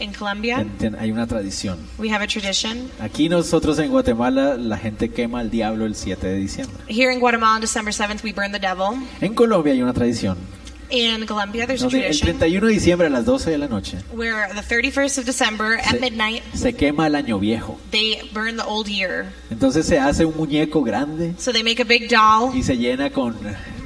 Speaker 2: In Colombia,
Speaker 1: ten- ten- hay una tradición.
Speaker 2: we have a tradition.
Speaker 1: Aquí nosotros en Guatemala la gente quema al diablo el 7 de diciembre.
Speaker 2: Here in Guatemala on December 7th, we burn the devil.
Speaker 1: En Colombia hay una tradición.
Speaker 2: In Colombia, there's a
Speaker 1: Donde el
Speaker 2: tradition
Speaker 1: 31 de diciembre a las 12 de la noche
Speaker 2: where the 31st of December at midnight,
Speaker 1: se quema el año viejo.
Speaker 2: they burn the old year.
Speaker 1: Entonces se hace un muñeco grande
Speaker 2: So they make a big doll.
Speaker 1: y se llena con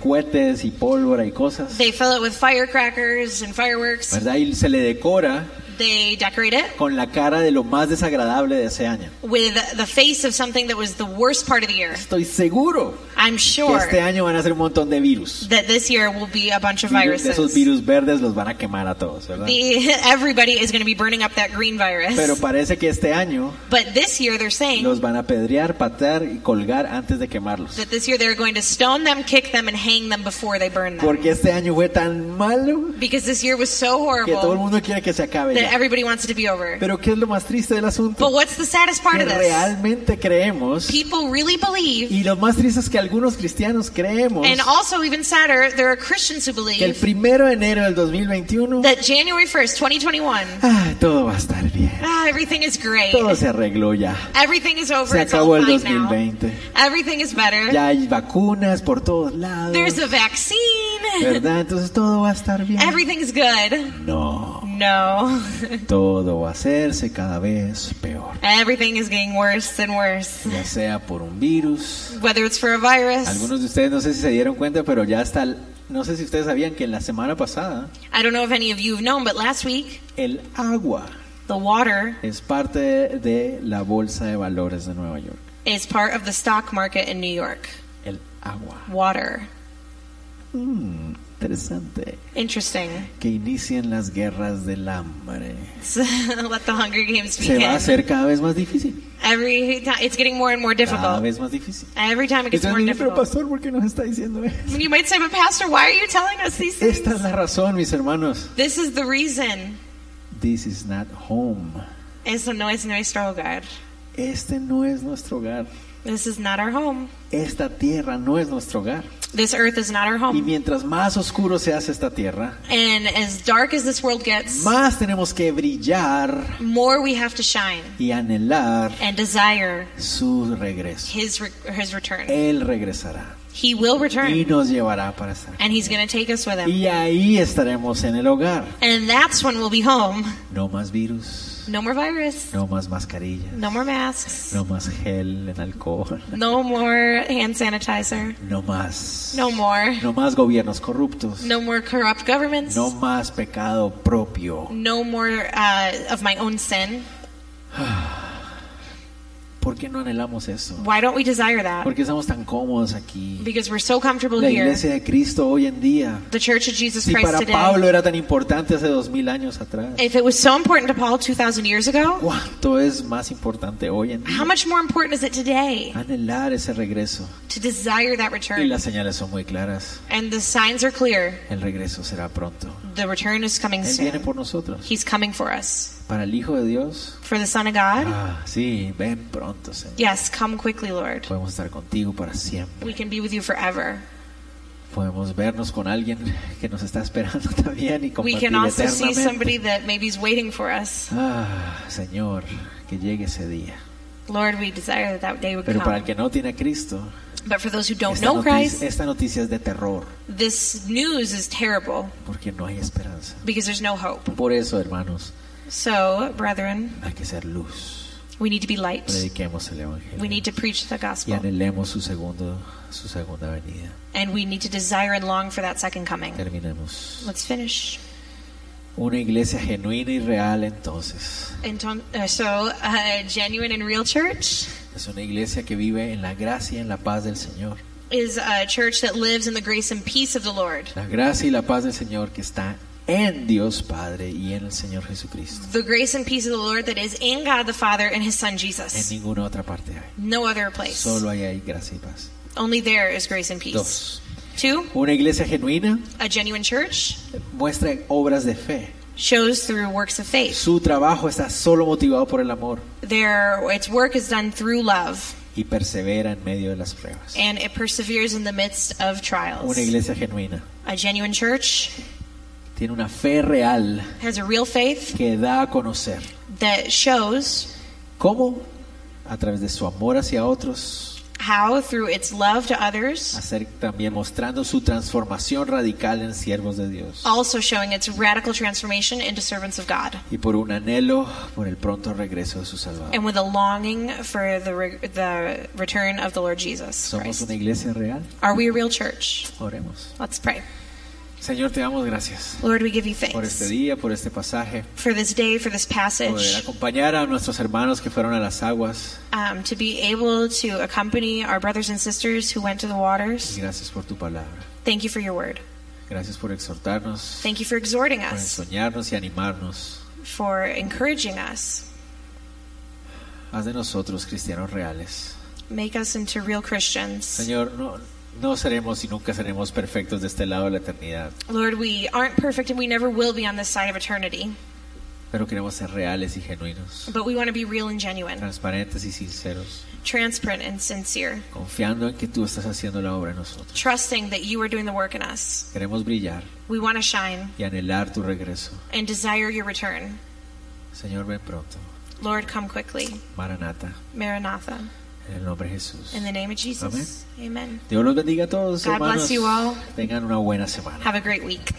Speaker 1: cohetes y pólvora y cosas,
Speaker 2: They fill it with firecrackers and fireworks.
Speaker 1: ¿verdad? Y se le decora
Speaker 2: They decorate it
Speaker 1: con la cara de lo más desagradable de ese año.
Speaker 2: with the face of something that was the worst part of the year.
Speaker 1: Estoy seguro
Speaker 2: I'm
Speaker 1: que
Speaker 2: sure
Speaker 1: este año van a ser un montón de virus.
Speaker 2: that this year will be a bunch of
Speaker 1: Virus- de esos
Speaker 2: viruses.
Speaker 1: virus verdes los van a quemar a todos, ¿verdad?
Speaker 2: The, everybody is going to be burning up that green virus.
Speaker 1: Pero parece que este año
Speaker 2: but this year they're saying
Speaker 1: los van a pedrear, patear y colgar antes de quemarlos.
Speaker 2: that this year they're going to stone them, kick them, and hang them before they burn them.
Speaker 1: Porque este año fue tan malo
Speaker 2: because this year was so
Speaker 1: que todo el
Speaker 2: horrible
Speaker 1: mundo quiere que se acabe
Speaker 2: that everybody wants it to be over.
Speaker 1: Pero ¿qué es lo más triste del asunto?
Speaker 2: But what's the saddest part
Speaker 1: Que
Speaker 2: of this?
Speaker 1: realmente creemos
Speaker 2: People really believe,
Speaker 1: y lo más triste es que algunos cristianos creemos
Speaker 2: and also even sadder, there are Christians who
Speaker 1: que el
Speaker 2: believe
Speaker 1: primero de enero del 2021
Speaker 2: that January 1st, 2021,
Speaker 1: ah, todo va a estar bien.
Speaker 2: ah, everything is great.
Speaker 1: Todo se arregló ya.
Speaker 2: Everything is over.
Speaker 1: Se
Speaker 2: It's all
Speaker 1: acabó el
Speaker 2: fine now.
Speaker 1: 2020.
Speaker 2: Everything is better.
Speaker 1: Ya hay vacunas por todos lados.
Speaker 2: There's a vaccine.
Speaker 1: ¿Verdad? Entonces todo va a estar bien.
Speaker 2: Everything's good.
Speaker 1: No,
Speaker 2: No.
Speaker 1: todo va a hacerse cada vez peor.
Speaker 2: Everything is getting worse and worse.
Speaker 1: Ya sea por un virus.
Speaker 2: Whether it's for a virus.
Speaker 1: Algunos de ustedes no sé si se dieron cuenta, pero ya hasta el- no sé si ustedes sabían que en la semana pasada
Speaker 2: I don't know if any of you have known, but last week,
Speaker 1: el agua
Speaker 2: the water
Speaker 1: es parte de, de la bolsa de valores de Nueva York.
Speaker 2: is part of the stock market in New York.
Speaker 1: El agua.
Speaker 2: Water.
Speaker 1: Mm, interesante.
Speaker 2: Interesting.
Speaker 1: Que inicien las guerras del hambre.
Speaker 2: So, Let the Hunger Games
Speaker 1: Se va a
Speaker 2: begin.
Speaker 1: hacer cada vez más difícil.
Speaker 2: Every time, it's getting more and more
Speaker 1: Cada
Speaker 2: difficult.
Speaker 1: vez más difícil.
Speaker 2: Every time it gets
Speaker 1: Entonces,
Speaker 2: more
Speaker 1: me dicen, pero
Speaker 2: difficult.
Speaker 1: pastor, ¿por qué nos está diciendo eso?
Speaker 2: And You might say, but Pastor, why are you telling us these things?
Speaker 1: Esta es la razón, mis hermanos.
Speaker 2: This is the reason.
Speaker 1: This is not home.
Speaker 2: Eso no es nuestro hogar.
Speaker 1: Este no es nuestro hogar.
Speaker 2: This is not our home.
Speaker 1: Esta tierra no es nuestro hogar.
Speaker 2: This earth is not our
Speaker 1: Y
Speaker 2: home.
Speaker 1: mientras más oscuro se hace esta tierra,
Speaker 2: And as dark as this world gets,
Speaker 1: más tenemos que brillar
Speaker 2: more we have to shine
Speaker 1: y anhelar
Speaker 2: and desire
Speaker 1: su regreso.
Speaker 2: his re- his return.
Speaker 1: Él regresará
Speaker 2: He will
Speaker 1: Eh, y
Speaker 2: return,
Speaker 1: nos llevará para estar.
Speaker 2: and he's going to take us with him.
Speaker 1: Y ahí estaremos en el hogar.
Speaker 2: And that's when we'll be home.
Speaker 1: No más virus,
Speaker 2: No more virus.
Speaker 1: no más mascarillas,
Speaker 2: No more masks.
Speaker 1: no más gel en alcohol,
Speaker 2: No more hand sanitizer.
Speaker 1: no más,
Speaker 2: No more.
Speaker 1: no más gobiernos corruptos,
Speaker 2: No more corrupt governments.
Speaker 1: no más pecado propio.
Speaker 2: No more uh, of my own sin.
Speaker 1: ¿Por qué no anhelamos eso?
Speaker 2: Why don't we desire that?
Speaker 1: ¿Por qué estamos tan cómodos aquí?
Speaker 2: Because we're so comfortable
Speaker 1: La
Speaker 2: here.
Speaker 1: iglesia de Cristo hoy en día.
Speaker 2: The Church of Jesus
Speaker 1: Si
Speaker 2: Christ
Speaker 1: para
Speaker 2: today. Eh.
Speaker 1: Pablo era tan importante hace dos mil años atrás,
Speaker 2: If it was so important to Paul 2,000 years ago,
Speaker 1: ¿cuánto es más importante hoy en
Speaker 2: how
Speaker 1: día?
Speaker 2: much more important is it today
Speaker 1: Anhelar ese regreso.
Speaker 2: to desire that
Speaker 1: Y
Speaker 2: return?
Speaker 1: las señales son muy claras.
Speaker 2: And the signs are clear.
Speaker 1: El regreso será pronto.
Speaker 2: The return is coming
Speaker 1: Él viene
Speaker 2: soon.
Speaker 1: por nosotros.
Speaker 2: He's coming for us.
Speaker 1: Para el Hijo de Dios.
Speaker 2: For the Son of God?
Speaker 1: Ah, sí, ven pronto, Señor.
Speaker 2: Yes, come quickly, Lord.
Speaker 1: Podemos estar contigo para siempre.
Speaker 2: We can be with you forever.
Speaker 1: Podemos vernos con alguien que nos está esperando también y
Speaker 2: We
Speaker 1: compartir
Speaker 2: can also see
Speaker 1: eternamente.
Speaker 2: somebody that maybe is waiting for us.
Speaker 1: Ah, Señor, que llegue ese día.
Speaker 2: Lord, we desire that that day would
Speaker 1: Pero para el
Speaker 2: come.
Speaker 1: que no tiene a Cristo,
Speaker 2: But for those who don't
Speaker 1: esta
Speaker 2: know
Speaker 1: noticia,
Speaker 2: Christ,
Speaker 1: esta noticia es de terror,
Speaker 2: this news is terrible
Speaker 1: porque no hay esperanza.
Speaker 2: because there's no hope.
Speaker 1: Por eso, hermanos,
Speaker 2: So, brethren,
Speaker 1: hay que ser luz.
Speaker 2: we need to be light.
Speaker 1: Prediquemos el
Speaker 2: We
Speaker 1: Evangelio
Speaker 2: need to preach the
Speaker 1: y
Speaker 2: gospel.
Speaker 1: anhelemos su, segundo, su segunda venida.
Speaker 2: And we need to desire and long for that second coming.
Speaker 1: Terminemos.
Speaker 2: Let's finish.
Speaker 1: Una iglesia genuina y real, entonces,
Speaker 2: Anton- uh, so, uh, genuine and real church
Speaker 1: es una iglesia que vive en la gracia y en la paz del Señor.
Speaker 2: is a church that lives in the grace and peace of the Lord.
Speaker 1: La gracia y la paz del Señor que está en Dios Padre y en el Señor Jesucristo.
Speaker 2: The grace and peace of the Lord that is in God the Father and His Son
Speaker 1: En
Speaker 2: Jesus.
Speaker 1: ninguna otra parte hay.
Speaker 2: No other place.
Speaker 1: Solo ahí hay gracia y paz.
Speaker 2: Only there is grace and peace.
Speaker 1: Dos.
Speaker 2: Two,
Speaker 1: Una iglesia genuina
Speaker 2: a genuine church
Speaker 1: muestra obras de fe.
Speaker 2: shows through works of faith.
Speaker 1: Su trabajo está solo motivado por el amor
Speaker 2: Their its work is done through love,
Speaker 1: y persevera en medio de las pruebas.
Speaker 2: and it perseveres in the midst of trials.
Speaker 1: Una iglesia genuina
Speaker 2: A genuine church
Speaker 1: tiene una fe real
Speaker 2: has a real faith
Speaker 1: que da a conocer.
Speaker 2: that shows
Speaker 1: ¿Cómo? A través de su amor hacia otros,
Speaker 2: how through its love to others,
Speaker 1: hacer también mostrando su transformación radical en siervos de Dios.
Speaker 2: also showing its radical transformation into servants of God,
Speaker 1: Y por un anhelo por el pronto regreso de su Salvador.
Speaker 2: and with a longing for the re- the return of the Lord Jesus
Speaker 1: Somos
Speaker 2: Christ.
Speaker 1: una iglesia real.
Speaker 2: Are we a real church?
Speaker 1: Oremos.
Speaker 2: Let's pray.
Speaker 1: Señor, te damos gracias
Speaker 2: Lord, we give you
Speaker 1: por este
Speaker 2: thanks
Speaker 1: día, por este pasaje.
Speaker 2: for this day, for this
Speaker 1: poder
Speaker 2: passage,
Speaker 1: acompañar a nuestros hermanos que fueron a las aguas.
Speaker 2: um, to be able to accompany our brothers and sisters who went to the waters.
Speaker 1: Gracias por tu palabra.
Speaker 2: Thank you for your word.
Speaker 1: Gracias por exhortarnos,
Speaker 2: Thank you for exhorting
Speaker 1: por
Speaker 2: us,
Speaker 1: ensoñarnos y animarnos.
Speaker 2: for encouraging us.
Speaker 1: Haz de nosotros cristianos reales.
Speaker 2: Make us into real Christians.
Speaker 1: Señor, no, no seremos y nunca seremos perfectos de este lado de la eternidad,
Speaker 2: Lord, we aren't perfect and we never will be on this side of eternity,
Speaker 1: pero queremos ser reales y genuinos,
Speaker 2: but we want to be real and genuine,
Speaker 1: transparentes y sinceros,
Speaker 2: transparent and sincere,
Speaker 1: confiando en que tú estás haciendo la obra en nosotros.
Speaker 2: trusting that you are doing the work in us.
Speaker 1: Queremos brillar
Speaker 2: We want to shine
Speaker 1: y anhelar tu regreso.
Speaker 2: and desire your return.
Speaker 1: Señor, ven pronto.
Speaker 2: Lord, come quickly.
Speaker 1: Maranata,
Speaker 2: Maranatha.
Speaker 1: en el nombre de Jesús.
Speaker 2: In the name of Jesus. Amen.
Speaker 1: Dios los bendiga a todos,
Speaker 2: God
Speaker 1: hermanos.
Speaker 2: bless you all.
Speaker 1: Tengan una buena semana.
Speaker 2: Have a great week.